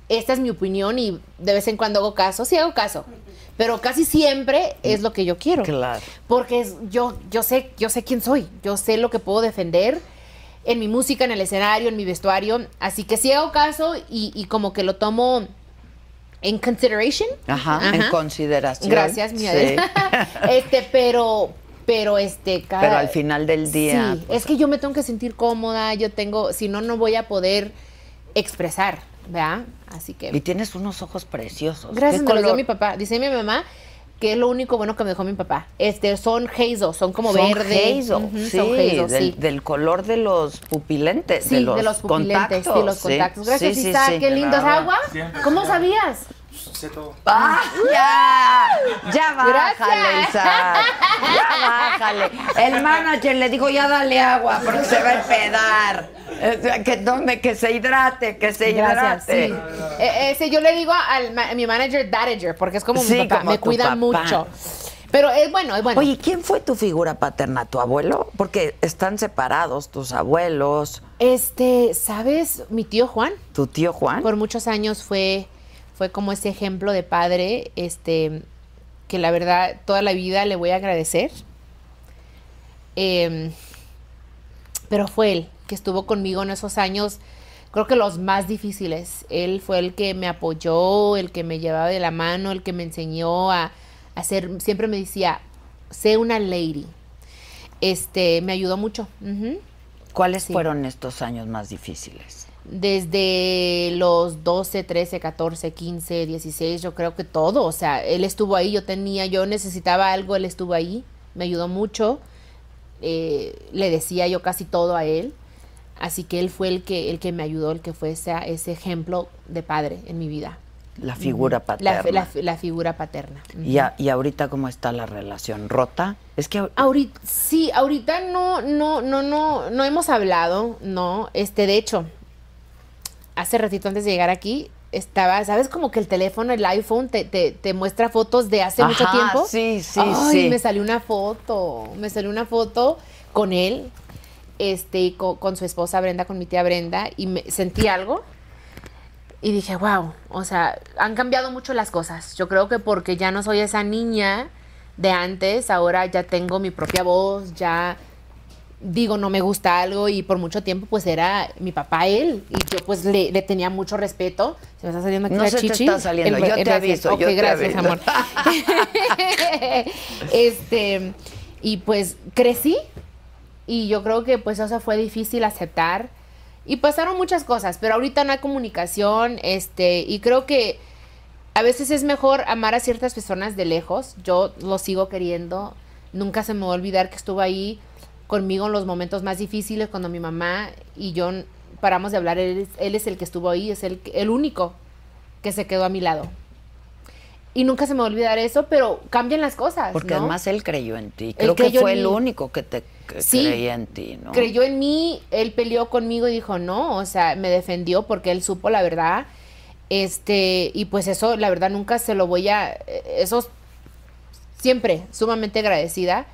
[SPEAKER 3] Esta es mi opinión y de vez en cuando hago caso. Sí, hago caso. Pero casi siempre es lo que yo quiero.
[SPEAKER 1] Claro.
[SPEAKER 3] Porque es- yo, yo, sé, yo sé quién soy, yo sé lo que puedo defender en mi música, en el escenario, en mi vestuario. Así que sí hago caso y, y como que lo tomo en consideration.
[SPEAKER 1] Ajá, en consideración.
[SPEAKER 3] Gracias, mi
[SPEAKER 1] Sí.
[SPEAKER 3] Este, pero, pero este, cada-
[SPEAKER 1] Pero al final del día,
[SPEAKER 3] Sí,
[SPEAKER 1] pues-
[SPEAKER 3] es que yo me tengo que sentir cómoda, yo tengo, si no, no voy a poder expresar, ¿verdad? Así que.
[SPEAKER 1] Y tienes unos ojos preciosos.
[SPEAKER 3] Gracias,
[SPEAKER 1] ¿Qué
[SPEAKER 3] me los dio
[SPEAKER 1] color?
[SPEAKER 3] mi papá. Dice mi mamá que es lo único bueno que me dejó mi papá. Este, son hazel, son como
[SPEAKER 1] Son
[SPEAKER 3] verde.
[SPEAKER 1] hazel,
[SPEAKER 3] Ujú,
[SPEAKER 1] sí,
[SPEAKER 3] son hazel,
[SPEAKER 1] del,
[SPEAKER 3] sí.
[SPEAKER 1] del color de los pupilentes,
[SPEAKER 3] Sí,
[SPEAKER 1] de, los
[SPEAKER 3] pupilentes,
[SPEAKER 1] contactos,
[SPEAKER 3] sí, los
[SPEAKER 1] sí.
[SPEAKER 3] contactos.
[SPEAKER 1] Sí,
[SPEAKER 3] Gracias,
[SPEAKER 1] sí, sí.
[SPEAKER 3] Isaac, qué lindo. ¿Es
[SPEAKER 2] nada,
[SPEAKER 3] agua?
[SPEAKER 2] siempre,
[SPEAKER 3] ¿Cómo
[SPEAKER 2] siempre.
[SPEAKER 3] sabías?
[SPEAKER 2] Sé todo.
[SPEAKER 1] ¡Ah, ya! Ya bájale,
[SPEAKER 3] Gracias.
[SPEAKER 1] Isaac. Ya bájale. El manager le dijo, ya dale agua, porque se va a empedar. O sea, Que tome, que se hidrate, que se
[SPEAKER 3] Gracias,
[SPEAKER 1] hidrate.
[SPEAKER 3] sí. Eh, ese, yo le digo al ma- a mi manager Dadager, porque es como
[SPEAKER 1] Sí,
[SPEAKER 3] mi papá,
[SPEAKER 1] como
[SPEAKER 3] me
[SPEAKER 1] tu
[SPEAKER 3] cuida
[SPEAKER 1] papá.
[SPEAKER 3] mucho. Pero es bueno, es bueno.
[SPEAKER 1] Oye, ¿quién fue tu figura paterna? ¿Tu abuelo? Porque están separados tus abuelos,
[SPEAKER 3] Este, ¿sabes? Mi tío Juan,
[SPEAKER 1] tu tío Juan.
[SPEAKER 3] por muchos años fue, fue como ese ejemplo de padre, este, que la verdad toda la vida le voy a agradecer. Em, pero fue él que estuvo conmigo en esos años, creo que los más difíciles. Él fue el que me apoyó, el que me llevaba de la mano, el que me enseñó a, hacer, siempre me decía, sé una lady. Este, me ayudó mucho. ujú.
[SPEAKER 1] ¿Cuáles
[SPEAKER 3] Sí.
[SPEAKER 1] fueron estos años más difíciles?
[SPEAKER 3] desde los 12, 13, 14, 15, 16, yo creo que todo, o sea, él estuvo ahí, yo tenía, yo necesitaba algo, él estuvo ahí, me ayudó mucho, eh, le decía yo casi todo a él, así que él fue el que, el que me ayudó, el que fue ese, ese ejemplo de padre en mi vida,
[SPEAKER 1] La figura
[SPEAKER 3] la,
[SPEAKER 1] paterna.
[SPEAKER 3] fe- la fe- la figura paterna.
[SPEAKER 1] Y, a- y ahorita cómo está la relación rota. Es que ahor-
[SPEAKER 3] Ahorita, sí, ahorita no, no, no, no, no hemos hablado, no, este, de hecho, hace ratito antes de llegar aquí, estaba, ¿sabes? Como que el teléfono, el iPhone, te, te- te muestra fotos de hace mucho
[SPEAKER 1] Ajá,
[SPEAKER 3] tiempo.
[SPEAKER 1] sí, sí,
[SPEAKER 3] Ay,
[SPEAKER 1] sí.
[SPEAKER 3] me salió una foto, me salió una foto con él, este, y co- con, su esposa Brenda, con mi tía Brenda, y me, sentí algo. Y dije, wow, o sea, han cambiado mucho las cosas. Yo creo que porque ya no soy esa niña de antes, ahora ya tengo mi propia voz, ya digo no me gusta algo y por mucho tiempo pues era mi papá él y yo pues le, le tenía mucho respeto. Se me está saliendo aquí
[SPEAKER 1] No
[SPEAKER 3] la
[SPEAKER 1] se te
[SPEAKER 3] chichi.
[SPEAKER 1] está saliendo, yo te aviso,
[SPEAKER 3] Ok,
[SPEAKER 1] yo te
[SPEAKER 3] gracias,
[SPEAKER 1] aviso.
[SPEAKER 3] amor. este, y pues crecí y yo creo que pues eso fue difícil aceptar y pasaron muchas cosas, pero ahorita no hay comunicación, este, y creo que a veces es mejor amar a ciertas personas de lejos. Yo lo sigo queriendo. Nunca se me va a olvidar que estuvo ahí conmigo en los momentos más difíciles cuando mi mamá y yo n- paramos de hablar. Él es, él es el que estuvo ahí, es el, que- el único que se quedó a mi lado. Y nunca se me va a olvidar eso, pero cambian las cosas.
[SPEAKER 1] Porque
[SPEAKER 3] pues ¿no?
[SPEAKER 1] además él creyó en ti. Creo que
[SPEAKER 3] creyó
[SPEAKER 1] fue
[SPEAKER 3] en
[SPEAKER 1] el
[SPEAKER 3] mí.
[SPEAKER 1] único que te que
[SPEAKER 3] Sí.
[SPEAKER 1] creía en ti, ¿no?
[SPEAKER 3] creyó en mí, él peleó conmigo y dijo no, o sea, me defendió porque él supo la verdad. Este, y pues eso, la verdad, nunca se lo voy a. eh, Eso siempre sumamente agradecida.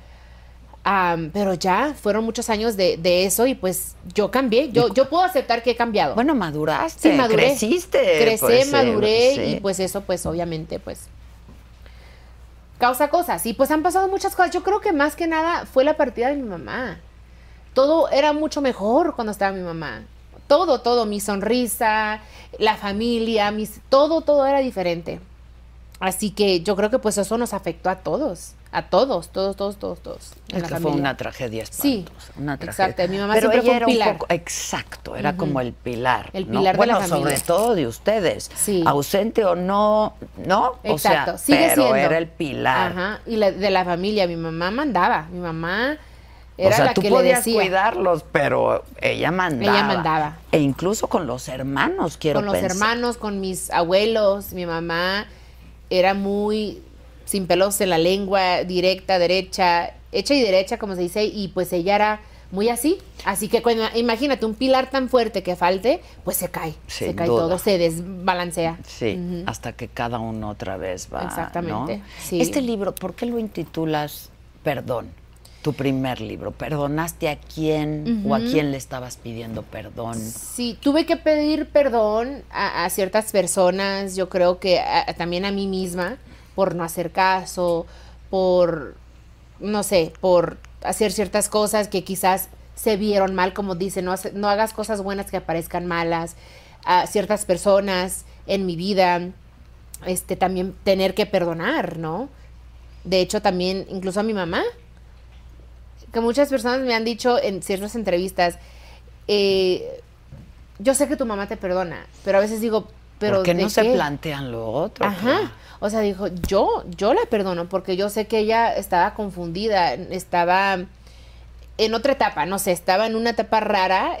[SPEAKER 3] Am, pero ya fueron muchos años de, de eso y pues yo cambié. Yo, yo puedo aceptar que he cambiado.
[SPEAKER 1] Bueno, maduraste,
[SPEAKER 3] Sí, maduré.
[SPEAKER 1] creciste.
[SPEAKER 3] Crecé,
[SPEAKER 1] pues, eh,
[SPEAKER 3] maduré
[SPEAKER 1] sí.
[SPEAKER 3] y pues eso pues obviamente pues causa cosas. Y pues han pasado muchas cosas. Yo creo que más que nada fue la partida de mi mamá. Todo era mucho mejor cuando estaba mi mamá. Todo, todo, mi sonrisa, la familia, mis, todo, todo era diferente. Así que yo creo que pues eso nos afectó a todos, a todos, todos, todos, todos, todos. en
[SPEAKER 1] Es
[SPEAKER 3] la
[SPEAKER 1] que fue
[SPEAKER 3] familia.
[SPEAKER 1] una tragedia
[SPEAKER 3] Sí,
[SPEAKER 1] espantosa. una tragedia.
[SPEAKER 3] exacto. Mi mamá
[SPEAKER 1] Pero
[SPEAKER 3] siempre
[SPEAKER 1] ella
[SPEAKER 3] fue un
[SPEAKER 1] era
[SPEAKER 3] pilar.
[SPEAKER 1] poco- exacto, era como el pilar.
[SPEAKER 3] El
[SPEAKER 1] ¿no?
[SPEAKER 3] pilar de
[SPEAKER 1] bueno,
[SPEAKER 3] la familia.
[SPEAKER 1] sobre todo de ustedes.
[SPEAKER 3] Sí.
[SPEAKER 1] Ausente o no, ¿no? O sea,
[SPEAKER 3] Exacto, sigue
[SPEAKER 1] pero
[SPEAKER 3] siendo.
[SPEAKER 1] era el pilar.
[SPEAKER 3] Ajá, y la- de la familia, mi mamá mandaba, mi mamá era
[SPEAKER 1] o sea,
[SPEAKER 3] la
[SPEAKER 1] tú
[SPEAKER 3] que le
[SPEAKER 1] podías
[SPEAKER 3] decía.
[SPEAKER 1] cuidarlos, pero ella mandaba.
[SPEAKER 3] mandaba.
[SPEAKER 1] E incluso con los hermanos, quiero
[SPEAKER 3] con los
[SPEAKER 1] pensar.
[SPEAKER 3] hermanos, con mis abuelos, mi mamá era muy sin pelos en la lengua, directa, derecha, hecha y derecha, como se dice, y pues ella era muy así. Así que cuando, imagínate, un pilar tan fuerte que falte, pues se cae,
[SPEAKER 1] Sin
[SPEAKER 3] se cae
[SPEAKER 1] duda.
[SPEAKER 3] todo, se desbalancea.
[SPEAKER 1] Sí,
[SPEAKER 3] Ujú.
[SPEAKER 1] hasta que cada uno otra vez va. ¿no?
[SPEAKER 3] Exactamente, sí.
[SPEAKER 1] Este libro, ¿por qué lo intitulas Perdón? Tu primer libro. ¿Perdonaste a quién o a quién le estabas pidiendo perdón?
[SPEAKER 3] Sí, tuve que pedir perdón a, a ciertas personas, yo creo que a- a- también a mí misma, por no hacer caso, por, no sé, por hacer ciertas cosas que quizás se vieron mal, como dice, no, hace- no hagas cosas buenas que aparezcan malas, a ciertas personas en mi vida, este, también tener que perdonar, ¿no? De hecho, también, incluso a mi mamá, que muchas personas me han dicho en ciertas entrevistas, eh, yo sé que tu mamá te perdona, pero a veces digo, pero
[SPEAKER 1] ¿Por qué
[SPEAKER 3] ¿de
[SPEAKER 1] no se
[SPEAKER 3] qué?
[SPEAKER 1] plantean lo otro?
[SPEAKER 3] Ajá. O sea, dijo, yo, yo la perdono porque yo sé que ella estaba confundida, estaba en otra etapa, no sé, estaba en una etapa rara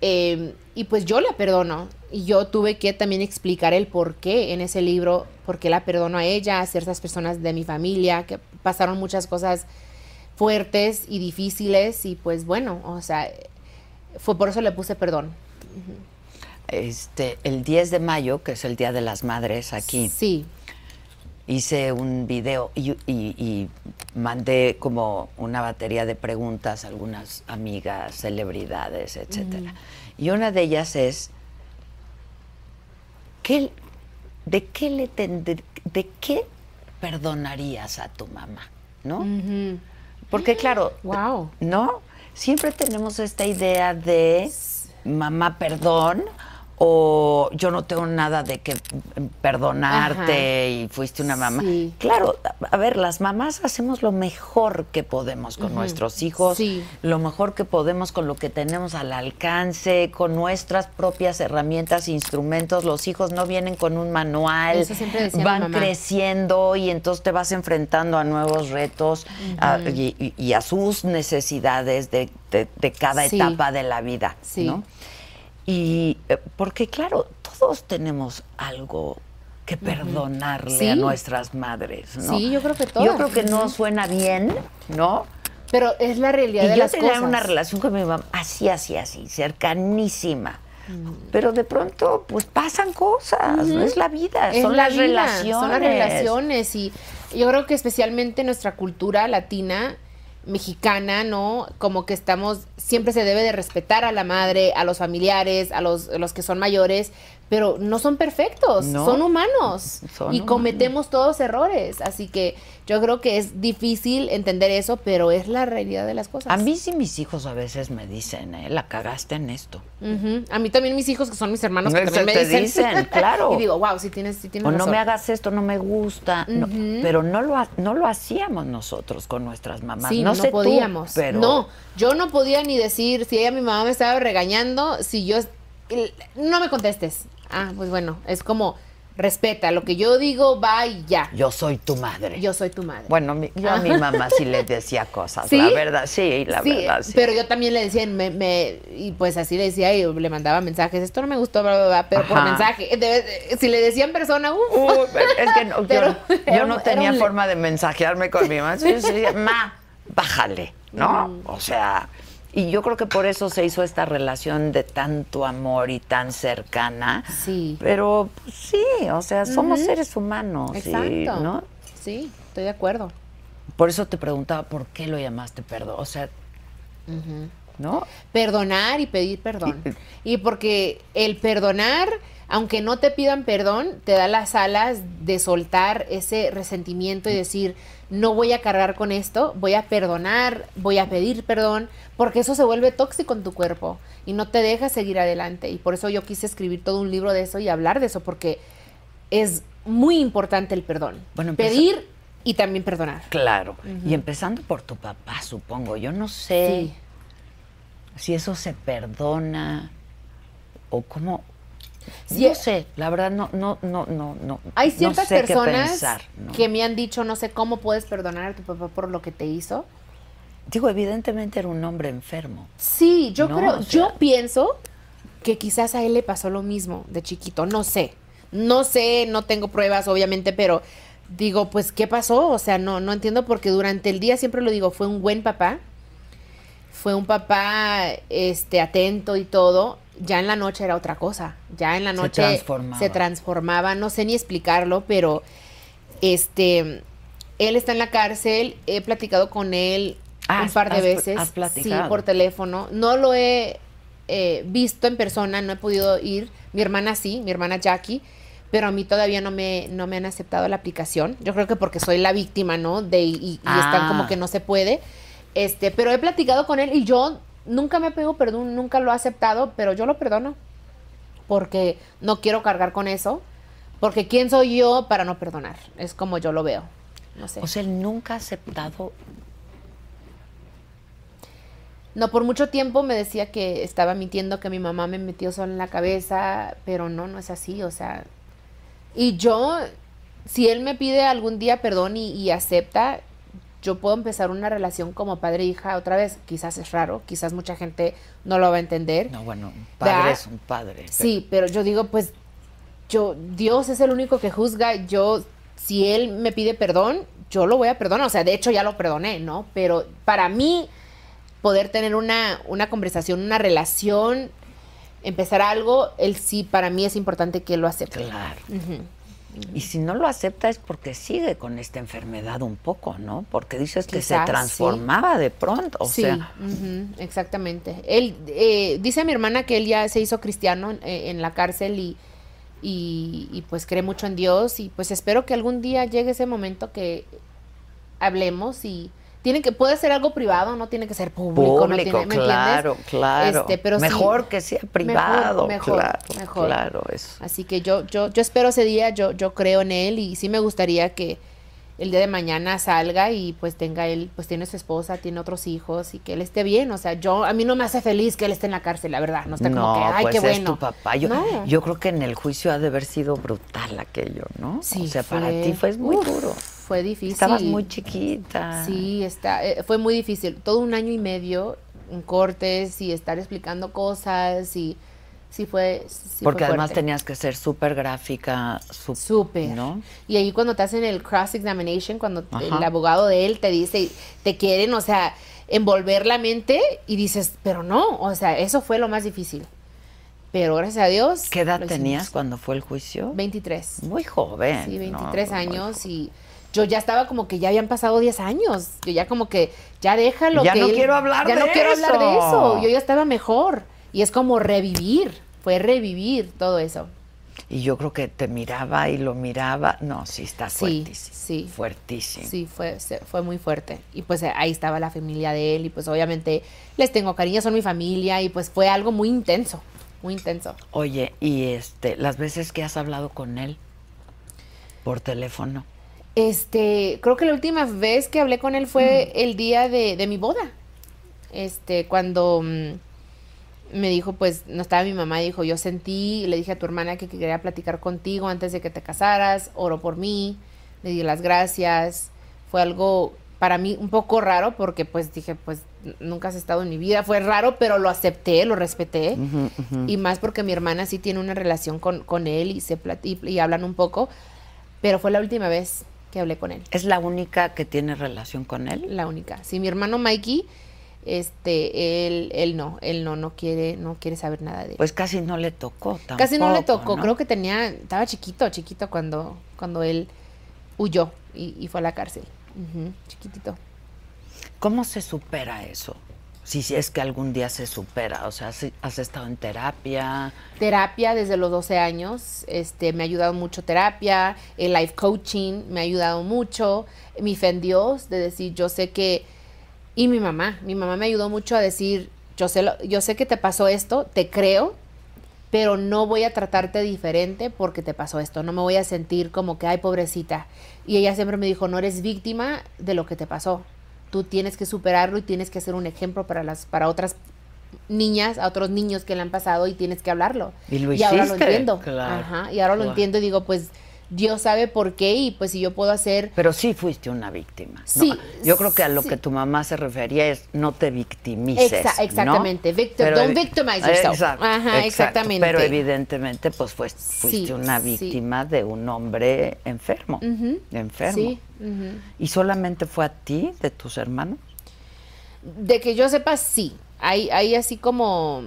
[SPEAKER 3] eh, y pues yo la perdono. Y yo tuve que también explicar el por qué en ese libro, por qué la perdono a ella, a ciertas personas de mi familia, que pasaron muchas cosas fuertes y difíciles y pues bueno, o sea, fue por eso le puse perdón.
[SPEAKER 1] Este, el 10 de mayo, que es el Día de las Madres aquí,
[SPEAKER 3] Sí.
[SPEAKER 1] hice un video y, y- y mandé como una batería de preguntas a algunas amigas, celebridades, etcétera. Y una de ellas es ¿qué- de qué le tendr- de qué perdonarías a tu mamá, ¿no?
[SPEAKER 3] Ujú.
[SPEAKER 1] Porque claro,
[SPEAKER 3] Mm. Wow.
[SPEAKER 1] ¿no? Siempre tenemos esta idea de mamá, perdón, o yo no tengo nada de que perdonarte y fuiste una mamá.
[SPEAKER 3] Sí.
[SPEAKER 1] Claro, a ver, las mamás hacemos lo mejor que podemos con nuestros hijos,
[SPEAKER 3] Sí.
[SPEAKER 1] lo mejor que podemos con lo que tenemos al alcance, con nuestras propias herramientas, instrumentos. Los hijos no vienen con un manual,
[SPEAKER 3] Eso siempre decía mi
[SPEAKER 1] van
[SPEAKER 3] mamá.
[SPEAKER 1] creciendo creciendo y entonces te vas enfrentando a nuevos retos a- y, y- y a sus necesidades de, de- de cada
[SPEAKER 3] Sí.
[SPEAKER 1] etapa de la vida.
[SPEAKER 3] Sí.
[SPEAKER 1] ¿no? Y eh, porque claro, todos tenemos algo que perdonarle a
[SPEAKER 3] Sí.
[SPEAKER 1] nuestras madres. ¿no?
[SPEAKER 3] Sí, yo creo que
[SPEAKER 1] Yo
[SPEAKER 3] todas.
[SPEAKER 1] creo que no
[SPEAKER 3] Ujú.
[SPEAKER 1] suena bien, ¿no?
[SPEAKER 3] Pero es la realidad
[SPEAKER 1] Y
[SPEAKER 3] de
[SPEAKER 1] yo
[SPEAKER 3] las
[SPEAKER 1] tenía
[SPEAKER 3] cosas.
[SPEAKER 1] una relación con mi mamá así, así, así, cercanísima.
[SPEAKER 3] Mm.
[SPEAKER 1] Pero de pronto, pues pasan cosas, no es la vida,
[SPEAKER 3] Es
[SPEAKER 1] son
[SPEAKER 3] la
[SPEAKER 1] las
[SPEAKER 3] vida,
[SPEAKER 1] relaciones.
[SPEAKER 3] Son las relaciones. Y yo creo que especialmente nuestra cultura latina, mexicana, ¿no? Como que estamos, siempre se debe de respetar a la madre, a los familiares, a los, a los que son mayores, pero no son perfectos,
[SPEAKER 1] No.
[SPEAKER 3] son humanos.
[SPEAKER 1] Son
[SPEAKER 3] y
[SPEAKER 1] humanos.
[SPEAKER 3] cometemos todos errores. Así que yo creo que es difícil entender eso, pero es la realidad de las cosas.
[SPEAKER 1] A mí sí mis hijos a veces me dicen, eh, la cagaste en esto.
[SPEAKER 3] Ujú. A mí también mis hijos, que son mis hermanos, que
[SPEAKER 1] Eso
[SPEAKER 3] también me
[SPEAKER 1] te
[SPEAKER 3] dicen.
[SPEAKER 1] dicen, claro.
[SPEAKER 3] Y digo, wow, si tienes, sí tienes
[SPEAKER 1] O no
[SPEAKER 3] razón".
[SPEAKER 1] me hagas esto, no me gusta. no,
[SPEAKER 3] Ujú.
[SPEAKER 1] pero no lo, ha- no lo hacíamos nosotros con nuestras mamás.
[SPEAKER 3] Sí,
[SPEAKER 1] no,
[SPEAKER 3] no,
[SPEAKER 1] sé tú,
[SPEAKER 3] podíamos.
[SPEAKER 1] pero
[SPEAKER 3] No, yo no podía ni decir si ella, mi mamá, me estaba regañando, si yo... el- No me contestes. Ah, pues bueno, es como, respeta, lo que yo digo va y ya.
[SPEAKER 1] yo soy tu madre.
[SPEAKER 3] Yo soy tu madre.
[SPEAKER 1] bueno, mi- yo a mi mamá sí les decía cosas,
[SPEAKER 3] ¿Sí?
[SPEAKER 1] la verdad, sí, la verdad, sí.
[SPEAKER 3] pero yo también le decía, me, me- y pues así le decía, y le mandaba mensajes, esto no me gustó, bla, bla, bla, pero por
[SPEAKER 1] Ajá.
[SPEAKER 3] mensaje. Eh, de- eh, si le decía en persona, uh, uff,
[SPEAKER 1] Uy, pero es que no,
[SPEAKER 3] Pero
[SPEAKER 1] yo, yo
[SPEAKER 3] era un-
[SPEAKER 1] no
[SPEAKER 3] era
[SPEAKER 1] tenía
[SPEAKER 3] un-
[SPEAKER 1] forma de mensajearme con mi mamá. Yo decía, ma, bájale, ¿no? O sea, y yo creo que por eso se hizo esta relación de tanto amor y tan cercana.
[SPEAKER 3] Sí.
[SPEAKER 1] Pero pues, sí, o sea, somos seres humanos, y,
[SPEAKER 3] exacto.
[SPEAKER 1] ¿no?
[SPEAKER 3] Sí, estoy de acuerdo.
[SPEAKER 1] Por eso te preguntaba por qué lo llamaste perdón. O sea, ¿no?
[SPEAKER 3] perdonar y pedir perdón. Y porque el perdonar, aunque no te pidan perdón, te da las alas de soltar ese resentimiento y decir, no voy a cargar con esto, voy a perdonar, voy a pedir perdón, porque eso se vuelve tóxico en tu cuerpo y no te deja seguir adelante. Y por eso yo quise escribir todo un libro de eso y hablar de eso, porque es muy importante el perdón.
[SPEAKER 1] Bueno, empieza-
[SPEAKER 3] pedir y también perdonar.
[SPEAKER 1] Claro. Y empezando por tu papá, supongo. Yo no sé
[SPEAKER 3] Sí.
[SPEAKER 1] si eso se perdona o cómo.
[SPEAKER 3] Sí,
[SPEAKER 1] no sé, la verdad no, no, no, no, no.
[SPEAKER 3] Hay
[SPEAKER 1] no
[SPEAKER 3] ciertas
[SPEAKER 1] sé qué
[SPEAKER 3] personas
[SPEAKER 1] pensar, ¿no?
[SPEAKER 3] que me han dicho, no sé cómo puedes perdonar a tu papá por lo que te hizo.
[SPEAKER 1] Digo, evidentemente era un hombre enfermo.
[SPEAKER 3] Sí, yo
[SPEAKER 1] No,
[SPEAKER 3] creo,
[SPEAKER 1] o sea-
[SPEAKER 3] yo pienso que quizás a él le pasó lo mismo de chiquito, no sé. No sé, no tengo pruebas, obviamente, pero digo, pues, ¿qué pasó? O sea, no, no entiendo porque durante el día siempre lo digo, fue un buen papá, fue un papá este atento y todo. Ya en la noche era otra cosa. Ya en la
[SPEAKER 1] Se
[SPEAKER 3] noche
[SPEAKER 1] transformaba.
[SPEAKER 3] se transformaba, no sé ni explicarlo, pero este él está en la cárcel, he platicado con él
[SPEAKER 1] Ah,
[SPEAKER 3] un par de
[SPEAKER 1] has-
[SPEAKER 3] veces.
[SPEAKER 1] has platicado.
[SPEAKER 3] Sí, por teléfono. No lo he eh, visto en persona, no he podido ir. Mi hermana sí, mi hermana Jackie, pero a mí todavía no me, no me han aceptado la aplicación. Yo creo que porque soy la víctima, ¿no? De, y, y
[SPEAKER 1] Ah.
[SPEAKER 3] están como que no se puede. Este, pero he platicado con él y yo nunca me pego perdón, nunca lo he aceptado, pero yo lo perdono. Porque no quiero cargar con eso. Porque quién soy yo para no perdonar. Es como yo lo veo. No sé.
[SPEAKER 1] O sea, él nunca ha aceptado.
[SPEAKER 3] No, por mucho tiempo me decía que estaba mintiendo, que mi mamá me metió solo en la cabeza, pero no, no es así, o sea. Y yo, si él me pide algún día perdón y, y acepta, yo puedo empezar una relación como padre e hija otra vez. Quizás es raro, quizás mucha gente no lo va a entender.
[SPEAKER 1] No, bueno, un padre
[SPEAKER 3] Da-
[SPEAKER 1] es un padre.
[SPEAKER 3] Sí, pero yo digo, pues, yo, Dios es el único que juzga. Yo, si Él me pide perdón, yo lo voy a perdonar. O sea, de hecho ya lo perdoné, ¿no? Pero para mí, poder tener una, una conversación, una relación, empezar algo, Él sí, para mí es importante que lo acepte.
[SPEAKER 1] Claro.
[SPEAKER 3] Ujú.
[SPEAKER 1] Y si no lo acepta es porque sigue con esta enfermedad un poco, ¿no? Porque dices que
[SPEAKER 3] Quizás,
[SPEAKER 1] se
[SPEAKER 3] sí.
[SPEAKER 1] transformaba de pronto. O
[SPEAKER 3] sí,
[SPEAKER 1] sea,
[SPEAKER 3] ujú, exactamente. Él eh, dice a mi hermana que él ya se hizo cristiano eh, en la cárcel y, y, y, pues cree mucho en Dios y pues espero que algún día llegue ese momento que hablemos y tiene que puede ser algo privado, no tiene que ser público,
[SPEAKER 1] público,
[SPEAKER 3] no tiene- ¿me entiendes?
[SPEAKER 1] claro, claro.
[SPEAKER 3] Este, pero sí,
[SPEAKER 1] mejor que sea privado,
[SPEAKER 3] mejor,
[SPEAKER 1] claro,
[SPEAKER 3] mejor.
[SPEAKER 1] claro, eso.
[SPEAKER 3] Así que yo, yo, yo espero ese día, yo, yo creo en él y sí me gustaría que el día de mañana salga y pues tenga él, pues tiene su esposa, tiene otros hijos y que él esté bien. O sea, yo, a mí no me hace feliz que él esté en la cárcel, la verdad. No está como
[SPEAKER 1] no,
[SPEAKER 3] que, ay,
[SPEAKER 1] pues
[SPEAKER 3] qué
[SPEAKER 1] es
[SPEAKER 3] bueno.
[SPEAKER 1] tu papá. Yo,
[SPEAKER 3] No.
[SPEAKER 1] yo creo que en el juicio ha de haber sido brutal aquello, ¿no?
[SPEAKER 3] Sí,
[SPEAKER 1] o sea, para
[SPEAKER 3] fue-
[SPEAKER 1] ti fue muy
[SPEAKER 3] uf,
[SPEAKER 1] duro.
[SPEAKER 3] Fue difícil.
[SPEAKER 1] Estabas muy chiquita.
[SPEAKER 3] Sí, está, eh, fue muy difícil. Todo un año y medio en cortes y estar explicando cosas y sí fue. sí
[SPEAKER 1] Porque
[SPEAKER 3] fue
[SPEAKER 1] además
[SPEAKER 3] fuerte.
[SPEAKER 1] tenías que ser súper gráfica, súper.
[SPEAKER 3] Súper.
[SPEAKER 1] ¿no?
[SPEAKER 3] Y ahí cuando te hacen el cross-examination, cuando te-
[SPEAKER 1] Ajá.
[SPEAKER 3] el abogado de él te dice, te quieren, o sea, envolver la mente y dices, pero no, o sea, eso fue lo más difícil. Pero gracias a Dios.
[SPEAKER 1] ¿Qué edad
[SPEAKER 3] lo hicimos.
[SPEAKER 1] tenías cuando fue el juicio?
[SPEAKER 3] 23.
[SPEAKER 1] Muy joven. ¿no?
[SPEAKER 3] Sí,
[SPEAKER 1] pues,
[SPEAKER 3] 23
[SPEAKER 1] Muy
[SPEAKER 3] años y yo ya estaba como que ya habían pasado 10 años. Yo ya como que ya déjalo.
[SPEAKER 1] Ya
[SPEAKER 3] que
[SPEAKER 1] no quiero hablar
[SPEAKER 3] ya
[SPEAKER 1] de
[SPEAKER 3] no quiero hablar de
[SPEAKER 1] eso.
[SPEAKER 3] eso. Yo ya estaba mejor. Y es como revivir. Fue revivir todo eso.
[SPEAKER 1] Y yo creo que te miraba y lo miraba. No, sí, está
[SPEAKER 3] Sí,
[SPEAKER 1] fuertísimo.
[SPEAKER 3] sí.
[SPEAKER 1] Fuertísimo.
[SPEAKER 3] Sí, fue, se- fue muy fuerte. Y pues eh, ahí estaba la familia de él y pues obviamente les tengo cariño, son mi familia y pues fue algo muy intenso, muy intenso.
[SPEAKER 1] Oye, y este, las veces que has hablado con él por teléfono.
[SPEAKER 3] Este, creo que la última vez que hablé con él fue el día de, de mi boda. Este, cuando mm, me dijo, pues, no estaba mi mamá, dijo, yo sentí, le dije a tu hermana que quería platicar contigo antes de que te casaras, oro por mí, le di las gracias. Fue algo para mí un poco raro porque pues dije, pues, n- nunca has estado en mi vida. Fue raro, pero lo acepté, lo respeté. Y más porque mi hermana sí tiene una relación con, con él y, se plat- y, y hablan un poco. Pero fue la última vez que hablé con él.
[SPEAKER 1] ¿Es la única que tiene relación con él?
[SPEAKER 3] La única. Sí, mi hermano Mikey, este, él, él no, él no, no quiere, no quiere saber nada de él.
[SPEAKER 1] Pues casi no le tocó tampoco.
[SPEAKER 3] Casi no le tocó,
[SPEAKER 1] ¿no?
[SPEAKER 3] creo que tenía, estaba chiquito, chiquito cuando, cuando él huyó y, y fue a la cárcel. Ujú, chiquitito.
[SPEAKER 1] ¿Cómo se supera eso? Si si es que algún día se supera, o sea, si has estado en terapia,
[SPEAKER 3] Terapia desde los 12 años, este, me ha ayudado mucho terapia, el life coaching me ha ayudado mucho, mi fe en Dios, de decir, yo sé que, y mi mamá, mi mamá me ayudó mucho a decir, yo sé, lo- yo sé que te pasó esto, te creo, pero no voy a tratarte diferente porque te pasó esto, no me voy a sentir como que, ay, pobrecita. Y ella siempre me dijo, no eres víctima de lo que te pasó, tú tienes que superarlo y tienes que ser un ejemplo para, las, para otras niñas, a otros niños que le han pasado y tienes que hablarlo.
[SPEAKER 1] Y lo
[SPEAKER 3] ahora lo
[SPEAKER 1] hiciste,
[SPEAKER 3] entiendo.
[SPEAKER 1] claro,
[SPEAKER 3] Ajá, y ahora lo
[SPEAKER 1] claro.
[SPEAKER 3] entiendo y digo, pues Dios sabe por qué y pues si yo puedo hacer
[SPEAKER 1] pero sí fuiste una víctima. ¿no?
[SPEAKER 3] Sí,
[SPEAKER 1] Yo creo que a lo
[SPEAKER 3] sí.
[SPEAKER 1] que tu mamá se refería es no te victimices.
[SPEAKER 3] Exa-
[SPEAKER 1] ¿no?
[SPEAKER 3] exactamente. Victim- don't
[SPEAKER 1] evi-
[SPEAKER 3] victimize yourself.
[SPEAKER 1] Exacto,
[SPEAKER 3] Ajá,
[SPEAKER 1] exacto.
[SPEAKER 3] exactamente.
[SPEAKER 1] Pero evidentemente, pues fuis-
[SPEAKER 3] Sí,
[SPEAKER 1] fuiste una
[SPEAKER 3] sí.
[SPEAKER 1] víctima de un hombre enfermo.
[SPEAKER 3] Ujú.
[SPEAKER 1] Enfermo.
[SPEAKER 3] Sí, ujú.
[SPEAKER 1] ¿Y solamente fue a ti, de tus hermanos?
[SPEAKER 3] De que yo sepa, sí. Hay, hay así como,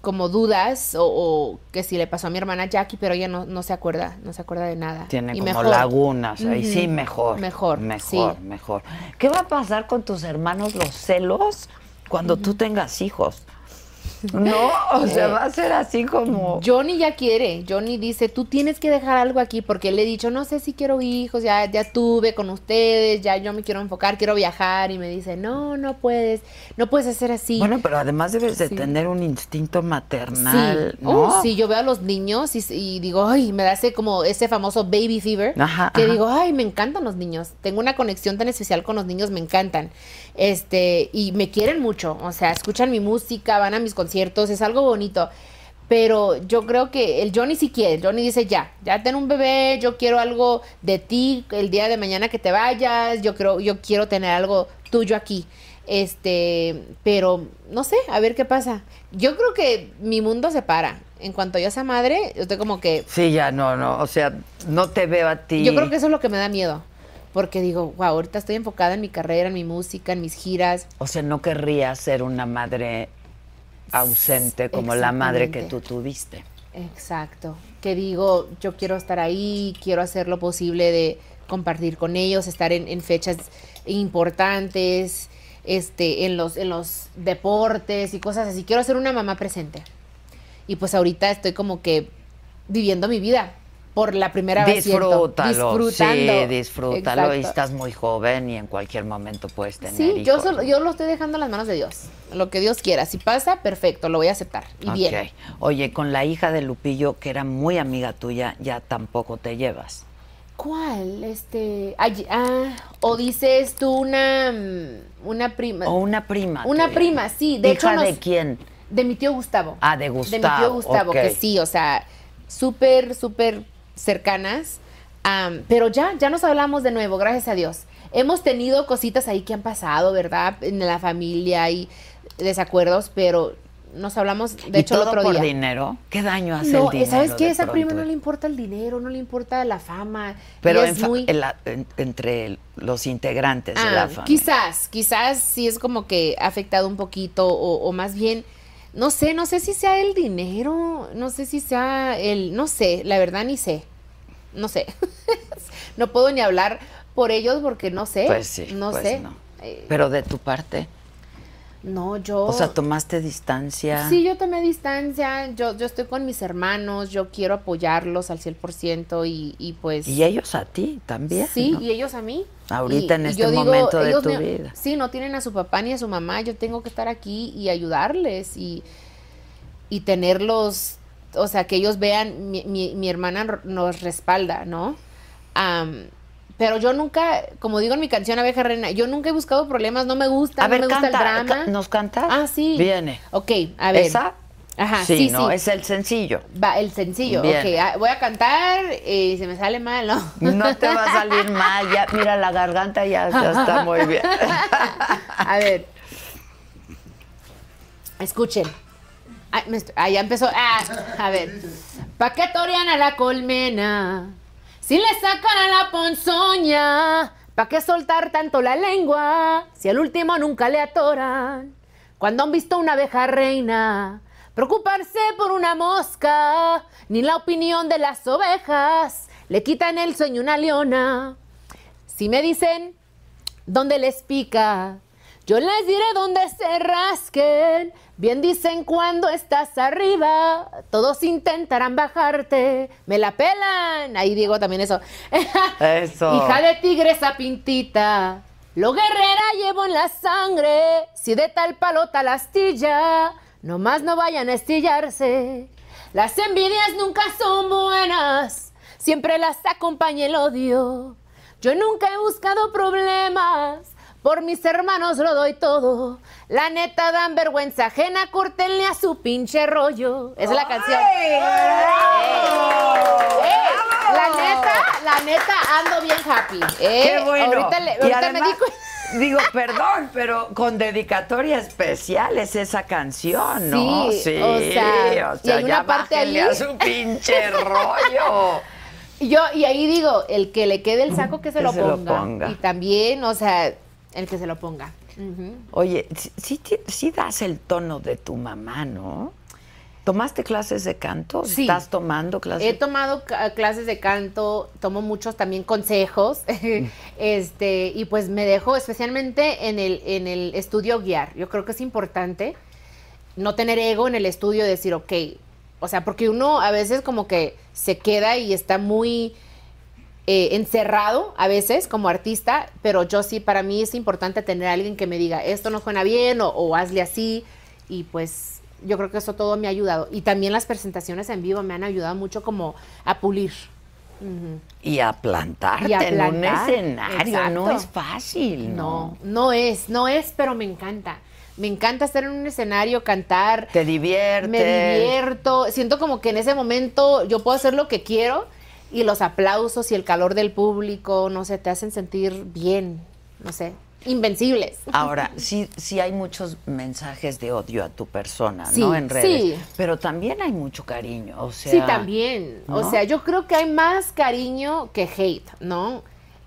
[SPEAKER 3] como dudas o, o que si le pasó a mi hermana Jackie, pero ella no, no se acuerda, no se acuerda de nada.
[SPEAKER 1] Tiene
[SPEAKER 3] Y
[SPEAKER 1] como
[SPEAKER 3] mejor.
[SPEAKER 1] lagunas. Ahí
[SPEAKER 3] Ujú.
[SPEAKER 1] sí, mejor.
[SPEAKER 3] Mejor,
[SPEAKER 1] Mejor,
[SPEAKER 3] sí.
[SPEAKER 1] mejor. ¿Qué va a pasar con tus hermanos los celos cuando tú tengas hijos? No, o
[SPEAKER 3] Eh,
[SPEAKER 1] sea, va a ser así como...
[SPEAKER 3] Johnny ya quiere, Johnny dice, tú tienes que dejar algo aquí porque le he dicho, no sé si quiero hijos, ya, ya tuve con ustedes, ya yo me quiero enfocar, quiero viajar y me dice, no, no puedes, no puedes hacer así.
[SPEAKER 1] Bueno, pero además debes de
[SPEAKER 3] Sí.
[SPEAKER 1] tener un instinto maternal,
[SPEAKER 3] Sí,
[SPEAKER 1] ¿no?
[SPEAKER 3] Uh, sí, yo veo a los niños y, y digo, ay, me da ese como ese famoso baby fever,
[SPEAKER 1] Ajá,
[SPEAKER 3] que
[SPEAKER 1] ajá.
[SPEAKER 3] digo, ay, me encantan los niños, tengo una conexión tan especial con los niños, me encantan, este, y me quieren mucho, o sea, escuchan mi música, van a mis conciertos, es algo bonito, pero yo creo que el Johnny sí quiere, el Johnny dice, ya, ya ten un bebé, yo quiero algo de ti el día de mañana que te vayas, yo creo, yo quiero tener algo tuyo aquí. Este, pero no sé, a ver qué pasa. Yo creo que mi mundo se para. En cuanto yo sea madre, yo estoy como que.
[SPEAKER 1] Sí, ya no, no, o sea, no te veo a ti.
[SPEAKER 3] Yo creo que eso es lo que me da miedo. Porque digo, wow, ahorita estoy enfocada en mi carrera, en mi música, en mis giras.
[SPEAKER 1] O sea, no querría ser una madre ausente como la madre que tú
[SPEAKER 3] Exactamente.
[SPEAKER 1] tuviste.
[SPEAKER 3] Exacto. Que digo, yo quiero estar ahí, quiero hacer lo posible de compartir con ellos, estar en, en fechas importantes, este, en los, en los deportes y cosas así. Quiero ser una mamá presente. Y pues ahorita estoy como que viviendo mi vida por la primera vez. siento.
[SPEAKER 1] Disfrútalo, sí, disfrútalo. Y
[SPEAKER 3] Exacto.
[SPEAKER 1] estás muy joven y en cualquier momento puedes tener
[SPEAKER 3] Sí, yo,
[SPEAKER 1] hijos.
[SPEAKER 3] solo, yo lo estoy dejando en las manos de Dios. Lo que Dios quiera. Si pasa, perfecto, lo voy a aceptar. Y
[SPEAKER 1] Ok.
[SPEAKER 3] bien.
[SPEAKER 1] Oye, con la hija de Lupillo, que era muy amiga tuya, ya tampoco te llevas.
[SPEAKER 3] ¿Cuál? Este. ay- ah, o dices tú una. mm, Una prima.
[SPEAKER 1] O una prima.
[SPEAKER 3] Una
[SPEAKER 1] tuya.
[SPEAKER 3] prima, sí. De
[SPEAKER 1] ¿Hija
[SPEAKER 3] hecho, nos-
[SPEAKER 1] de quién?
[SPEAKER 3] de mi tío Gustavo.
[SPEAKER 1] Ah, de
[SPEAKER 3] De mi
[SPEAKER 1] Gustavo,
[SPEAKER 3] tío Gustavo,
[SPEAKER 1] ok.
[SPEAKER 3] que sí, o sea, súper, súper cercanas. Am, pero ya, ya nos hablamos de nuevo, gracias a Dios. Hemos tenido cositas ahí que han pasado, ¿verdad? En la familia y desacuerdos, pero nos hablamos, de
[SPEAKER 1] ¿Y
[SPEAKER 3] hecho, el
[SPEAKER 1] todo
[SPEAKER 3] otro
[SPEAKER 1] por
[SPEAKER 3] día.
[SPEAKER 1] dinero? ¿Qué daño hace
[SPEAKER 3] No, eh,
[SPEAKER 1] el dinero?
[SPEAKER 3] ¿sabes qué?
[SPEAKER 1] de
[SPEAKER 3] Esa prima
[SPEAKER 1] pronto?
[SPEAKER 3] no le importa el dinero, no le importa la fama.
[SPEAKER 1] Pero
[SPEAKER 3] ella
[SPEAKER 1] en
[SPEAKER 3] es
[SPEAKER 1] fa-
[SPEAKER 3] muy...
[SPEAKER 1] en la- en- entre los integrantes de
[SPEAKER 3] Ah,
[SPEAKER 1] la familia.
[SPEAKER 3] Quizás, quizás sí es como que ha afectado un poquito o, o más bien No sé, no sé si sea el dinero, no sé si sea el, no sé, la verdad ni sé. No sé. no puedo ni hablar por ellos porque no sé.
[SPEAKER 1] Pues sí,
[SPEAKER 3] ¿eh? No
[SPEAKER 1] pues
[SPEAKER 3] sé.
[SPEAKER 1] no.
[SPEAKER 3] Eh,
[SPEAKER 1] Pero de tu parte,
[SPEAKER 3] no, yo.
[SPEAKER 1] o sea, tomaste distancia.
[SPEAKER 3] Sí, yo tomé distancia, yo, yo estoy con mis hermanos, yo quiero apoyarlos al 100% y, y pues...
[SPEAKER 1] Y ellos a ti también.
[SPEAKER 3] Sí,
[SPEAKER 1] ¿no?
[SPEAKER 3] y ellos a mí.
[SPEAKER 1] Ahorita en este
[SPEAKER 3] yo
[SPEAKER 1] momento de
[SPEAKER 3] ellos
[SPEAKER 1] tu
[SPEAKER 3] no-
[SPEAKER 1] vida.
[SPEAKER 3] Sí, no tienen a su papá ni a su mamá, yo tengo que estar aquí y ayudarles y, y tenerlos, o sea, que ellos vean, mi, mi- mi hermana r- nos respalda, ¿no? Am, pero yo nunca, como digo en mi canción Abeja Reina, yo nunca he buscado problemas, no me gusta,
[SPEAKER 1] A
[SPEAKER 3] no
[SPEAKER 1] ver,
[SPEAKER 3] me gusta
[SPEAKER 1] canta,
[SPEAKER 3] el
[SPEAKER 1] ca-
[SPEAKER 3] drama.
[SPEAKER 1] ¿nos cantas?
[SPEAKER 3] Ah, sí.
[SPEAKER 1] Viene.
[SPEAKER 3] Ok, a ver.
[SPEAKER 1] ¿Esa?
[SPEAKER 3] Ajá,
[SPEAKER 1] sí,
[SPEAKER 3] sí,
[SPEAKER 1] no,
[SPEAKER 3] sí.
[SPEAKER 1] es el sencillo.
[SPEAKER 3] Va, el sencillo,
[SPEAKER 1] Bien.
[SPEAKER 3] ok. ah, voy a cantar y se me sale mal, ¿no?
[SPEAKER 1] No te va a salir mal, ya, mira la garganta ya, ya está muy bien.
[SPEAKER 3] A ver. Escuchen. Ay, me estoy- ah, ya empezó. Ah, a ver. ¿Pa' qué torean a la colmena? Si le sacan a la ponzoña. ¿Pa' qué soltar tanto la lengua? Si al último nunca le atoran. Cuando han visto una abeja reina. Preocuparse por una mosca. Ni la opinión de las ovejas. Le quitan el sueño a una leona. Si me dicen donde les pica. Yo les diré donde se rasquen. Bien dicen cuando estás arriba, todos intentarán bajarte. Me la pelan. Ahí digo también eso.
[SPEAKER 1] Eso.
[SPEAKER 3] Hija de tigre esa pintita. Lo guerrera llevo en la sangre. Si de tal palota la astilla, nomás no vayan a estillarse. Las envidias nunca son buenas. Siempre las acompaña el odio. Yo nunca he buscado problemas. Por mis hermanos lo doy todo. La neta dan vergüenza ajena, córtenle a su pinche rollo. Esa es la canción. ¡Ey! La neta, la neta, ando bien happy. ¿eh?
[SPEAKER 1] Qué bueno.
[SPEAKER 3] Ahorita, le-
[SPEAKER 1] Y
[SPEAKER 3] ahorita me
[SPEAKER 1] además,
[SPEAKER 3] di cuenta.
[SPEAKER 1] Digo, perdón, pero con dedicatoria especial es esa canción, ¿no?
[SPEAKER 3] Sí, o sea,
[SPEAKER 1] o
[SPEAKER 3] y hay
[SPEAKER 1] ya
[SPEAKER 3] una parte
[SPEAKER 1] bájenle
[SPEAKER 3] allí-
[SPEAKER 1] a su pinche rollo.
[SPEAKER 3] Y Yo, y ahí digo, el que le quede el saco que se,
[SPEAKER 1] Que
[SPEAKER 3] lo,
[SPEAKER 1] se lo
[SPEAKER 3] ponga.
[SPEAKER 1] ponga.
[SPEAKER 3] Y también, o sea, el que se lo ponga. Ujú.
[SPEAKER 1] Oye, sí, sí ti- sí das el tono de tu mamá, ¿no? ¿Tomaste clases de canto?
[SPEAKER 3] Sí.
[SPEAKER 1] ¿Estás tomando clases?
[SPEAKER 3] He tomado ca- clases de canto, tomo muchos también consejos, este, y pues me dejo especialmente en el, en el estudio guiar. Yo creo que es importante no tener ego en el estudio, decir, ok, o sea, porque uno a veces como que se queda y está muy eh, encerrado a veces como artista, pero yo sí, para mí es importante tener a alguien que me diga, esto no suena bien o, o hazle así, y pues yo creo que eso todo me ha ayudado. Y también las presentaciones en vivo me han ayudado mucho como a pulir. Ujú.
[SPEAKER 1] y a plantarte
[SPEAKER 3] Y a
[SPEAKER 1] en un
[SPEAKER 3] plantar,
[SPEAKER 1] escenario. No
[SPEAKER 3] exacto.
[SPEAKER 1] es fácil,
[SPEAKER 3] No,
[SPEAKER 1] ¿no?
[SPEAKER 3] no es, no es, pero me encanta. Me encanta estar en un escenario, cantar,
[SPEAKER 1] Te diviertes.
[SPEAKER 3] me divierto. Siento como que en ese momento yo puedo hacer lo que quiero y los aplausos y el calor del público, no sé, te hacen sentir bien, no sé, invencibles.
[SPEAKER 1] Ahora, sí, sí hay muchos mensajes de odio a tu persona,
[SPEAKER 3] Sí,
[SPEAKER 1] ¿no? En redes.
[SPEAKER 3] sí.
[SPEAKER 1] Pero también hay mucho cariño, o sea.
[SPEAKER 3] Sí, también.
[SPEAKER 1] ¿no?
[SPEAKER 3] O sea, yo creo que hay más cariño que hate, ¿no?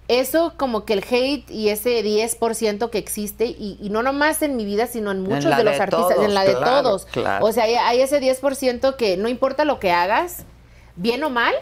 [SPEAKER 3] Eso como que el hate y ese 10% que existe, y, y no nomás en mi vida, sino en muchos
[SPEAKER 1] la
[SPEAKER 3] de los
[SPEAKER 1] de
[SPEAKER 3] artistas,
[SPEAKER 1] todos,
[SPEAKER 3] en la de
[SPEAKER 1] claro,
[SPEAKER 3] todos.
[SPEAKER 1] claro.
[SPEAKER 3] O sea, hay, hay ese 10% que no importa lo que hagas, bien o mal,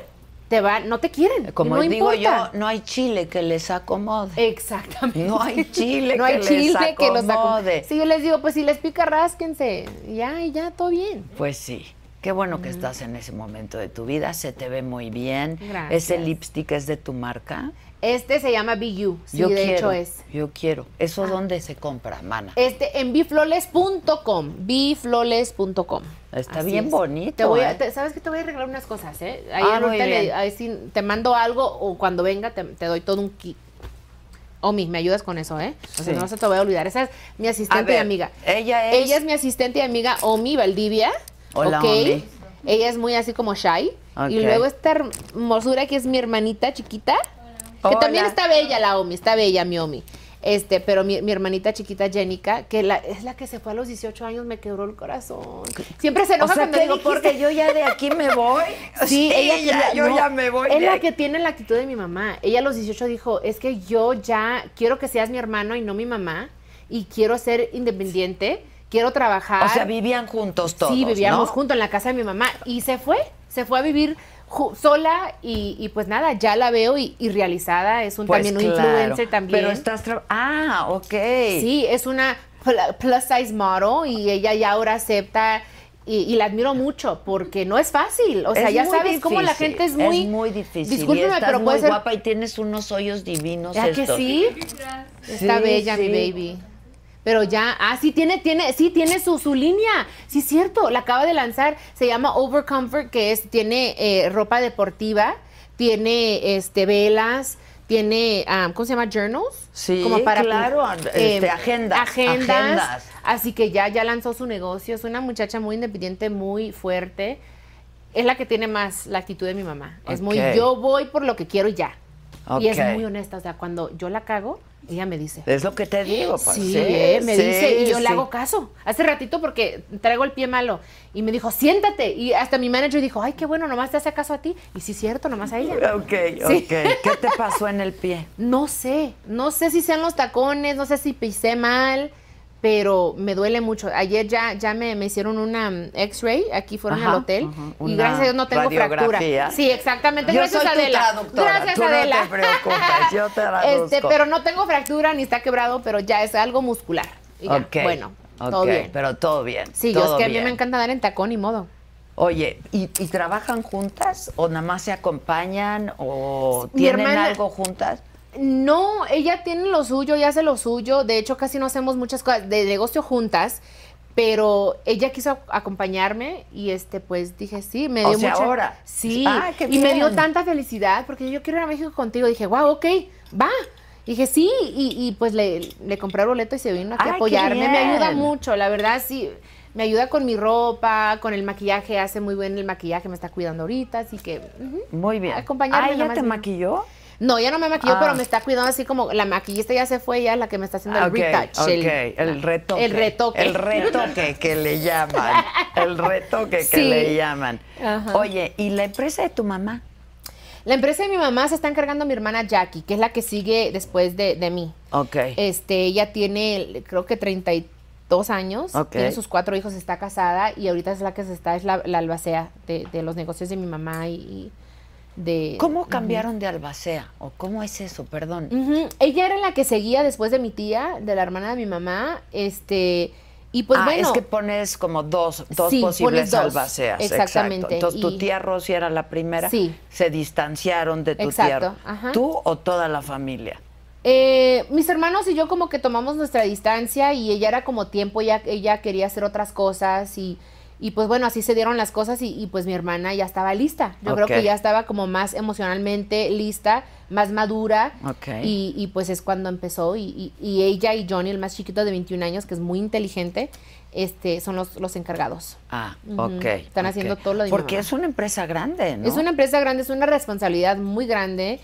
[SPEAKER 3] te va, no te quieren.
[SPEAKER 1] Como
[SPEAKER 3] no
[SPEAKER 1] digo
[SPEAKER 3] importa.
[SPEAKER 1] yo, no hay chile que les acomode.
[SPEAKER 3] Exactamente.
[SPEAKER 1] No hay chile
[SPEAKER 3] No
[SPEAKER 1] que
[SPEAKER 3] hay
[SPEAKER 1] les
[SPEAKER 3] chiste que los
[SPEAKER 1] acomode.
[SPEAKER 3] acomode. Sí, yo les digo, pues si les pica, rásquense. Y Ya, y ya, todo bien.
[SPEAKER 1] Pues sí. Qué bueno que estás en ese momento de tu vida, se te ve muy bien.
[SPEAKER 3] Gracias.
[SPEAKER 1] Ese lipstick es de tu marca.
[SPEAKER 3] Este se llama BU. Sí, de hecho es. Ah.
[SPEAKER 1] Yo quiero. ¿Eso dónde se compra, mana?
[SPEAKER 3] Este, en bifloles.com, bifloles.com.
[SPEAKER 1] Está bien bonito,
[SPEAKER 3] Te voy a-
[SPEAKER 1] ¿eh?
[SPEAKER 3] te- Sabes que te voy a regalar unas cosas, ¿eh? Ahí
[SPEAKER 1] Ah, muy
[SPEAKER 3] ahorita le-
[SPEAKER 1] bien.
[SPEAKER 3] ahí sí te mando algo o cuando venga te, te doy todo un kit. Omi, me ayudas con eso, ¿eh? O sea,
[SPEAKER 1] Sí.
[SPEAKER 3] no se te voy a olvidar. Esa es mi asistente
[SPEAKER 1] ver,
[SPEAKER 3] y amiga.
[SPEAKER 1] ella es-
[SPEAKER 3] Ella es mi asistente y amiga Omi Valdivia.
[SPEAKER 1] Hola,
[SPEAKER 3] ok.
[SPEAKER 1] Omi.
[SPEAKER 3] Ella es muy así como shy.
[SPEAKER 1] Ok.
[SPEAKER 3] Y luego esta hermosura que es mi hermanita chiquita. Que
[SPEAKER 1] Hola.
[SPEAKER 3] también está bella la Omi, está bella mi Omi. Este, pero mi, mi hermanita chiquita Jenica, que la- es la que se fue a los 18 años, me quebró el corazón. Siempre se
[SPEAKER 1] O
[SPEAKER 3] enoja
[SPEAKER 1] sea,
[SPEAKER 3] cuando
[SPEAKER 1] ¿qué
[SPEAKER 3] digo porque
[SPEAKER 1] dijiste? Yo ya de aquí me voy.
[SPEAKER 3] Sí, ella,
[SPEAKER 1] ya, yo
[SPEAKER 3] no,
[SPEAKER 1] ya me voy.
[SPEAKER 3] Es
[SPEAKER 1] de
[SPEAKER 3] la
[SPEAKER 1] aquí.
[SPEAKER 3] que tiene la actitud de mi mamá. Ella a los 18 dijo, es que yo ya quiero que seas mi hermano y no mi mamá, y quiero ser independiente, quiero trabajar.
[SPEAKER 1] O sea, vivían juntos todos.
[SPEAKER 3] Sí, vivíamos
[SPEAKER 1] ¿no?
[SPEAKER 3] juntos en la casa de mi mamá y se fue, se fue a vivir ju- sola y, y pues nada, ya la veo y, y realizada, es un
[SPEAKER 1] Pues
[SPEAKER 3] también un
[SPEAKER 1] claro,
[SPEAKER 3] influencer también.
[SPEAKER 1] Pero estás tra- Ah, ok.
[SPEAKER 3] Sí, es una pl- plus size model y ella ya ahora acepta y, y la admiro mucho porque no es fácil. O sea,
[SPEAKER 1] Es
[SPEAKER 3] ya
[SPEAKER 1] muy
[SPEAKER 3] sabes cómo la
[SPEAKER 1] difícil,
[SPEAKER 3] gente es muy...
[SPEAKER 1] Es muy difícil. y
[SPEAKER 3] Discúlpeme,
[SPEAKER 1] estás
[SPEAKER 3] pero
[SPEAKER 1] muy
[SPEAKER 3] puede ser...
[SPEAKER 1] guapa y tienes unos hoyos divinos
[SPEAKER 3] ¿Ya que
[SPEAKER 1] estos.
[SPEAKER 3] sí? Está
[SPEAKER 1] Sí,
[SPEAKER 3] bella mi
[SPEAKER 1] sí.
[SPEAKER 3] baby. Pero ya, ah, sí tiene, tiene, sí tiene su, su línea. Sí, es cierto, la acaba de lanzar. Se llama Overcomfort, que es, tiene eh, ropa deportiva, tiene este velas, tiene, ah, ¿cómo se llama? Journals.
[SPEAKER 1] Sí,
[SPEAKER 3] pu-
[SPEAKER 1] claro, este, agendas,
[SPEAKER 3] em, Agendas.
[SPEAKER 1] agendas.
[SPEAKER 3] Así que ya, ya lanzó su negocio. Es una muchacha muy independiente, muy fuerte. Es la que tiene más la actitud de mi mamá. Es muy,
[SPEAKER 1] Ok.
[SPEAKER 3] yo voy por lo que quiero y ya. Y es
[SPEAKER 1] Ok.
[SPEAKER 3] muy honesta, o sea, cuando yo la cago, ella me dice.
[SPEAKER 1] Es lo que te digo, pues.
[SPEAKER 3] Sí, eh, me
[SPEAKER 1] sí,
[SPEAKER 3] dice y yo le
[SPEAKER 1] sí.
[SPEAKER 3] hago caso. Hace ratito porque traigo el pie malo y me dijo, siéntate. Y hasta mi manager dijo, ay, qué bueno, nomás te hace caso a ti. Y sí, cierto, nomás a ella.
[SPEAKER 1] Ok, ok.
[SPEAKER 3] Sí.
[SPEAKER 1] ¿Qué te pasó en el pie?
[SPEAKER 3] No sé, no sé si sean los tacones, no sé si pisé mal, pero me duele mucho. Ayer ya, ya me, me hicieron una mm, x-ray, aquí fueron
[SPEAKER 1] Ajá,
[SPEAKER 3] al hotel,
[SPEAKER 1] ajá,
[SPEAKER 3] y
[SPEAKER 1] una
[SPEAKER 3] gracias a Dios no tengo
[SPEAKER 1] radiografía.
[SPEAKER 3] fractura. Sí, exactamente,
[SPEAKER 1] Yo
[SPEAKER 3] gracias
[SPEAKER 1] soy tu
[SPEAKER 3] Adela.
[SPEAKER 1] traductora,
[SPEAKER 3] Gracias
[SPEAKER 1] tú no te
[SPEAKER 3] Adela.
[SPEAKER 1] preocupes, yo te traduzco.
[SPEAKER 3] Este, pero no tengo fractura ni está quebrado, pero ya es algo muscular. Y ya,
[SPEAKER 1] Ok,
[SPEAKER 3] Bueno,
[SPEAKER 1] ok,
[SPEAKER 3] todo bien.
[SPEAKER 1] pero todo bien.
[SPEAKER 3] sí, yo es
[SPEAKER 1] todo
[SPEAKER 3] que a mí
[SPEAKER 1] bien.
[SPEAKER 3] me encanta dar en tacón y modo.
[SPEAKER 1] Oye, ¿y, y trabajan juntas o nada más se acompañan o
[SPEAKER 3] Mi
[SPEAKER 1] tienen
[SPEAKER 3] hermana-
[SPEAKER 1] algo juntas?
[SPEAKER 3] No, ella tiene lo suyo, ella hace lo suyo. De hecho, casi no hacemos muchas cosas de negocio juntas, pero ella quiso ac- acompañarme y este, pues dije sí, me
[SPEAKER 1] O
[SPEAKER 3] dio
[SPEAKER 1] sea,
[SPEAKER 3] mucha-
[SPEAKER 1] ahora.
[SPEAKER 3] Sí.
[SPEAKER 1] Ah, qué
[SPEAKER 3] y me dio
[SPEAKER 1] bien.
[SPEAKER 3] tanta felicidad porque yo quiero ir a México contigo. Dije, wow, ok, va. Dije, sí, y, y, pues le, le compré el boleto y se vino aquí
[SPEAKER 1] Ay,
[SPEAKER 3] a
[SPEAKER 1] qué
[SPEAKER 3] apoyarme. Me ayuda
[SPEAKER 1] bien.
[SPEAKER 3] mucho, la verdad, sí. Me ayuda con mi ropa, con el maquillaje, hace muy bien el maquillaje, me está cuidando ahorita, así que... ujú.
[SPEAKER 1] Muy bien. ¿Ah,
[SPEAKER 3] Acompañarme
[SPEAKER 1] ella
[SPEAKER 3] nomás
[SPEAKER 1] te
[SPEAKER 3] vino.
[SPEAKER 1] maquilló?
[SPEAKER 3] No, ya no me maquilló,
[SPEAKER 1] Ah.
[SPEAKER 3] pero me está cuidando así como la maquillista ya se fue, ella es la que me está haciendo el
[SPEAKER 1] Ah, Ok,
[SPEAKER 3] retouch.
[SPEAKER 1] ok, el,
[SPEAKER 3] el
[SPEAKER 1] retoque.
[SPEAKER 3] El retoque.
[SPEAKER 1] El retoque que le llaman. El retoque que
[SPEAKER 3] Sí.
[SPEAKER 1] le llaman.
[SPEAKER 3] Ajá.
[SPEAKER 1] Oye, ¿y la empresa de tu mamá?
[SPEAKER 3] La empresa de mi mamá se está encargando mi hermana Jackie, que es la que sigue después de, de mí.
[SPEAKER 1] Ok.
[SPEAKER 3] Este, ella tiene, creo que 32 años,
[SPEAKER 1] Ok.
[SPEAKER 3] tiene sus cuatro hijos, está casada y ahorita es la que se está, es la, la albacea de, de los negocios de mi mamá y, y de...
[SPEAKER 1] ¿Cómo cambiaron de albacea? ¿O cómo es eso? Perdón.
[SPEAKER 3] Ujú, Ella era la que seguía después de mi tía, de la hermana de mi mamá, este, y pues
[SPEAKER 1] ah,
[SPEAKER 3] bueno...
[SPEAKER 1] es que pones como dos, dos
[SPEAKER 3] Sí,
[SPEAKER 1] posibles
[SPEAKER 3] pones dos.
[SPEAKER 1] albaceas. exacto.
[SPEAKER 3] Exactamente,
[SPEAKER 1] Entonces tu
[SPEAKER 3] y-
[SPEAKER 1] tía Rosy era la primera.
[SPEAKER 3] Sí.
[SPEAKER 1] Se distanciaron de tu
[SPEAKER 3] Exacto,
[SPEAKER 1] tía.
[SPEAKER 3] ajá.
[SPEAKER 1] ¿Tú o toda la familia?
[SPEAKER 3] Eh, mis hermanos y yo como que tomamos nuestra distancia y ella era como tiempo, ella, ella quería hacer otras cosas y, y pues bueno, así se dieron las cosas y, y pues mi hermana ya estaba lista. Yo creo
[SPEAKER 1] Ok.
[SPEAKER 3] que ya estaba como más emocionalmente lista, más madura
[SPEAKER 1] Ok.
[SPEAKER 3] y, y, pues es cuando empezó y, y- y ella y Johnny, el más chiquito de 21 años, que es muy inteligente, este, son los, los encargados.
[SPEAKER 1] Ah,
[SPEAKER 3] Ujú.
[SPEAKER 1] ok.
[SPEAKER 3] Están
[SPEAKER 1] ok.
[SPEAKER 3] haciendo todo lo de mi
[SPEAKER 1] Porque
[SPEAKER 3] mamá.
[SPEAKER 1] es una empresa grande, ¿no?
[SPEAKER 3] Es una empresa grande, es una responsabilidad muy grande.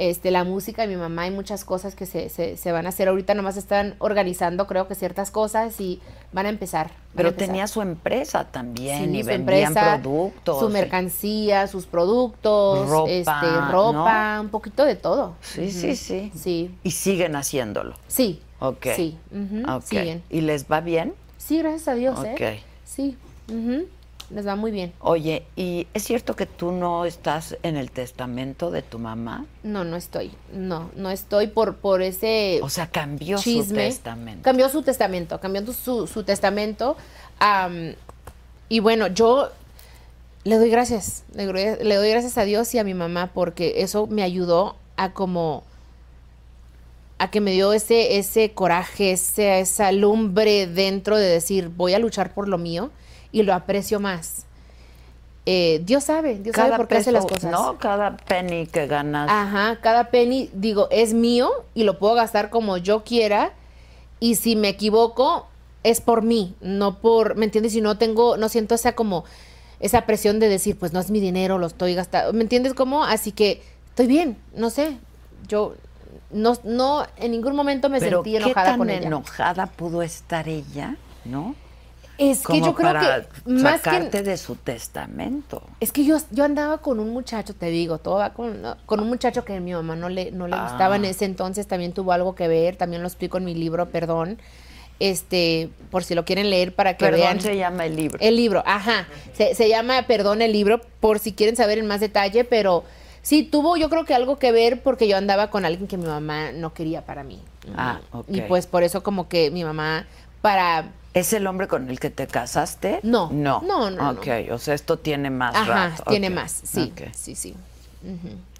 [SPEAKER 3] Este, la música de mi mamá hay muchas cosas que se, se- se van a hacer. Ahorita nomás están organizando, creo que ciertas cosas y van a empezar. van a
[SPEAKER 1] Pero
[SPEAKER 3] empezar.
[SPEAKER 1] tenía su empresa también
[SPEAKER 3] Sí,
[SPEAKER 1] y
[SPEAKER 3] su
[SPEAKER 1] vendían
[SPEAKER 3] empresa,
[SPEAKER 1] productos.
[SPEAKER 3] Su mercancía, sus productos,
[SPEAKER 1] Ropa,
[SPEAKER 3] este, ropa, un poquito de todo.
[SPEAKER 1] Sí, sí, sí.
[SPEAKER 3] Sí,
[SPEAKER 1] Y siguen haciéndolo.
[SPEAKER 3] sí.
[SPEAKER 1] Ok.
[SPEAKER 3] Sí, ujú,
[SPEAKER 1] Ok.
[SPEAKER 3] siguen.
[SPEAKER 1] ¿Y les va bien?
[SPEAKER 3] Sí, gracias a Dios, ¿eh?
[SPEAKER 1] Ok.
[SPEAKER 3] Sí, ujú, les va muy bien.
[SPEAKER 1] Oye, ¿y es cierto que tú no estás en el testamento de tu mamá?
[SPEAKER 3] No, no estoy. No, no estoy por, por ese...
[SPEAKER 1] O sea, cambió su
[SPEAKER 3] chisme.
[SPEAKER 1] testamento.
[SPEAKER 3] Cambió su testamento, cambió su, su testamento. am, y bueno, yo le doy gracias. Le, gr- le doy gracias a Dios y a mi mamá porque eso me ayudó a como a que me dio ese, ese coraje, ese- esa lumbre dentro de decir voy a luchar por lo mío y lo aprecio más. Eh, Dios sabe, Dios sabe por qué hace las cosas. Ah,
[SPEAKER 1] ¿no? Cada penny que ganas.
[SPEAKER 3] Ajá, cada penny, digo, es mío y lo puedo gastar como yo quiera. Y si me equivoco, es por mí, no por, ¿me entiendes? Y no tengo, no siento esa como, esa presión de decir, pues no es mi dinero, lo estoy gastando. ¿Me entiendes cómo? Así que estoy bien, no sé. Yo no, no en ningún momento me
[SPEAKER 1] pero
[SPEAKER 3] sentí
[SPEAKER 1] qué
[SPEAKER 3] enojada
[SPEAKER 1] tan
[SPEAKER 3] con ella.
[SPEAKER 1] enojada pudo estar ella, ¿no?
[SPEAKER 3] Es que
[SPEAKER 1] Como
[SPEAKER 3] yo creo
[SPEAKER 1] para
[SPEAKER 3] que más que
[SPEAKER 1] sacarte de su testamento.
[SPEAKER 3] Es que yo, yo andaba con un muchacho, te digo, todo va con, con un muchacho que mi
[SPEAKER 1] Ah.
[SPEAKER 3] mamá no le, no le gustaba en ese entonces, también tuvo algo que ver, también lo explico en mi libro, perdón. este, por si lo quieren leer para que
[SPEAKER 1] Perdón,
[SPEAKER 3] vean.
[SPEAKER 1] se llama el libro.
[SPEAKER 3] El libro, ajá. Se, se llama Perdón el libro, por si quieren saber en más detalle, pero sí tuvo yo creo que algo que ver porque yo andaba con alguien que mi mamá no quería para mí.
[SPEAKER 1] Ah, ok.
[SPEAKER 3] Y pues por eso como que mi mamá, para...
[SPEAKER 1] ¿Es el hombre con el que te casaste?
[SPEAKER 3] No.
[SPEAKER 1] No.
[SPEAKER 3] No, no,
[SPEAKER 1] Ok, o sea, esto tiene más
[SPEAKER 3] Ajá,
[SPEAKER 1] rato.
[SPEAKER 3] tiene
[SPEAKER 1] Ok,
[SPEAKER 3] más, sí,
[SPEAKER 1] ok.
[SPEAKER 3] sí, sí.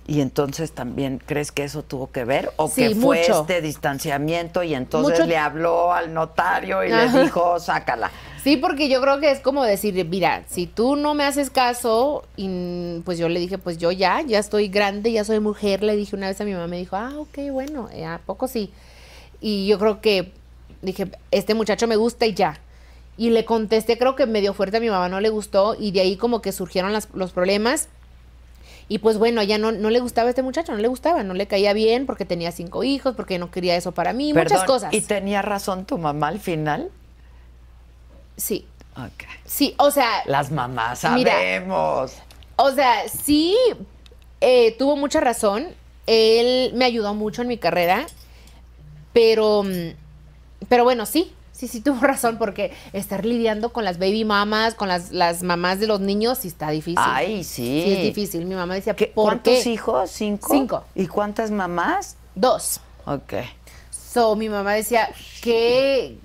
[SPEAKER 1] Y entonces también, ¿crees que eso tuvo que ver? ¿O
[SPEAKER 3] Sí,
[SPEAKER 1] que fue
[SPEAKER 3] mucho.
[SPEAKER 1] este distanciamiento y entonces
[SPEAKER 3] Mucho.
[SPEAKER 1] le habló al notario y
[SPEAKER 3] Ajá.
[SPEAKER 1] le dijo, sácala?
[SPEAKER 3] Sí, porque yo creo que es como decir, mira, si tú no me haces caso, y mm, pues yo le dije, pues yo ya, ya estoy grande, ya soy mujer, le dije una vez a mi mamá, me dijo, ah, ok, bueno, eh, ¿a poco sí? Y yo creo que dije, este muchacho me gusta y ya. Y le contesté, creo que medio fuerte a mi mamá no le gustó, y de ahí como que surgieron las- los problemas. Y pues bueno, ya no, no le gustaba a este muchacho, no le gustaba, no le caía bien porque tenía cinco hijos, porque no quería eso para mí, muchas
[SPEAKER 1] Perdón,
[SPEAKER 3] cosas.
[SPEAKER 1] ¿Y tenía razón tu mamá al final?
[SPEAKER 3] Sí,
[SPEAKER 1] Ok.
[SPEAKER 3] sí, o sea,
[SPEAKER 1] Las mamás
[SPEAKER 3] Mira.
[SPEAKER 1] sabemos.
[SPEAKER 3] O sea, sí, eh, tuvo mucha razón. Él me ayudó mucho en mi carrera, pero, mm, pero bueno, sí, sí, sí tuvo razón porque estar lidiando con las baby mamas, con las, las mamás de los niños, sí está difícil.
[SPEAKER 1] Ay, sí.
[SPEAKER 3] Sí es difícil. Mi mamá decía,
[SPEAKER 1] ¿Qué-
[SPEAKER 3] ¿por
[SPEAKER 1] ¿Cuántos
[SPEAKER 3] qué?
[SPEAKER 1] hijos? ¿Cinco?
[SPEAKER 3] Cinco.
[SPEAKER 1] ¿Y cuántas mamás?
[SPEAKER 3] Dos.
[SPEAKER 1] Ok.
[SPEAKER 3] So, mi mamá decía, ¿qué?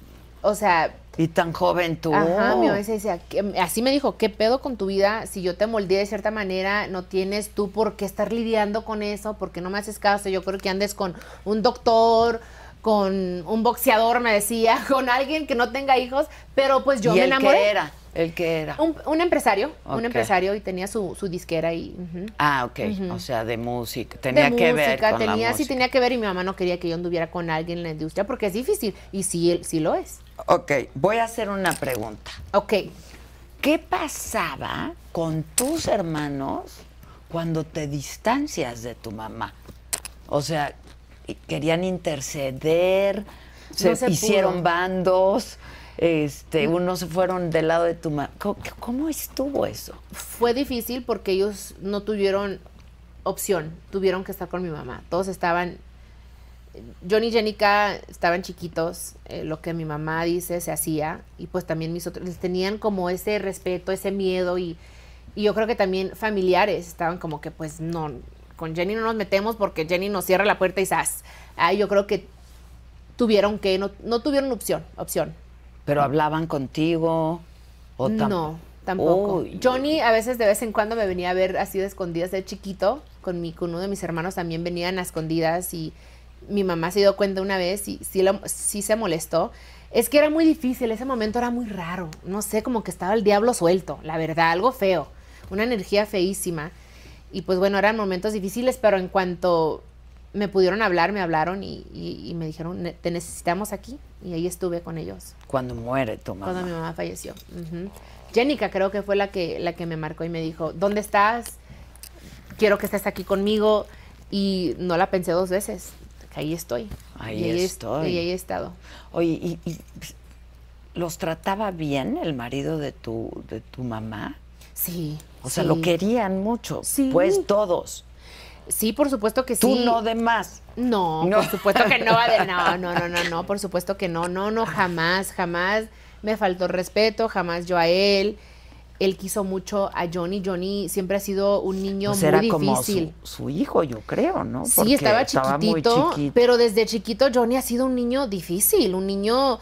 [SPEAKER 3] O sea,
[SPEAKER 1] Y tan joven tú.
[SPEAKER 3] Ajá, mi mamá se decía, "¿Qué- así me dijo, ¿qué pedo con tu vida? Si yo te moldeé de cierta manera, no tienes tú por qué estar lidiando con eso, porque no me haces caso. Yo creo que andes con un doctor, con un boxeador, me decía, con alguien que no tenga hijos, pero pues yo
[SPEAKER 1] ¿Y
[SPEAKER 3] me
[SPEAKER 1] el que
[SPEAKER 3] enamoré.
[SPEAKER 1] era? ¿El que era?
[SPEAKER 3] Un, un empresario,
[SPEAKER 1] Ok.
[SPEAKER 3] un empresario y tenía su, su disquera y... ujú.
[SPEAKER 1] Ah, ok. O sea, de música. Tenía
[SPEAKER 3] de
[SPEAKER 1] que ver
[SPEAKER 3] música,
[SPEAKER 1] con la
[SPEAKER 3] tenía, sí
[SPEAKER 1] música.
[SPEAKER 3] tenía que ver y mi mamá no quería que yo anduviera con alguien en la industria porque es difícil y sí, él- sí lo es.
[SPEAKER 1] Ok, voy a hacer una pregunta.
[SPEAKER 3] Ok,
[SPEAKER 1] ¿Qué pasaba con tus hermanos cuando te distancias de tu mamá? O sea, y- querían interceder, se,
[SPEAKER 3] No se
[SPEAKER 1] hicieron
[SPEAKER 3] pudo. Mm.
[SPEAKER 1] bandos, este, unos se fueron del lado de tu mamá. ¿Cómo, cómo estuvo eso?
[SPEAKER 3] fue difícil porque ellos no tuvieron opción, tuvieron que estar con mi mamá. Todos estaban, John y Jenica estaban chiquitos, eh, lo que mi mamá dice se hacía, y pues también mis otros, les tenían como ese respeto, ese miedo, y, y yo creo que también familiares estaban como que pues no, con Jenny no nos metemos porque Jenny nos cierra la puerta y ¡zas! Ah, yo creo que tuvieron que, no, no tuvieron opción, opción.
[SPEAKER 1] ¿Pero hablaban contigo? O tam-
[SPEAKER 3] No, tampoco.
[SPEAKER 1] Uy.
[SPEAKER 3] Johnny a veces de vez en cuando me venía a ver así de escondidas de chiquito, con, mi, con uno de mis hermanos también venían a escondidas y mi mamá se dio cuenta una vez y sí, lo- sí se molestó. Es que era muy difícil, ese momento era muy raro, no sé, como que estaba el diablo suelto, la verdad, algo feo, una energía feísima. Y pues bueno, eran momentos difíciles, pero en cuanto me pudieron hablar, me hablaron y, y- y me dijeron, "Ne- te necesitamos aquí. Y ahí estuve con ellos
[SPEAKER 1] Cuando muere tu mamá.
[SPEAKER 3] cuando mi mamá falleció. Ujú. Jenica creo que fue la que, la que me marcó y me dijo, ¿dónde estás? Quiero que estés aquí conmigo. Y no la pensé dos veces, que ahí estoy.
[SPEAKER 1] Ahí
[SPEAKER 3] Y es-
[SPEAKER 1] estoy.
[SPEAKER 3] y ahí he estado.
[SPEAKER 1] Oye, ¿y, y, pues, los trataba bien el marido de tu, de tu mamá?
[SPEAKER 3] Sí.
[SPEAKER 1] O sea,
[SPEAKER 3] sí.
[SPEAKER 1] lo querían mucho.
[SPEAKER 3] Sí.
[SPEAKER 1] Pues todos.
[SPEAKER 3] Sí, por supuesto que sí.
[SPEAKER 1] Tú no de más.
[SPEAKER 3] No,
[SPEAKER 1] No.
[SPEAKER 3] por supuesto que no, Adel, no, no, no, no, no, por supuesto que no, no, no, jamás, jamás me faltó respeto, jamás yo a él. Él quiso mucho a Johnny. Johnny siempre ha sido un niño
[SPEAKER 1] Pues
[SPEAKER 3] muy
[SPEAKER 1] era como
[SPEAKER 3] difícil.
[SPEAKER 1] su, su hijo, yo creo, ¿no?
[SPEAKER 3] Sí,
[SPEAKER 1] Porque
[SPEAKER 3] estaba
[SPEAKER 1] muy
[SPEAKER 3] chiquitito,
[SPEAKER 1] chiquito.
[SPEAKER 3] pero desde chiquito Johnny ha sido un niño difícil, un niño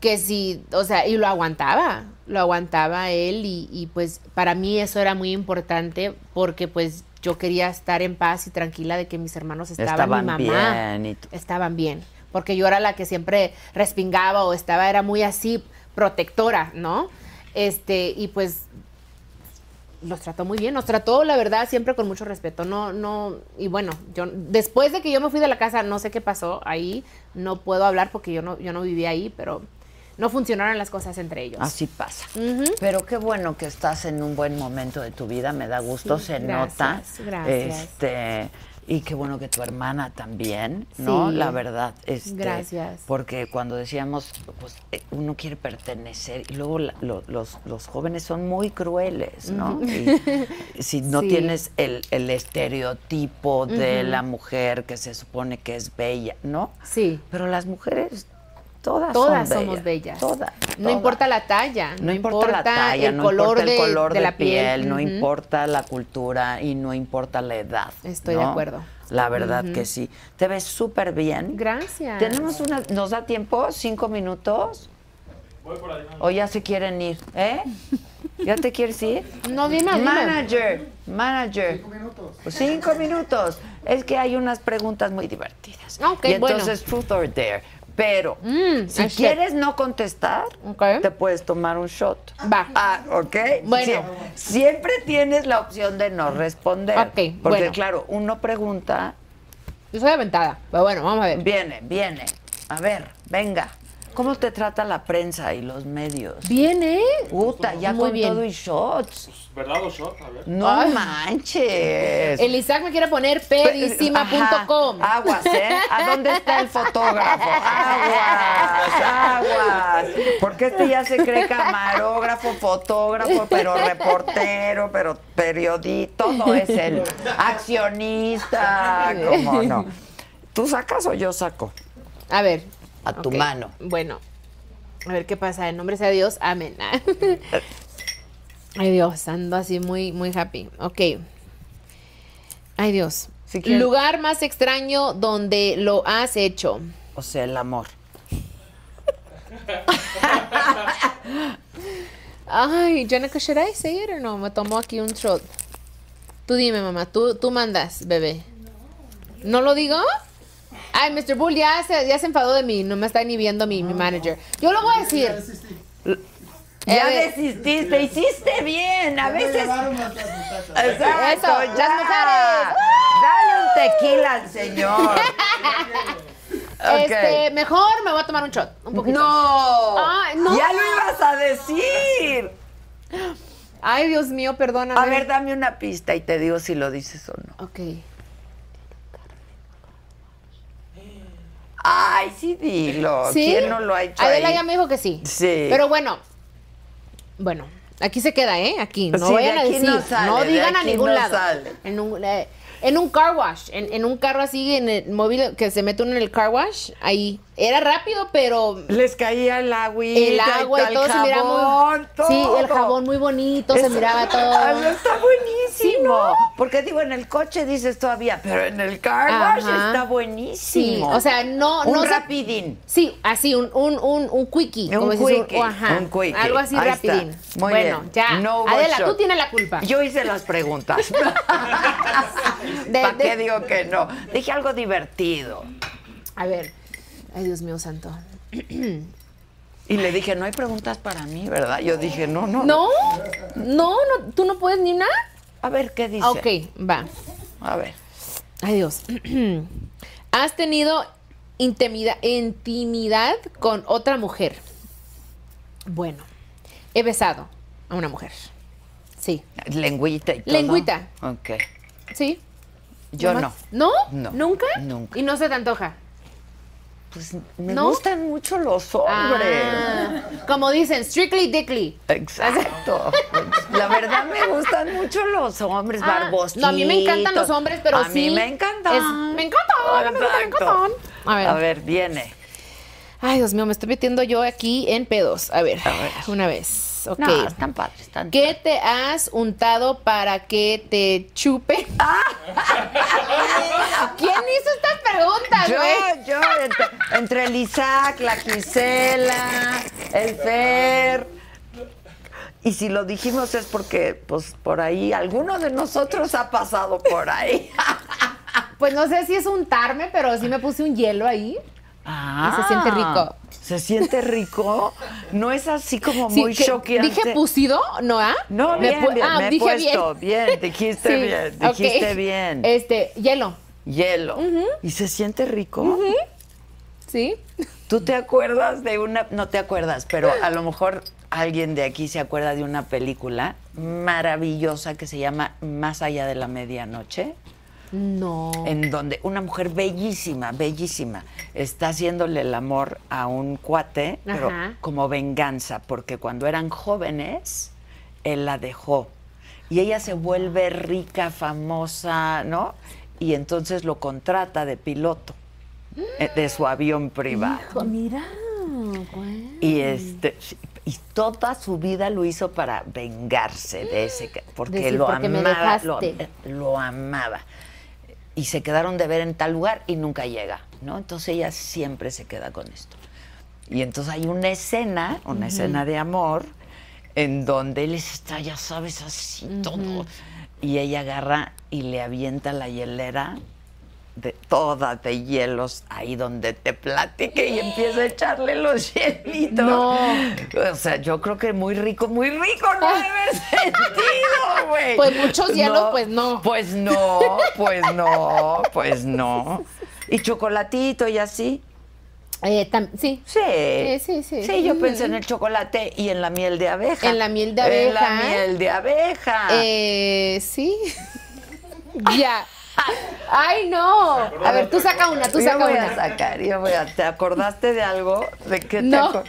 [SPEAKER 3] que sí, o sea, y lo aguantaba, lo aguantaba él y, y, pues para mí eso era muy importante porque pues yo quería estar en paz y tranquila de que mis hermanos estaban,
[SPEAKER 1] Estaban
[SPEAKER 3] mi mamá
[SPEAKER 1] bien y tú-
[SPEAKER 3] estaban bien, porque yo era la que siempre respingaba o estaba, era muy así, protectora, ¿no? Este, y pues los trató muy bien, nos trató, la verdad, siempre con mucho respeto, no, no, y bueno, yo, después de que yo me fui de la casa, no sé qué pasó ahí, no puedo hablar porque yo no, yo no vivía ahí, pero no funcionaron las cosas entre ellos.
[SPEAKER 1] Así pasa.
[SPEAKER 3] Ujú.
[SPEAKER 1] Pero qué bueno que estás en un buen momento de tu vida, me da gusto,
[SPEAKER 3] Sí,
[SPEAKER 1] se
[SPEAKER 3] gracias,
[SPEAKER 1] nota.
[SPEAKER 3] gracias.
[SPEAKER 1] Este, y qué bueno que tu hermana también, ¿no?
[SPEAKER 3] Sí.
[SPEAKER 1] La verdad. Este,
[SPEAKER 3] Gracias.
[SPEAKER 1] Porque cuando decíamos, pues eh, uno quiere pertenecer, y luego la- lo- los, los jóvenes son muy crueles, ¿no? Y si no
[SPEAKER 3] Sí.
[SPEAKER 1] tienes el, el estereotipo de la mujer que se supone que es bella, ¿no?
[SPEAKER 3] Sí.
[SPEAKER 1] Pero las mujeres Todas,
[SPEAKER 3] Todas
[SPEAKER 1] son
[SPEAKER 3] somos bellas.
[SPEAKER 1] Todas,
[SPEAKER 3] No
[SPEAKER 1] todas.
[SPEAKER 3] importa la talla.
[SPEAKER 1] No importa, la talla,
[SPEAKER 3] el
[SPEAKER 1] no
[SPEAKER 3] color
[SPEAKER 1] importa el
[SPEAKER 3] de,
[SPEAKER 1] color
[SPEAKER 3] de la piel.
[SPEAKER 1] no
[SPEAKER 3] Ujú.
[SPEAKER 1] importa la cultura y no importa la edad.
[SPEAKER 3] Estoy de
[SPEAKER 1] ¿no?
[SPEAKER 3] acuerdo.
[SPEAKER 1] La verdad que sí. Te ves súper bien.
[SPEAKER 3] Gracias.
[SPEAKER 1] Tenemos una, ¿nos da tiempo? ¿Cinco minutos? Voy por ahí. O ya se quieren ir, ¿eh? ¿Ya te quieres ir?
[SPEAKER 3] No, dime, dime.
[SPEAKER 1] Manager, manager. Cinco minutos. Cinco minutos. Es que hay unas preguntas muy divertidas.
[SPEAKER 3] Ok,
[SPEAKER 1] y
[SPEAKER 3] bueno.
[SPEAKER 1] entonces, truth or dare. Pero,
[SPEAKER 3] Mm,
[SPEAKER 1] si
[SPEAKER 3] así.
[SPEAKER 1] quieres no contestar,
[SPEAKER 3] Ok.
[SPEAKER 1] te puedes tomar un shot.
[SPEAKER 3] Va.
[SPEAKER 1] Ah, ok.
[SPEAKER 3] Bueno.
[SPEAKER 1] Sie- siempre tienes la opción de no responder.
[SPEAKER 3] Ok,
[SPEAKER 1] Porque,
[SPEAKER 3] bueno.
[SPEAKER 1] claro, uno pregunta,
[SPEAKER 3] Yo soy aventada. Pero bueno, vamos a ver.
[SPEAKER 1] viene, viene. A ver, venga. ¿Cómo te trata la prensa y los medios?
[SPEAKER 3] Bien, ¿eh?
[SPEAKER 1] Puta, ya
[SPEAKER 3] Muy
[SPEAKER 1] con
[SPEAKER 3] bien.
[SPEAKER 1] todo y shots.
[SPEAKER 4] ¿Verdad o shot? A ver.
[SPEAKER 1] No
[SPEAKER 3] Ay.
[SPEAKER 1] manches.
[SPEAKER 3] El Isaac me quiere poner pedísima.com.
[SPEAKER 1] Ajá, Aguas, ¿eh? ¿A dónde está el fotógrafo? Aguas, aguas. Porque este ya se cree camarógrafo, fotógrafo, pero reportero, pero periodista, todo es el accionista, ¿cómo no? ¿Tú sacas o yo saco?
[SPEAKER 3] A ver.
[SPEAKER 1] A tu
[SPEAKER 3] ok.
[SPEAKER 1] mano.
[SPEAKER 3] Bueno. A ver qué pasa. En nombre sea Dios. Amén. Ay, Dios. Ando así muy, muy happy. Ok. Ay, Dios.
[SPEAKER 1] Si quieres.
[SPEAKER 3] Lugar más extraño donde lo has hecho.
[SPEAKER 1] O sea, el amor.
[SPEAKER 3] Ay, Janica, should I say it or no? Me tomó aquí un shot. Tú dime, mamá. Tú, tú mandas, bebé. ¿No lo digo? Ay, Mr. Bull ya se, ya se enfadó de mí. No me está ni viendo mi, mi manager. Yo lo voy a decir.
[SPEAKER 1] Ya
[SPEAKER 3] Eh,
[SPEAKER 1] desististe, hiciste bien. A veces. Exacto,
[SPEAKER 3] Eso,
[SPEAKER 1] ya.
[SPEAKER 3] las mujeres.
[SPEAKER 1] Dale un tequila al señor. Ok.
[SPEAKER 3] Este, mejor me voy a tomar un shot. Un poquito.
[SPEAKER 1] No.
[SPEAKER 3] Ay, no.
[SPEAKER 1] Ya lo ibas a decir.
[SPEAKER 3] Ay, Dios mío, perdóname.
[SPEAKER 1] A ver, dame una pista y te digo si lo dices o no.
[SPEAKER 3] Ok.
[SPEAKER 1] Ay, sí, dilo.
[SPEAKER 3] ¿Sí?
[SPEAKER 1] ¿Quién no lo ha hecho?
[SPEAKER 3] Adela
[SPEAKER 1] ahí?
[SPEAKER 3] ya me dijo que sí.
[SPEAKER 1] Sí.
[SPEAKER 3] Pero bueno. Bueno, aquí se queda, ¿eh? Aquí. No
[SPEAKER 1] Sí, de
[SPEAKER 3] vayan a
[SPEAKER 1] aquí
[SPEAKER 3] decir.
[SPEAKER 1] no sale, de
[SPEAKER 3] digan a
[SPEAKER 1] aquí
[SPEAKER 3] ningún
[SPEAKER 1] no
[SPEAKER 3] lado.
[SPEAKER 1] sale.
[SPEAKER 3] En un. eh, en un car wash, en, en un carro así, en el móvil que se mete uno en el car wash, ahí. Era rápido, pero
[SPEAKER 1] Les caía el agüita,
[SPEAKER 3] el agua y todo se miraba muy.
[SPEAKER 1] jabón, todo.
[SPEAKER 3] Sí, el jabón muy bonito, se
[SPEAKER 1] Eso-
[SPEAKER 3] miraba
[SPEAKER 1] Ah, no,
[SPEAKER 3] todo.
[SPEAKER 1] Está buenísimo.
[SPEAKER 3] Sí, ¿no?
[SPEAKER 1] Porque digo, en el coche dices todavía, pero en el car wash
[SPEAKER 3] Ajá.
[SPEAKER 1] está
[SPEAKER 3] Sí,
[SPEAKER 1] buenísimo.
[SPEAKER 3] o sea, no.
[SPEAKER 1] un
[SPEAKER 3] no se-
[SPEAKER 1] rapidín.
[SPEAKER 3] Sí, así, un, un, un, un quickie.
[SPEAKER 1] Un
[SPEAKER 3] como dices,
[SPEAKER 1] quickie,
[SPEAKER 3] ajá,
[SPEAKER 1] un quickie.
[SPEAKER 3] Algo así
[SPEAKER 1] Ahí está.
[SPEAKER 3] rapidín.
[SPEAKER 1] Muy
[SPEAKER 3] bueno,
[SPEAKER 1] bien.
[SPEAKER 3] ya.
[SPEAKER 1] No one
[SPEAKER 3] Adela,
[SPEAKER 1] shot.
[SPEAKER 3] tú tienes la culpa.
[SPEAKER 1] Yo hice las preguntas.
[SPEAKER 3] De-
[SPEAKER 1] ¿Para
[SPEAKER 3] de-
[SPEAKER 1] qué digo que no? Dije algo divertido.
[SPEAKER 3] A ver. Ay, Dios mío santo.
[SPEAKER 1] Y le dije, no hay preguntas para mí, ¿verdad? Yo dije, no, no.
[SPEAKER 3] ¿No? ¿No? no ¿Tú no puedes ni nada?
[SPEAKER 1] A ver, ¿qué dice?
[SPEAKER 3] Ah, Ok, va.
[SPEAKER 1] A ver.
[SPEAKER 3] Ay, Dios. ¿Has tenido intimida- intimidad con otra mujer? Bueno, he besado a una mujer. Sí.
[SPEAKER 1] Lengüita y todo.
[SPEAKER 3] Lengüita.
[SPEAKER 1] Ok.
[SPEAKER 3] ¿Sí?
[SPEAKER 1] Yo no.
[SPEAKER 3] ¿Nomás? ¿No?
[SPEAKER 1] No.
[SPEAKER 3] ¿Nunca?
[SPEAKER 1] Nunca.
[SPEAKER 3] ¿Y no se te antoja?
[SPEAKER 1] Pues me
[SPEAKER 3] ¿No?
[SPEAKER 1] gustan mucho los hombres.
[SPEAKER 3] Ah, como dicen, strictly dickly.
[SPEAKER 1] Exacto. La verdad me gustan mucho los hombres
[SPEAKER 3] Ah,
[SPEAKER 1] barbosos.
[SPEAKER 3] no, a mí me encantan los hombres, pero
[SPEAKER 1] a mí
[SPEAKER 3] sí
[SPEAKER 1] me encantan.
[SPEAKER 3] es- me encantan, me encantan, me
[SPEAKER 1] Exacto.
[SPEAKER 3] encantan. A ver.
[SPEAKER 1] A ver, viene.
[SPEAKER 3] Ay, Dios mío, me estoy metiendo yo aquí en pedos. A ver,
[SPEAKER 1] A ver.
[SPEAKER 3] una vez. Ok.
[SPEAKER 1] No, Ah, están padres, están
[SPEAKER 3] ¿Qué te has untado para que te chupe? ¿Quién hizo estas preguntas,
[SPEAKER 1] Yo,
[SPEAKER 3] güey?
[SPEAKER 1] yo, entre, entre el Isaac, la Gisela, el Fer. Y si lo dijimos es porque, pues, por ahí, alguno de nosotros ha pasado por ahí.
[SPEAKER 3] Pues no sé si es untarme, pero sí me puse un hielo ahí.
[SPEAKER 1] Ah,
[SPEAKER 3] se siente rico.
[SPEAKER 1] ¿Se siente rico? No es así como
[SPEAKER 3] Sí,
[SPEAKER 1] muy
[SPEAKER 3] que-
[SPEAKER 1] choqueante.
[SPEAKER 3] ¿Dije pusido? ¿No, ah?
[SPEAKER 1] No,
[SPEAKER 3] Me
[SPEAKER 1] bien,
[SPEAKER 3] pu-
[SPEAKER 1] bien,
[SPEAKER 3] ah,
[SPEAKER 1] me he
[SPEAKER 3] dije
[SPEAKER 1] puesto bien, dijiste
[SPEAKER 3] Sí,
[SPEAKER 1] bien,
[SPEAKER 3] ok.
[SPEAKER 1] dijiste bien.
[SPEAKER 3] Este, hielo,
[SPEAKER 1] Hielo. ¿Y se siente rico?
[SPEAKER 3] ¿sí?
[SPEAKER 1] ¿Tú te acuerdas de una.? No te acuerdas, pero a lo mejor alguien de aquí se acuerda de una película maravillosa que se llama Más allá de la medianoche,
[SPEAKER 3] No.
[SPEAKER 1] en donde una mujer bellísima, bellísima, está haciéndole el amor a un cuate, pero
[SPEAKER 3] Ajá.
[SPEAKER 1] como venganza, porque cuando eran jóvenes, él la dejó. Y ella se vuelve rica, famosa, ¿no? Y entonces lo contrata de piloto eh, de su avión privado.
[SPEAKER 3] Mira.
[SPEAKER 1] Y este y toda su vida lo hizo para vengarse de ese ca- porque
[SPEAKER 3] Mm. Decir,
[SPEAKER 1] lo
[SPEAKER 3] "Porque me
[SPEAKER 1] amaba, lo, eh,
[SPEAKER 3] dejaste".
[SPEAKER 1] lo amaba. Y se quedaron de ver en tal lugar y nunca llega, ¿no? Entonces ella siempre se queda con esto. Y entonces hay una escena, una escena de amor, en donde él está, ya sabes, así todo. Y ella agarra y le avienta la hielera de toda de hielos ahí donde te platique y empieza a echarle los hielitos.
[SPEAKER 3] No.
[SPEAKER 1] O sea, yo creo que muy rico, muy rico no debe sentido, güey.
[SPEAKER 3] Pues muchos hielos, pues no.
[SPEAKER 1] Pues no, pues no, pues no. Y chocolatito y así.
[SPEAKER 3] Eh, tam- sí.
[SPEAKER 1] Sí.
[SPEAKER 3] sí, sí.
[SPEAKER 1] yo
[SPEAKER 3] Mm.
[SPEAKER 1] pensé en el chocolate y en la miel de abeja.
[SPEAKER 3] En la miel de
[SPEAKER 1] En la
[SPEAKER 3] abeja.
[SPEAKER 1] miel de abeja.
[SPEAKER 3] Eh, sí. ya. Ay, no. A ver, tú saca una, tú
[SPEAKER 1] yo
[SPEAKER 3] saca
[SPEAKER 1] voy
[SPEAKER 3] una.
[SPEAKER 1] a sacar, yo voy a. ¿Te acordaste de algo? ¿De qué te
[SPEAKER 3] No.
[SPEAKER 1] acor-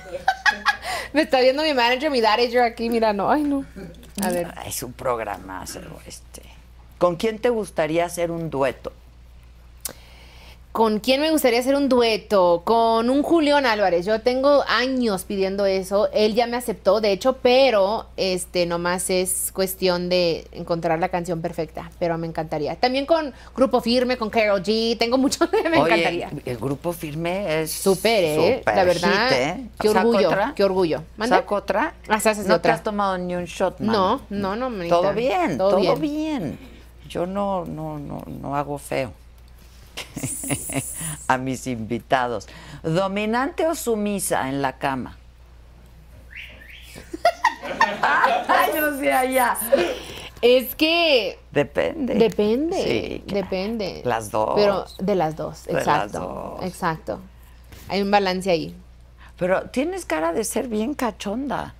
[SPEAKER 3] Me está viendo mi manager, mi yo aquí, mira, no, ay, no. A ver.
[SPEAKER 1] Es un programa, este. ¿Con quién te gustaría hacer un dueto?
[SPEAKER 3] ¿Con quién me gustaría hacer un dueto? Con un Julián Álvarez. Yo tengo años pidiendo eso. Él ya me aceptó, de hecho, pero este nomás es cuestión de encontrar la canción perfecta. Pero me encantaría. También con Grupo Firme, con Carol G. Tengo mucho,
[SPEAKER 1] Oye,
[SPEAKER 3] me encantaría.
[SPEAKER 1] El grupo firme es.
[SPEAKER 3] Súper, ¿eh?
[SPEAKER 1] súper
[SPEAKER 3] la verdad.
[SPEAKER 1] hit, ¿eh?
[SPEAKER 3] Qué
[SPEAKER 1] ¿Saco
[SPEAKER 3] orgullo,
[SPEAKER 1] otra?
[SPEAKER 3] qué orgullo. ¿Mande?
[SPEAKER 1] ¿Saco otra?
[SPEAKER 3] Ah, sí, haces
[SPEAKER 1] no
[SPEAKER 3] otra.
[SPEAKER 1] te has tomado ni un shot, man.
[SPEAKER 3] No, no, no, manita.
[SPEAKER 1] Todo bien,
[SPEAKER 3] Todo
[SPEAKER 1] todo,
[SPEAKER 3] bien.
[SPEAKER 1] bien. Yo no, no, no, no hago feo. A mis invitados. ¿Dominante o sumisa en la cama? Ay, no sé allá.
[SPEAKER 3] Es que
[SPEAKER 1] Depende.
[SPEAKER 3] depende,
[SPEAKER 1] Sí, claro.
[SPEAKER 3] depende.
[SPEAKER 1] Las dos.
[SPEAKER 3] Pero de las dos,
[SPEAKER 1] De las
[SPEAKER 3] exacto.
[SPEAKER 1] dos.
[SPEAKER 3] Exacto. Hay un balance ahí.
[SPEAKER 1] Pero tienes cara de ser bien cachonda.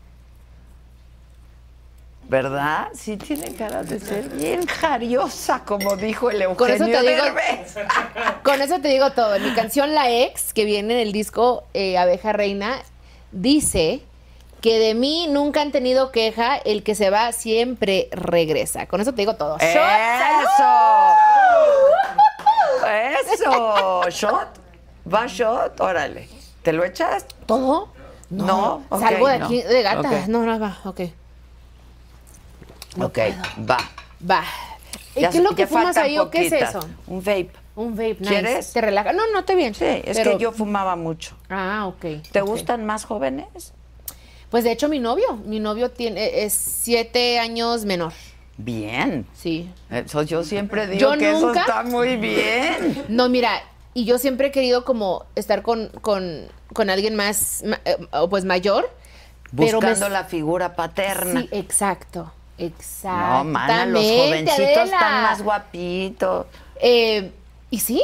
[SPEAKER 1] ¿Verdad? Sí, tiene cara de ser bien jariosa, como dijo el Eugenio
[SPEAKER 3] Con eso te digo-
[SPEAKER 1] Derbez.
[SPEAKER 3] Con eso te digo todo. En mi canción La Ex, que viene en el disco eh, Abeja Reina, dice que de mí nunca han tenido queja, el que se va siempre regresa. Con eso te digo todo.
[SPEAKER 1] ¡Eso! ¡Eso! ¿Shot? ¿Va shot? Órale. ¿Te lo echas?
[SPEAKER 3] ¿Todo?
[SPEAKER 1] No, ok,
[SPEAKER 3] salgo de
[SPEAKER 1] no.
[SPEAKER 3] aquí de gata.
[SPEAKER 1] Ok.
[SPEAKER 3] No, no, va, ok.
[SPEAKER 1] ok, va.
[SPEAKER 3] Va. ¿Y
[SPEAKER 1] Ya-
[SPEAKER 3] ¿Qué es lo que
[SPEAKER 1] ya
[SPEAKER 3] fumas
[SPEAKER 1] faltan
[SPEAKER 3] ahí o qué es
[SPEAKER 1] poquitas.
[SPEAKER 3] eso?
[SPEAKER 1] Un vape.
[SPEAKER 3] Un vape, nice.
[SPEAKER 1] ¿Quieres?
[SPEAKER 3] ¿Te relaja? No, no, te bien.
[SPEAKER 1] Sí, es
[SPEAKER 3] Pero-
[SPEAKER 1] que yo fumaba mucho.
[SPEAKER 3] Ah, ok.
[SPEAKER 1] ¿Te
[SPEAKER 3] ok.
[SPEAKER 1] gustan más jóvenes?
[SPEAKER 3] Pues de hecho mi novio, mi novio tiene es siete años menor,
[SPEAKER 1] Bien.
[SPEAKER 3] sí.
[SPEAKER 1] Eso Eh, yo siempre digo
[SPEAKER 3] Yo
[SPEAKER 1] que eso
[SPEAKER 3] nunca-
[SPEAKER 1] está muy bien.
[SPEAKER 3] No, mira, y yo siempre he querido como estar con, con, con alguien más, ma- eh, o pues mayor. pero me-
[SPEAKER 1] Buscando la figura paterna.
[SPEAKER 3] Sí, exacto, exacto.
[SPEAKER 1] No, mana, los jovencitos están más guapitos.
[SPEAKER 3] Eh, ¿Y sí?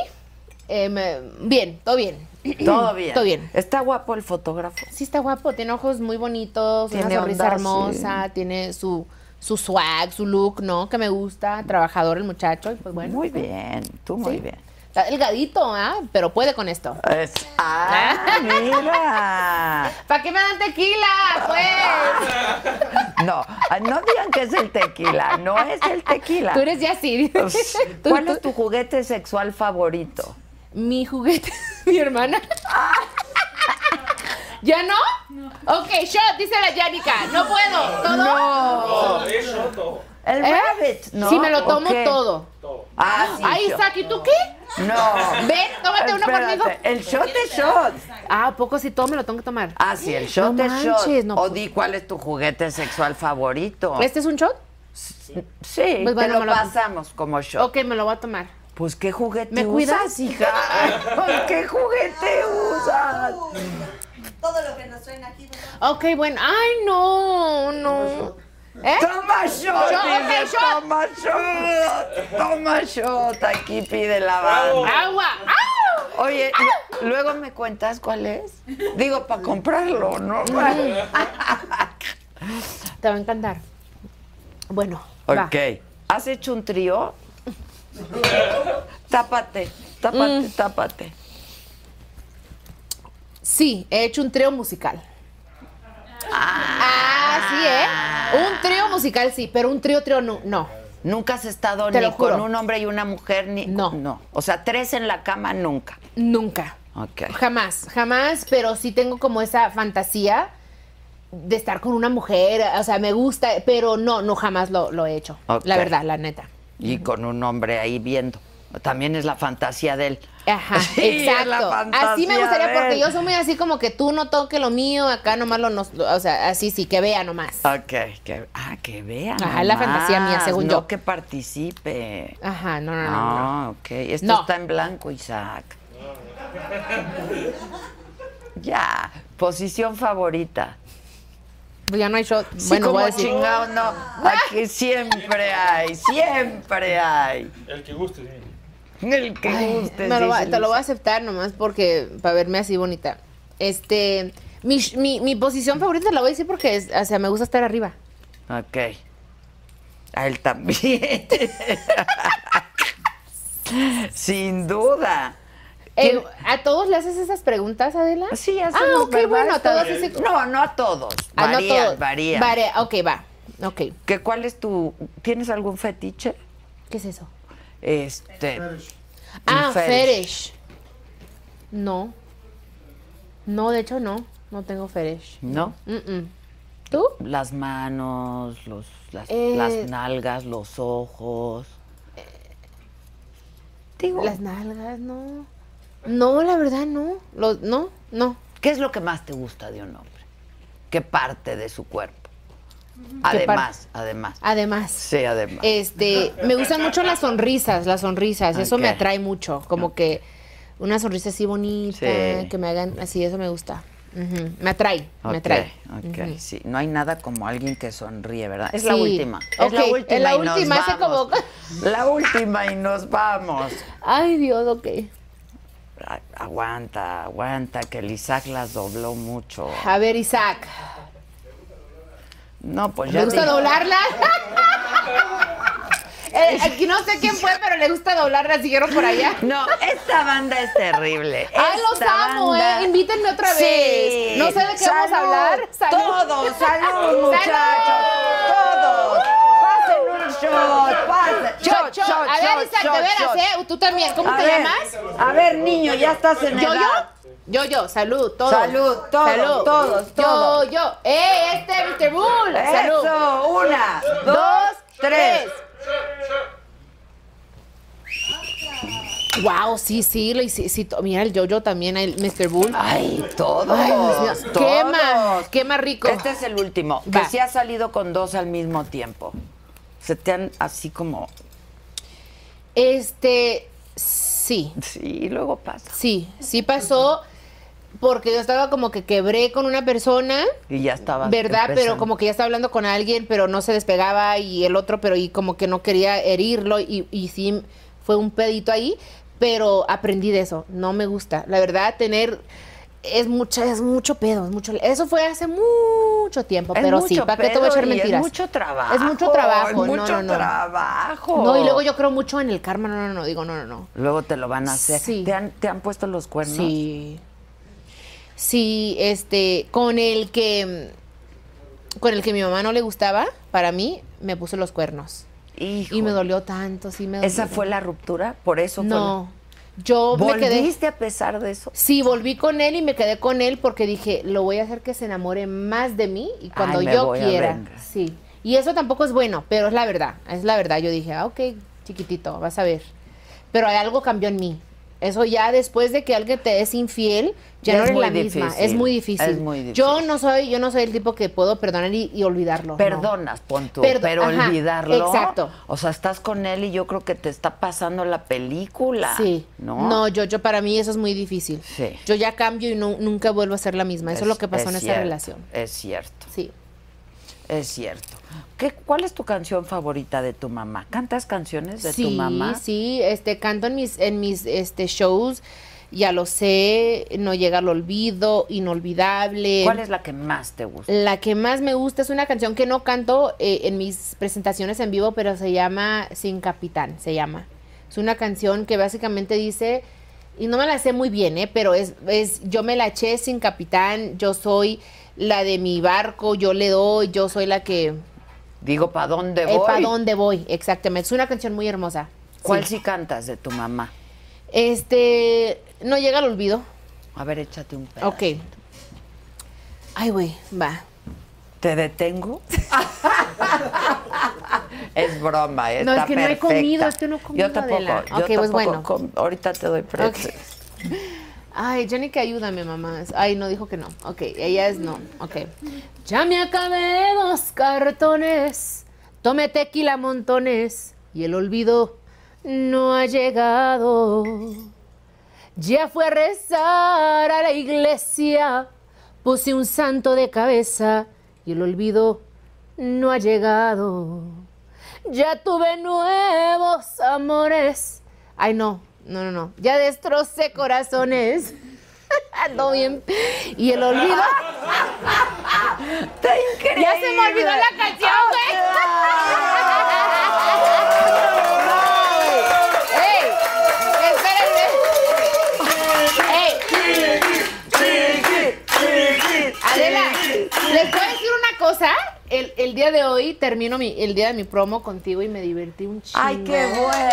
[SPEAKER 3] Eh, me- bien, todo bien.
[SPEAKER 1] Todo bien.
[SPEAKER 3] Todo bien.
[SPEAKER 1] Está guapo el fotógrafo.
[SPEAKER 3] Sí, está guapo, tiene ojos muy bonitos,
[SPEAKER 1] Tiene
[SPEAKER 3] una sonrisa
[SPEAKER 1] onda,
[SPEAKER 3] hermosa, tiene su, su swag, su look, ¿no? Que me gusta, trabajador el muchacho, y pues bueno.
[SPEAKER 1] muy bien, tú muy
[SPEAKER 3] Sí.
[SPEAKER 1] bien.
[SPEAKER 3] Está delgadito, ¿ah? Pero puede con esto.
[SPEAKER 1] Es- ah, mira.
[SPEAKER 3] ¿Para qué me dan tequila, pues?
[SPEAKER 1] No, ah, no digan que es el tequila, no es el tequila.
[SPEAKER 3] Tú eres ya así. Tú-
[SPEAKER 1] Pues, ¿Cuál
[SPEAKER 3] tú-
[SPEAKER 1] es tu juguete sexual favorito?
[SPEAKER 3] Mi juguete, mi hermana. ¿Ya no? Ok, shot, dice la Yanica. No puedo, todo.
[SPEAKER 1] No.
[SPEAKER 4] Es shoto.
[SPEAKER 1] El
[SPEAKER 3] ¿Eh?
[SPEAKER 1] rabbit, ¿no?
[SPEAKER 3] Si me lo
[SPEAKER 1] ¿O
[SPEAKER 3] tomo
[SPEAKER 1] qué?
[SPEAKER 3] todo.
[SPEAKER 1] Ah, sí.
[SPEAKER 3] Ay,
[SPEAKER 1] yo-
[SPEAKER 3] Isaac, ¿y tú qué?
[SPEAKER 1] No.
[SPEAKER 3] Ven, tómate uno
[SPEAKER 1] Espérate,
[SPEAKER 3] conmigo.
[SPEAKER 1] El shot es shot.
[SPEAKER 3] Ah, ¿a poco si todo me lo tengo que tomar?
[SPEAKER 1] Ah, sí, el shot
[SPEAKER 3] No
[SPEAKER 1] es
[SPEAKER 3] manches,
[SPEAKER 1] shot.
[SPEAKER 3] no,
[SPEAKER 1] o
[SPEAKER 3] pues-
[SPEAKER 1] di cuál es tu juguete sexual favorito.
[SPEAKER 3] ¿Este es un shot?
[SPEAKER 1] Sí,
[SPEAKER 3] Pues bueno,
[SPEAKER 1] te
[SPEAKER 3] me
[SPEAKER 1] lo
[SPEAKER 3] lo-
[SPEAKER 1] pasamos como shot.
[SPEAKER 3] Ok, me lo voy a tomar.
[SPEAKER 1] Pues qué juguete
[SPEAKER 3] ¿Me
[SPEAKER 1] usas,
[SPEAKER 3] cuidas?
[SPEAKER 1] hija. ¿Qué juguete usas?
[SPEAKER 5] Todo lo que nos traen aquí. ¿verdad?
[SPEAKER 3] Ok, bueno. Ay, no, no. ¿Eh?
[SPEAKER 1] Toma shot,
[SPEAKER 3] Shot, ok,
[SPEAKER 1] dice,
[SPEAKER 3] shot.
[SPEAKER 1] toma shot, toma shot, aquí pide la banda.
[SPEAKER 3] Agua. ¡Ah! ¡Au!
[SPEAKER 1] Oye, y- luego me cuentas cuál es. Digo, para comprarlo, ¿no?
[SPEAKER 3] Te va a encantar. Bueno, va.
[SPEAKER 1] Ok. ¿Has hecho un trío? tápate, tápate,
[SPEAKER 3] Mm.
[SPEAKER 1] tápate.
[SPEAKER 3] Sí, he hecho un trío musical. Ah, sí, ¿eh? Un trío musical sí, pero un trío, trío no. no.
[SPEAKER 1] Nunca has estado
[SPEAKER 3] Te
[SPEAKER 1] ni
[SPEAKER 3] lo juro.
[SPEAKER 1] con un hombre y una mujer, ni
[SPEAKER 3] No.
[SPEAKER 1] no. O sea, tres en la cama nunca.
[SPEAKER 3] Nunca.
[SPEAKER 1] Ok.
[SPEAKER 3] Jamás, jamás, pero sí tengo como esa fantasía de estar con una mujer, o sea, me gusta, pero no, no jamás lo, lo he hecho.
[SPEAKER 1] Ok.
[SPEAKER 3] La verdad, la neta.
[SPEAKER 1] Y con un hombre ahí viendo. También es la fantasía de él.
[SPEAKER 3] Ajá,
[SPEAKER 1] Sí, es la
[SPEAKER 3] exacto.
[SPEAKER 1] fantasía
[SPEAKER 3] Así me gustaría
[SPEAKER 1] de él.
[SPEAKER 3] porque yo soy muy así como que tú no toques lo mío, acá nomás lo, nos- o sea, así sí, que vea nomás.
[SPEAKER 1] Ok, que, ah, que vean.
[SPEAKER 3] Ajá, la fantasía mía, según
[SPEAKER 1] no
[SPEAKER 3] yo.
[SPEAKER 1] que participe.
[SPEAKER 3] Ajá, no, no, no. no.
[SPEAKER 1] No, ok. Esto
[SPEAKER 3] No.
[SPEAKER 1] está en blanco, Isaac. ya, posición favorita.
[SPEAKER 3] Pues Ya no hay shot.
[SPEAKER 1] Sí,
[SPEAKER 3] bueno, voy
[SPEAKER 1] como
[SPEAKER 3] a decir.
[SPEAKER 1] chingado, no. Aquí siempre hay, siempre hay.
[SPEAKER 4] El que guste, sí.
[SPEAKER 1] El que guste.
[SPEAKER 3] Me lo va-
[SPEAKER 1] dice
[SPEAKER 3] te lo voy a
[SPEAKER 1] Luis.
[SPEAKER 3] aceptar nomás porque para verme así bonita. Este, mi, sh- mi, mi posición favorita la voy a decir porque, es, o sea, me gusta estar arriba.
[SPEAKER 1] Ok. A él también. Sin duda.
[SPEAKER 3] Eh, ¿A todos le haces esas preguntas, Adela?
[SPEAKER 1] Sí, hacemos,
[SPEAKER 3] Ah, ok,
[SPEAKER 1] ¿verdad?
[SPEAKER 3] bueno, a
[SPEAKER 1] Esto-
[SPEAKER 3] todos sí se-
[SPEAKER 1] No, no a todos.
[SPEAKER 3] Ah, no
[SPEAKER 1] Varían,
[SPEAKER 3] todos.
[SPEAKER 1] varían.
[SPEAKER 3] Varia- ok, va. Ok.
[SPEAKER 1] ¿Que ¿Cuál es tu... ¿Tienes algún fetiche?
[SPEAKER 3] ¿Qué es eso?
[SPEAKER 1] Este...
[SPEAKER 3] Ah,
[SPEAKER 1] fetish.
[SPEAKER 3] fetish. No. No, de hecho, no. No tengo fetish.
[SPEAKER 1] ¿No?
[SPEAKER 3] Mm-mm. ¿Tú?
[SPEAKER 1] Las manos, los, las,
[SPEAKER 3] Eh.
[SPEAKER 1] las nalgas, los ojos. Digo,
[SPEAKER 3] Las nalgas, no. No, la verdad, no. Lo- no, no.
[SPEAKER 1] ¿qué es lo que más te gusta de un hombre? ¿Qué parte de su cuerpo?
[SPEAKER 3] ¿Qué Ah, par-
[SPEAKER 1] Además, además.
[SPEAKER 3] Además.
[SPEAKER 1] Sí, además.
[SPEAKER 3] Este, me gustan mucho las sonrisas, las sonrisas, eso me
[SPEAKER 1] Ok.
[SPEAKER 3] atrae mucho, como que una sonrisa así bonita,
[SPEAKER 1] Sí.
[SPEAKER 3] que me hagan así, eso me gusta. Ujú, Me atrae, me
[SPEAKER 1] Ok,
[SPEAKER 3] atrae.
[SPEAKER 1] ok,
[SPEAKER 3] Ujú.
[SPEAKER 1] sí. No hay nada como alguien que sonríe, ¿verdad? Es la
[SPEAKER 3] Sí.
[SPEAKER 1] última.
[SPEAKER 3] Ok, es la
[SPEAKER 1] y nos
[SPEAKER 3] última, hace como-
[SPEAKER 1] vamos. La última y nos vamos.
[SPEAKER 3] Ay, Dios, ok.
[SPEAKER 1] A- Aguanta, aguanta, que el Isaac las dobló mucho.
[SPEAKER 3] A ver, Isaac,
[SPEAKER 1] No, pues ya
[SPEAKER 3] ¿le gusta
[SPEAKER 1] dijo.
[SPEAKER 3] doblarla? Eh, Aquí no sé quién fue, pero le gusta doblarla, siguieron por allá.
[SPEAKER 1] No, esta banda es terrible.
[SPEAKER 3] Ay,
[SPEAKER 1] Esta
[SPEAKER 3] Ah, los amo,
[SPEAKER 1] banda-
[SPEAKER 3] ¿eh? Invítenme otra
[SPEAKER 1] Sí.
[SPEAKER 3] vez. No sé de qué vamos a hablar. Salud.
[SPEAKER 1] Todos, salud,
[SPEAKER 3] Salud.
[SPEAKER 1] muchachos. Todos. Pasen un shot, pasen.
[SPEAKER 3] Shot, shot. A ver, Isaac, de veras,
[SPEAKER 1] shot.
[SPEAKER 3] ¿eh? Tú también, ¿cómo
[SPEAKER 1] A
[SPEAKER 3] te
[SPEAKER 1] ver,
[SPEAKER 3] llamas?
[SPEAKER 1] A ver, niño, ya estás en
[SPEAKER 3] ¿Yo, yo?
[SPEAKER 1] edad.
[SPEAKER 3] Yo, yo, salud, todos.
[SPEAKER 1] Salud, todos, todos, todos.
[SPEAKER 3] Yo, yo. ¡Eh, este Mr. Bull! ¡Salud!
[SPEAKER 1] Eso, una, dos, tres.
[SPEAKER 3] ¡Wow! Sí, sí, lo hice. sí, to- mira, el yo-yo también, el Mr. Bull.
[SPEAKER 1] Ay, todos.
[SPEAKER 3] Ay, Dios mío.
[SPEAKER 1] Ah, todos.
[SPEAKER 3] Quema, quema rico.
[SPEAKER 1] Este es el último.
[SPEAKER 3] Va.
[SPEAKER 1] Que si has salido con dos al mismo tiempo. Se te han así como.
[SPEAKER 3] Este, sí,
[SPEAKER 1] Sí, y luego pasa.
[SPEAKER 3] sí, sí pasó porque yo estaba como que quebré con una persona.
[SPEAKER 1] Y ya estaba.
[SPEAKER 3] ¿Verdad? Pero
[SPEAKER 1] empezando.
[SPEAKER 3] como que ya estaba hablando con alguien, pero no se despegaba y el otro, pero y como que no quería herirlo y, y sí fue un pedito ahí, pero aprendí de eso, no me gusta. La verdad, tener es mucha, es mucho pedo, es mucho. Eso fue hace mucho tiempo,
[SPEAKER 1] Es
[SPEAKER 3] pero sí,
[SPEAKER 1] mucho
[SPEAKER 3] ¿para qué te voy a
[SPEAKER 1] pedo
[SPEAKER 3] echar
[SPEAKER 1] y
[SPEAKER 3] mentiras?
[SPEAKER 1] Es mucho trabajo.
[SPEAKER 3] Es mucho trabajo,
[SPEAKER 1] es
[SPEAKER 3] no,
[SPEAKER 1] mucho
[SPEAKER 3] no, no.
[SPEAKER 1] trabajo.
[SPEAKER 3] No, y luego yo creo mucho en el karma, no, no, no, digo, no, no, no.
[SPEAKER 1] Luego te lo van a hacer.
[SPEAKER 3] Sí.
[SPEAKER 1] ¿Te, han, ¿Te han puesto los cuernos?
[SPEAKER 3] Sí. Sí, este, con el que con el que mi mamá no le gustaba, para mí me puso los cuernos.
[SPEAKER 1] Hijo.
[SPEAKER 3] Y me dolió tanto, sí me dolió.
[SPEAKER 1] ¿Esa fue la ruptura? ¿Por eso fue
[SPEAKER 3] No. Yo me quedé
[SPEAKER 1] ¿Volviste a pesar de eso?
[SPEAKER 3] Sí, volví con él y me quedé con él porque dije, lo voy a hacer que se enamore más de mí y cuando
[SPEAKER 1] Ay, me
[SPEAKER 3] yo
[SPEAKER 1] voy a
[SPEAKER 3] quiera.
[SPEAKER 1] vengar.
[SPEAKER 3] Sí. Y eso tampoco es bueno, pero es la verdad, es la verdad. Yo dije, ah, ok, chiquitito, vas a ver. Pero algo cambió en mí. Eso ya después de que alguien te es infiel, ya,
[SPEAKER 1] Ya es
[SPEAKER 3] no eres
[SPEAKER 1] muy
[SPEAKER 3] la misma.
[SPEAKER 1] difícil,
[SPEAKER 3] Es muy difícil.
[SPEAKER 1] es muy difícil.
[SPEAKER 3] Yo no soy, yo no soy el tipo que puedo perdonar y, y olvidarlo. no.
[SPEAKER 1] Perdonas, pon tú,
[SPEAKER 3] Perdo-
[SPEAKER 1] pero
[SPEAKER 3] ajá,
[SPEAKER 1] olvidarlo.
[SPEAKER 3] exacto.
[SPEAKER 1] O sea, estás con él y yo creo que te está pasando la película.
[SPEAKER 3] Sí.
[SPEAKER 1] ¿No?
[SPEAKER 3] yo, yo para mí eso es muy difícil.
[SPEAKER 1] Sí.
[SPEAKER 3] Yo ya cambio y no- nunca vuelvo a ser la misma. Eso es, lo que pasó en esta
[SPEAKER 1] cierto,
[SPEAKER 3] relación.
[SPEAKER 1] Es cierto,
[SPEAKER 3] Sí.
[SPEAKER 1] es cierto. ¿Qué, ¿Cuál es tu canción favorita de tu mamá? ¿Cantas canciones de
[SPEAKER 3] sí,
[SPEAKER 1] tu mamá?
[SPEAKER 3] Sí, este canto en mis en mis este shows ya lo sé, no llega al olvido, inolvidable.
[SPEAKER 1] ¿Cuál es la que más te gusta?
[SPEAKER 3] La que más me gusta es una canción que no canto eh, en mis presentaciones en vivo, pero se llama Sin Capitán, se llama. Es una canción que básicamente dice, y no me la sé muy bien, eh, pero es, es, yo me la eché sin capitán, yo soy la de mi barco, yo le doy, yo soy la que...
[SPEAKER 1] Digo, ¿para dónde voy?
[SPEAKER 3] ¿Para eh, dónde voy? Exactamente. Es una canción muy hermosa.
[SPEAKER 1] ¿Cuál
[SPEAKER 3] Sí.
[SPEAKER 1] sí. cantas de tu mamá?
[SPEAKER 3] Este, no llega al olvido.
[SPEAKER 1] A ver, échate un pedo.
[SPEAKER 3] Ok. Ay, güey, va.
[SPEAKER 1] ¿Te detengo? es broma, eh,
[SPEAKER 3] No,
[SPEAKER 1] está
[SPEAKER 3] es que no he
[SPEAKER 1] perfecta.
[SPEAKER 3] comido, es que no he comido,
[SPEAKER 1] Yo tampoco,
[SPEAKER 3] Adela.
[SPEAKER 1] yo
[SPEAKER 3] Ok, pues
[SPEAKER 1] tampoco
[SPEAKER 3] bueno.
[SPEAKER 1] com- ahorita te doy precio.
[SPEAKER 3] Ay, Jenny, que ayúdame, mamá. Ay, no, dijo que no. Ok, ella es no. Ok. Ya me acabé dos cartones. Tomé tequila a montones. Y el olvido no ha llegado. Ya fue a rezar a la iglesia. Puse un santo de cabeza. Y el olvido no ha llegado. Ya tuve nuevos amores. Ay, no, no, no, no. Ya destrocé corazones. Ando bien. Y el olvido.
[SPEAKER 1] Ah, Está increíble.
[SPEAKER 3] Ya se me olvidó la canción,
[SPEAKER 1] Ah,
[SPEAKER 3] güey. ¡Ey! Espérenme. ¡Ey! Adela, ¿les puedo decir una cosa? El, el día de hoy termino mi, el día de mi promo contigo y me divertí un chingo.
[SPEAKER 1] Ay, qué bueno.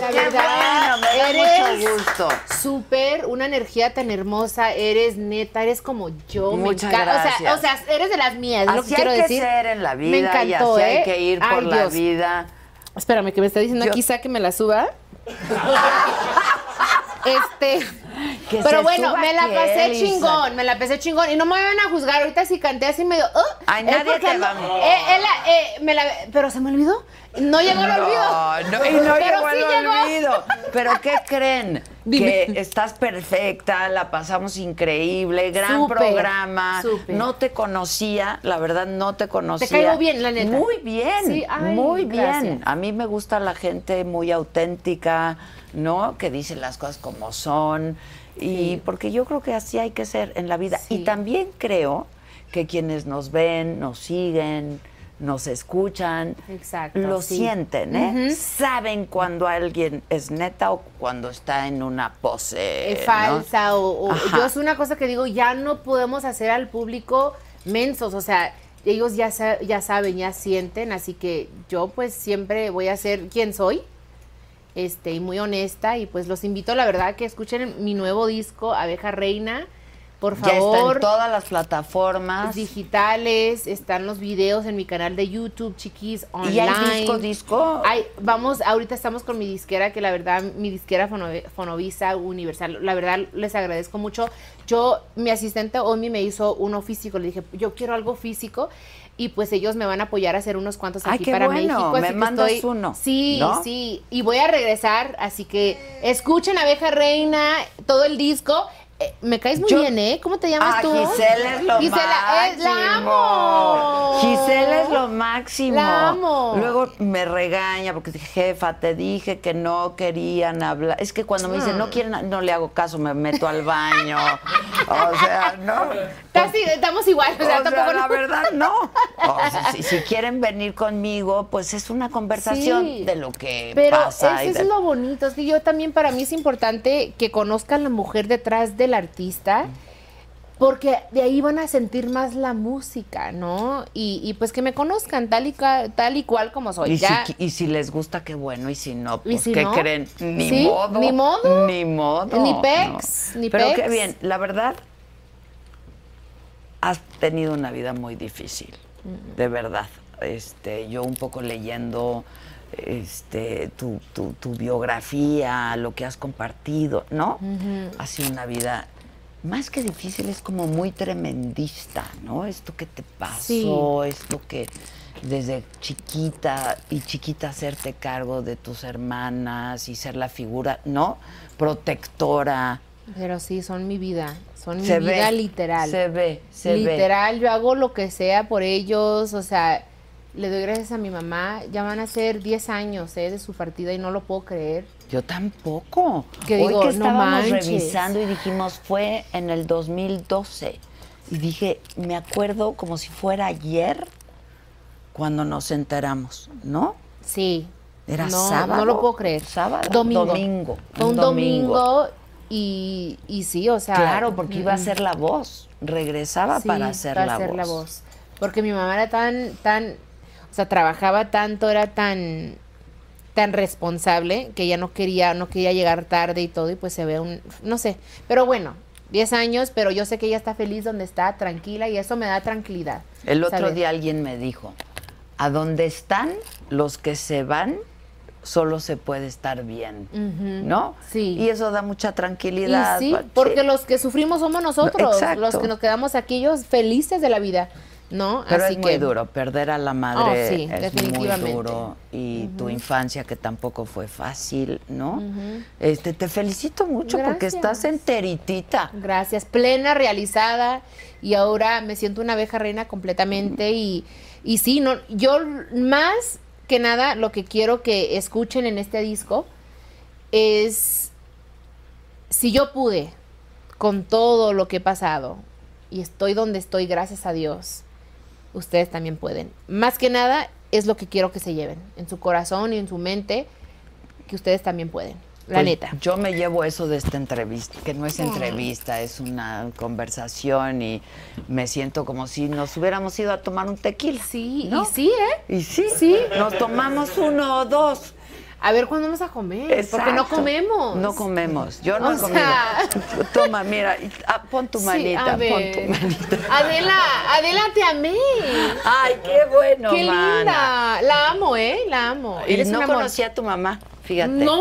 [SPEAKER 3] La
[SPEAKER 1] qué
[SPEAKER 3] verdad,
[SPEAKER 1] bueno, me da
[SPEAKER 3] eres-
[SPEAKER 1] mucho gusto.
[SPEAKER 3] Súper, una energía tan hermosa, eres neta, eres como yo,
[SPEAKER 1] Muchas
[SPEAKER 3] me encanta.
[SPEAKER 1] gracias.
[SPEAKER 3] O sea, o sea, eres de las mías, es lo
[SPEAKER 1] Así
[SPEAKER 3] que quiero
[SPEAKER 1] hay que
[SPEAKER 3] decir.
[SPEAKER 1] ser en la vida
[SPEAKER 3] me encantó,
[SPEAKER 1] y así
[SPEAKER 3] ¿eh?
[SPEAKER 1] hay que ir por
[SPEAKER 3] Ay,
[SPEAKER 1] la
[SPEAKER 3] Dios.
[SPEAKER 1] vida.
[SPEAKER 3] Espérame, que me está diciendo
[SPEAKER 1] Yo-
[SPEAKER 3] aquí, que me la suba. este.
[SPEAKER 1] Que
[SPEAKER 3] Pero
[SPEAKER 1] se
[SPEAKER 3] bueno,
[SPEAKER 1] suba
[SPEAKER 3] me la
[SPEAKER 1] quién,
[SPEAKER 3] pasé
[SPEAKER 1] Isa.
[SPEAKER 3] chingón, me la pasé chingón. Y no me van a juzgar, ahorita si canté así medio. "Uh",
[SPEAKER 1] Ay,
[SPEAKER 3] es
[SPEAKER 1] nadie
[SPEAKER 3] porque
[SPEAKER 1] te
[SPEAKER 3] ando-
[SPEAKER 1] va a-
[SPEAKER 3] Eh, él la- eh, me la- Pero se me olvidó. No llegó el
[SPEAKER 1] No,
[SPEAKER 3] olvido.
[SPEAKER 1] no, y no
[SPEAKER 3] Pero
[SPEAKER 1] llegó
[SPEAKER 3] sí
[SPEAKER 1] el olvido. Pero ¿qué creen?
[SPEAKER 3] Dime.
[SPEAKER 1] Que estás perfecta, la pasamos increíble, gran
[SPEAKER 3] Súper,
[SPEAKER 1] programa.
[SPEAKER 3] súper.
[SPEAKER 1] No te conocía, la verdad no te conocía.
[SPEAKER 3] caigo bien, la neta.
[SPEAKER 1] Muy bien,
[SPEAKER 3] Sí, ay,
[SPEAKER 1] muy
[SPEAKER 3] gracias.
[SPEAKER 1] bien. A mí me gusta la gente muy auténtica, ¿no? Que dice las cosas como son. Y porque yo creo que así hay que ser en la vida.
[SPEAKER 3] Sí.
[SPEAKER 1] Y también creo que quienes nos ven, nos siguen, nos escuchan,
[SPEAKER 3] Exacto,
[SPEAKER 1] lo
[SPEAKER 3] sí.
[SPEAKER 1] sienten, ¿eh?
[SPEAKER 3] Ujú.
[SPEAKER 1] Saben cuando alguien es neta o cuando está en una pose.
[SPEAKER 3] eh,
[SPEAKER 1] ¿no?
[SPEAKER 3] falsa o, o-
[SPEAKER 1] Ajá.
[SPEAKER 3] yo es una cosa que digo ya no podemos hacer al público mensos o sea ellos ya sa- ya saben ya sienten así que yo pues siempre voy a ser quien soy este y muy honesta y pues los invito la verdad que escuchen mi nuevo disco abeja reina por
[SPEAKER 1] Ya está
[SPEAKER 3] favor
[SPEAKER 1] en todas las plataformas.
[SPEAKER 3] digitales están los videos en mi canal de YouTube chiquis online
[SPEAKER 1] ¿Y hay disco, disco?
[SPEAKER 3] Ay, vamos, ahorita estamos con mi disquera, que la verdad, mi disquera Fonove- Fonovisa Universal, la verdad les agradezco mucho. Yo, mi asistente Omi me hizo uno físico, le dije, yo quiero algo físico, y pues ellos me van a apoyar a hacer unos cuantos
[SPEAKER 1] Ay,
[SPEAKER 3] aquí
[SPEAKER 1] Ah, qué
[SPEAKER 3] para
[SPEAKER 1] bueno,
[SPEAKER 3] México.
[SPEAKER 1] me
[SPEAKER 3] que
[SPEAKER 1] mandas uno,
[SPEAKER 3] Sí,
[SPEAKER 1] ¿no?
[SPEAKER 3] sí, y voy a regresar, así que escuchen Abeja Reina, todo el disco. Eh, me caes muy
[SPEAKER 1] Yo-
[SPEAKER 3] bien, ¿eh? ¿Cómo te llamas
[SPEAKER 1] Ah,
[SPEAKER 3] tú?
[SPEAKER 1] Gisela es lo
[SPEAKER 3] Gisela, eh,
[SPEAKER 1] máximo.
[SPEAKER 3] la amo.
[SPEAKER 1] Gisela es lo máximo.
[SPEAKER 3] La amo.
[SPEAKER 1] Luego me regaña porque dije, jefa, te dije que no querían hablar. Es que cuando me dice,
[SPEAKER 3] Ah.
[SPEAKER 1] no quieren, no le hago caso, me meto al baño. o sea, no.
[SPEAKER 3] Casi, estamos igual, o sea,
[SPEAKER 1] O sea,
[SPEAKER 3] tampoco
[SPEAKER 1] la
[SPEAKER 3] no-
[SPEAKER 1] verdad no. O sea, si, si quieren venir conmigo, pues es una conversación
[SPEAKER 3] Sí.
[SPEAKER 1] de lo que
[SPEAKER 3] Pero
[SPEAKER 1] pasa. y
[SPEAKER 3] eso
[SPEAKER 1] de-
[SPEAKER 3] es lo bonito, es que yo también para mí es importante que conozcan la mujer detrás del artista, porque de ahí van a sentir más la música, ¿no? Y, y pues que me conozcan tal y, ca- tal y cual como soy.
[SPEAKER 1] Y si,
[SPEAKER 3] ya.
[SPEAKER 1] qui- y si les gusta, qué bueno. Y si no, pues,
[SPEAKER 3] si
[SPEAKER 1] ¿qué
[SPEAKER 3] no?
[SPEAKER 1] creen? Ni
[SPEAKER 3] Sí,
[SPEAKER 1] modo.
[SPEAKER 3] ni modo.
[SPEAKER 1] Ni modo.
[SPEAKER 3] Ni pex,
[SPEAKER 1] no.
[SPEAKER 3] ni
[SPEAKER 1] Pero qué
[SPEAKER 3] pex.
[SPEAKER 1] bien. La verdad, has tenido una vida muy difícil.
[SPEAKER 3] Mm.
[SPEAKER 1] De verdad. Este, yo un poco leyendo este, tu, tu- tu biografía, lo que has compartido, ¿no? Ha sido una vida... Más que difícil, es como muy tremendista, ¿no? Esto que te pasó,
[SPEAKER 3] Sí.
[SPEAKER 1] es lo que desde chiquita y chiquita hacerte cargo de tus hermanas y ser la figura, ¿no? Protectora.
[SPEAKER 3] Pero sí, son mi vida, son
[SPEAKER 1] Se
[SPEAKER 3] mi
[SPEAKER 1] ve,
[SPEAKER 3] vida literal.
[SPEAKER 1] se ve, se ve.
[SPEAKER 3] literal, yo hago lo que sea por ellos, o sea, le doy gracias a mi mamá, ya van a ser 10 años ¿eh? de su partida y no lo puedo creer.
[SPEAKER 1] Yo tampoco.
[SPEAKER 3] Que
[SPEAKER 1] Hoy
[SPEAKER 3] digo,
[SPEAKER 1] que
[SPEAKER 3] no
[SPEAKER 1] estábamos
[SPEAKER 3] manches.
[SPEAKER 1] revisando y dijimos, fue en el 2012. Y dije, me acuerdo como si fuera ayer cuando nos enteramos, ¿no?
[SPEAKER 3] Sí.
[SPEAKER 1] Era
[SPEAKER 3] no,
[SPEAKER 1] sábado.
[SPEAKER 3] No lo puedo creer.
[SPEAKER 1] Sábado.
[SPEAKER 3] Domingo.
[SPEAKER 1] Domingo.
[SPEAKER 3] Fue un
[SPEAKER 1] Un domingo.
[SPEAKER 3] domingo, y, y sí, o sea.
[SPEAKER 1] Claro, porque iba a
[SPEAKER 3] mm,
[SPEAKER 1] ser la voz. Regresaba
[SPEAKER 3] sí,
[SPEAKER 1] para hacer,
[SPEAKER 3] para
[SPEAKER 1] la,
[SPEAKER 3] hacer
[SPEAKER 1] voz.
[SPEAKER 3] la voz. Porque mi mamá era tan, tan, o sea, trabajaba tanto, era tan, tan responsable que ella no quería, no quería llegar tarde y todo y pues se ve un, no sé. Pero bueno, 10 años, pero yo sé que ella está feliz donde está, tranquila, y eso me da tranquilidad.
[SPEAKER 1] El otro
[SPEAKER 3] ¿sabes?
[SPEAKER 1] día alguien me dijo, a donde están los que se van, solo se puede estar bien,
[SPEAKER 3] Ujú.
[SPEAKER 1] ¿no?
[SPEAKER 3] Sí.
[SPEAKER 1] Y eso da mucha
[SPEAKER 3] Y
[SPEAKER 1] tranquilidad.
[SPEAKER 3] sí,
[SPEAKER 1] pa-
[SPEAKER 3] porque los que sufrimos somos nosotros,
[SPEAKER 1] Exacto.
[SPEAKER 3] los que nos quedamos aquí, ellos felices de la vida, ¿no?
[SPEAKER 1] Pero
[SPEAKER 3] Así
[SPEAKER 1] es muy
[SPEAKER 3] que,
[SPEAKER 1] duro, perder a la madre
[SPEAKER 3] Oh, sí,
[SPEAKER 1] es muy
[SPEAKER 3] definitivamente.
[SPEAKER 1] duro y tu infancia que tampoco fue fácil, ¿no? Este te felicito mucho porque estás
[SPEAKER 3] Gracias.
[SPEAKER 1] enteritita.
[SPEAKER 3] Gracias, plena, realizada y ahora me siento una abeja reina completamente y, y sí, no, yo más que nada lo que quiero que escuchen en este disco es si yo pude con todo lo que he pasado y estoy donde estoy gracias a Dios, ustedes también pueden. Más que nada es lo que quiero que se lleven en su corazón y en su mente que ustedes también pueden, la
[SPEAKER 1] Pues,
[SPEAKER 3] neta.
[SPEAKER 1] Yo me llevo eso de esta entrevista, que no es entrevista, es una conversación y me siento como si nos hubiéramos ido a tomar un tequila.
[SPEAKER 3] Sí,
[SPEAKER 1] ¿no?
[SPEAKER 3] y sí, ¿eh?
[SPEAKER 1] Y sí,
[SPEAKER 3] Sí.
[SPEAKER 1] nos tomamos uno o dos.
[SPEAKER 3] A ver cuándo vamos a comer. Porque no
[SPEAKER 1] Exacto.
[SPEAKER 3] comemos.
[SPEAKER 1] No comemos. Yo no
[SPEAKER 3] O
[SPEAKER 1] he comido.
[SPEAKER 3] sea.
[SPEAKER 1] Toma, mira, y- ah, pon tu
[SPEAKER 3] Sí,
[SPEAKER 1] manita,
[SPEAKER 3] a
[SPEAKER 1] pon tu
[SPEAKER 3] ver.
[SPEAKER 1] manita.
[SPEAKER 3] Adela, Adela, te amé.
[SPEAKER 1] Ay, qué bueno,
[SPEAKER 3] Qué
[SPEAKER 1] mana.
[SPEAKER 3] linda. La amo, ¿eh? La amo.
[SPEAKER 1] Y
[SPEAKER 3] Eres
[SPEAKER 1] no
[SPEAKER 3] un amor.
[SPEAKER 1] conocía a tu mamá, fíjate.
[SPEAKER 3] ¿No?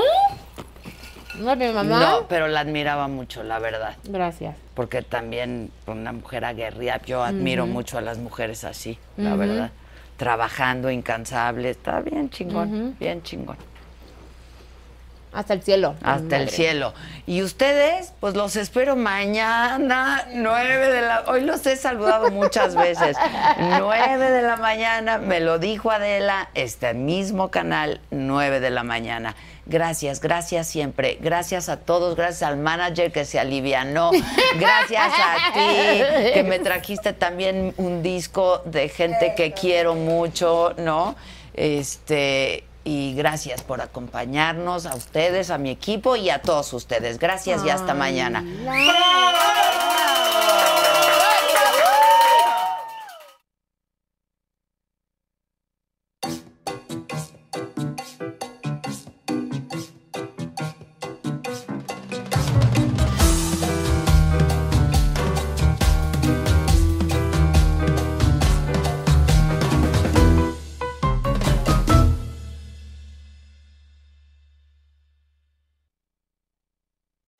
[SPEAKER 3] No, mi mamá.
[SPEAKER 1] No, pero la admiraba mucho, la verdad.
[SPEAKER 3] Gracias.
[SPEAKER 1] Porque también una mujer aguerrida, yo admiro mucho a las mujeres así, la verdad. Trabajando, incansable, está bien chingón, bien chingón.
[SPEAKER 3] Hasta el cielo.
[SPEAKER 1] Hasta
[SPEAKER 3] Madre.
[SPEAKER 1] el cielo. Y ustedes, pues los espero mañana, 9 de la... Hoy los he saludado muchas veces. 9 de la mañana, me lo dijo Adela, este mismo canal, 9 de la mañana. Gracias, gracias siempre. Gracias a todos, gracias al manager que se alivianó. Gracias a ti, que me trajiste también un disco de gente que quiero mucho, ¿no? Este, y gracias por acompañarnos, a ustedes, a mi equipo y a todos ustedes. Gracias y hasta mañana.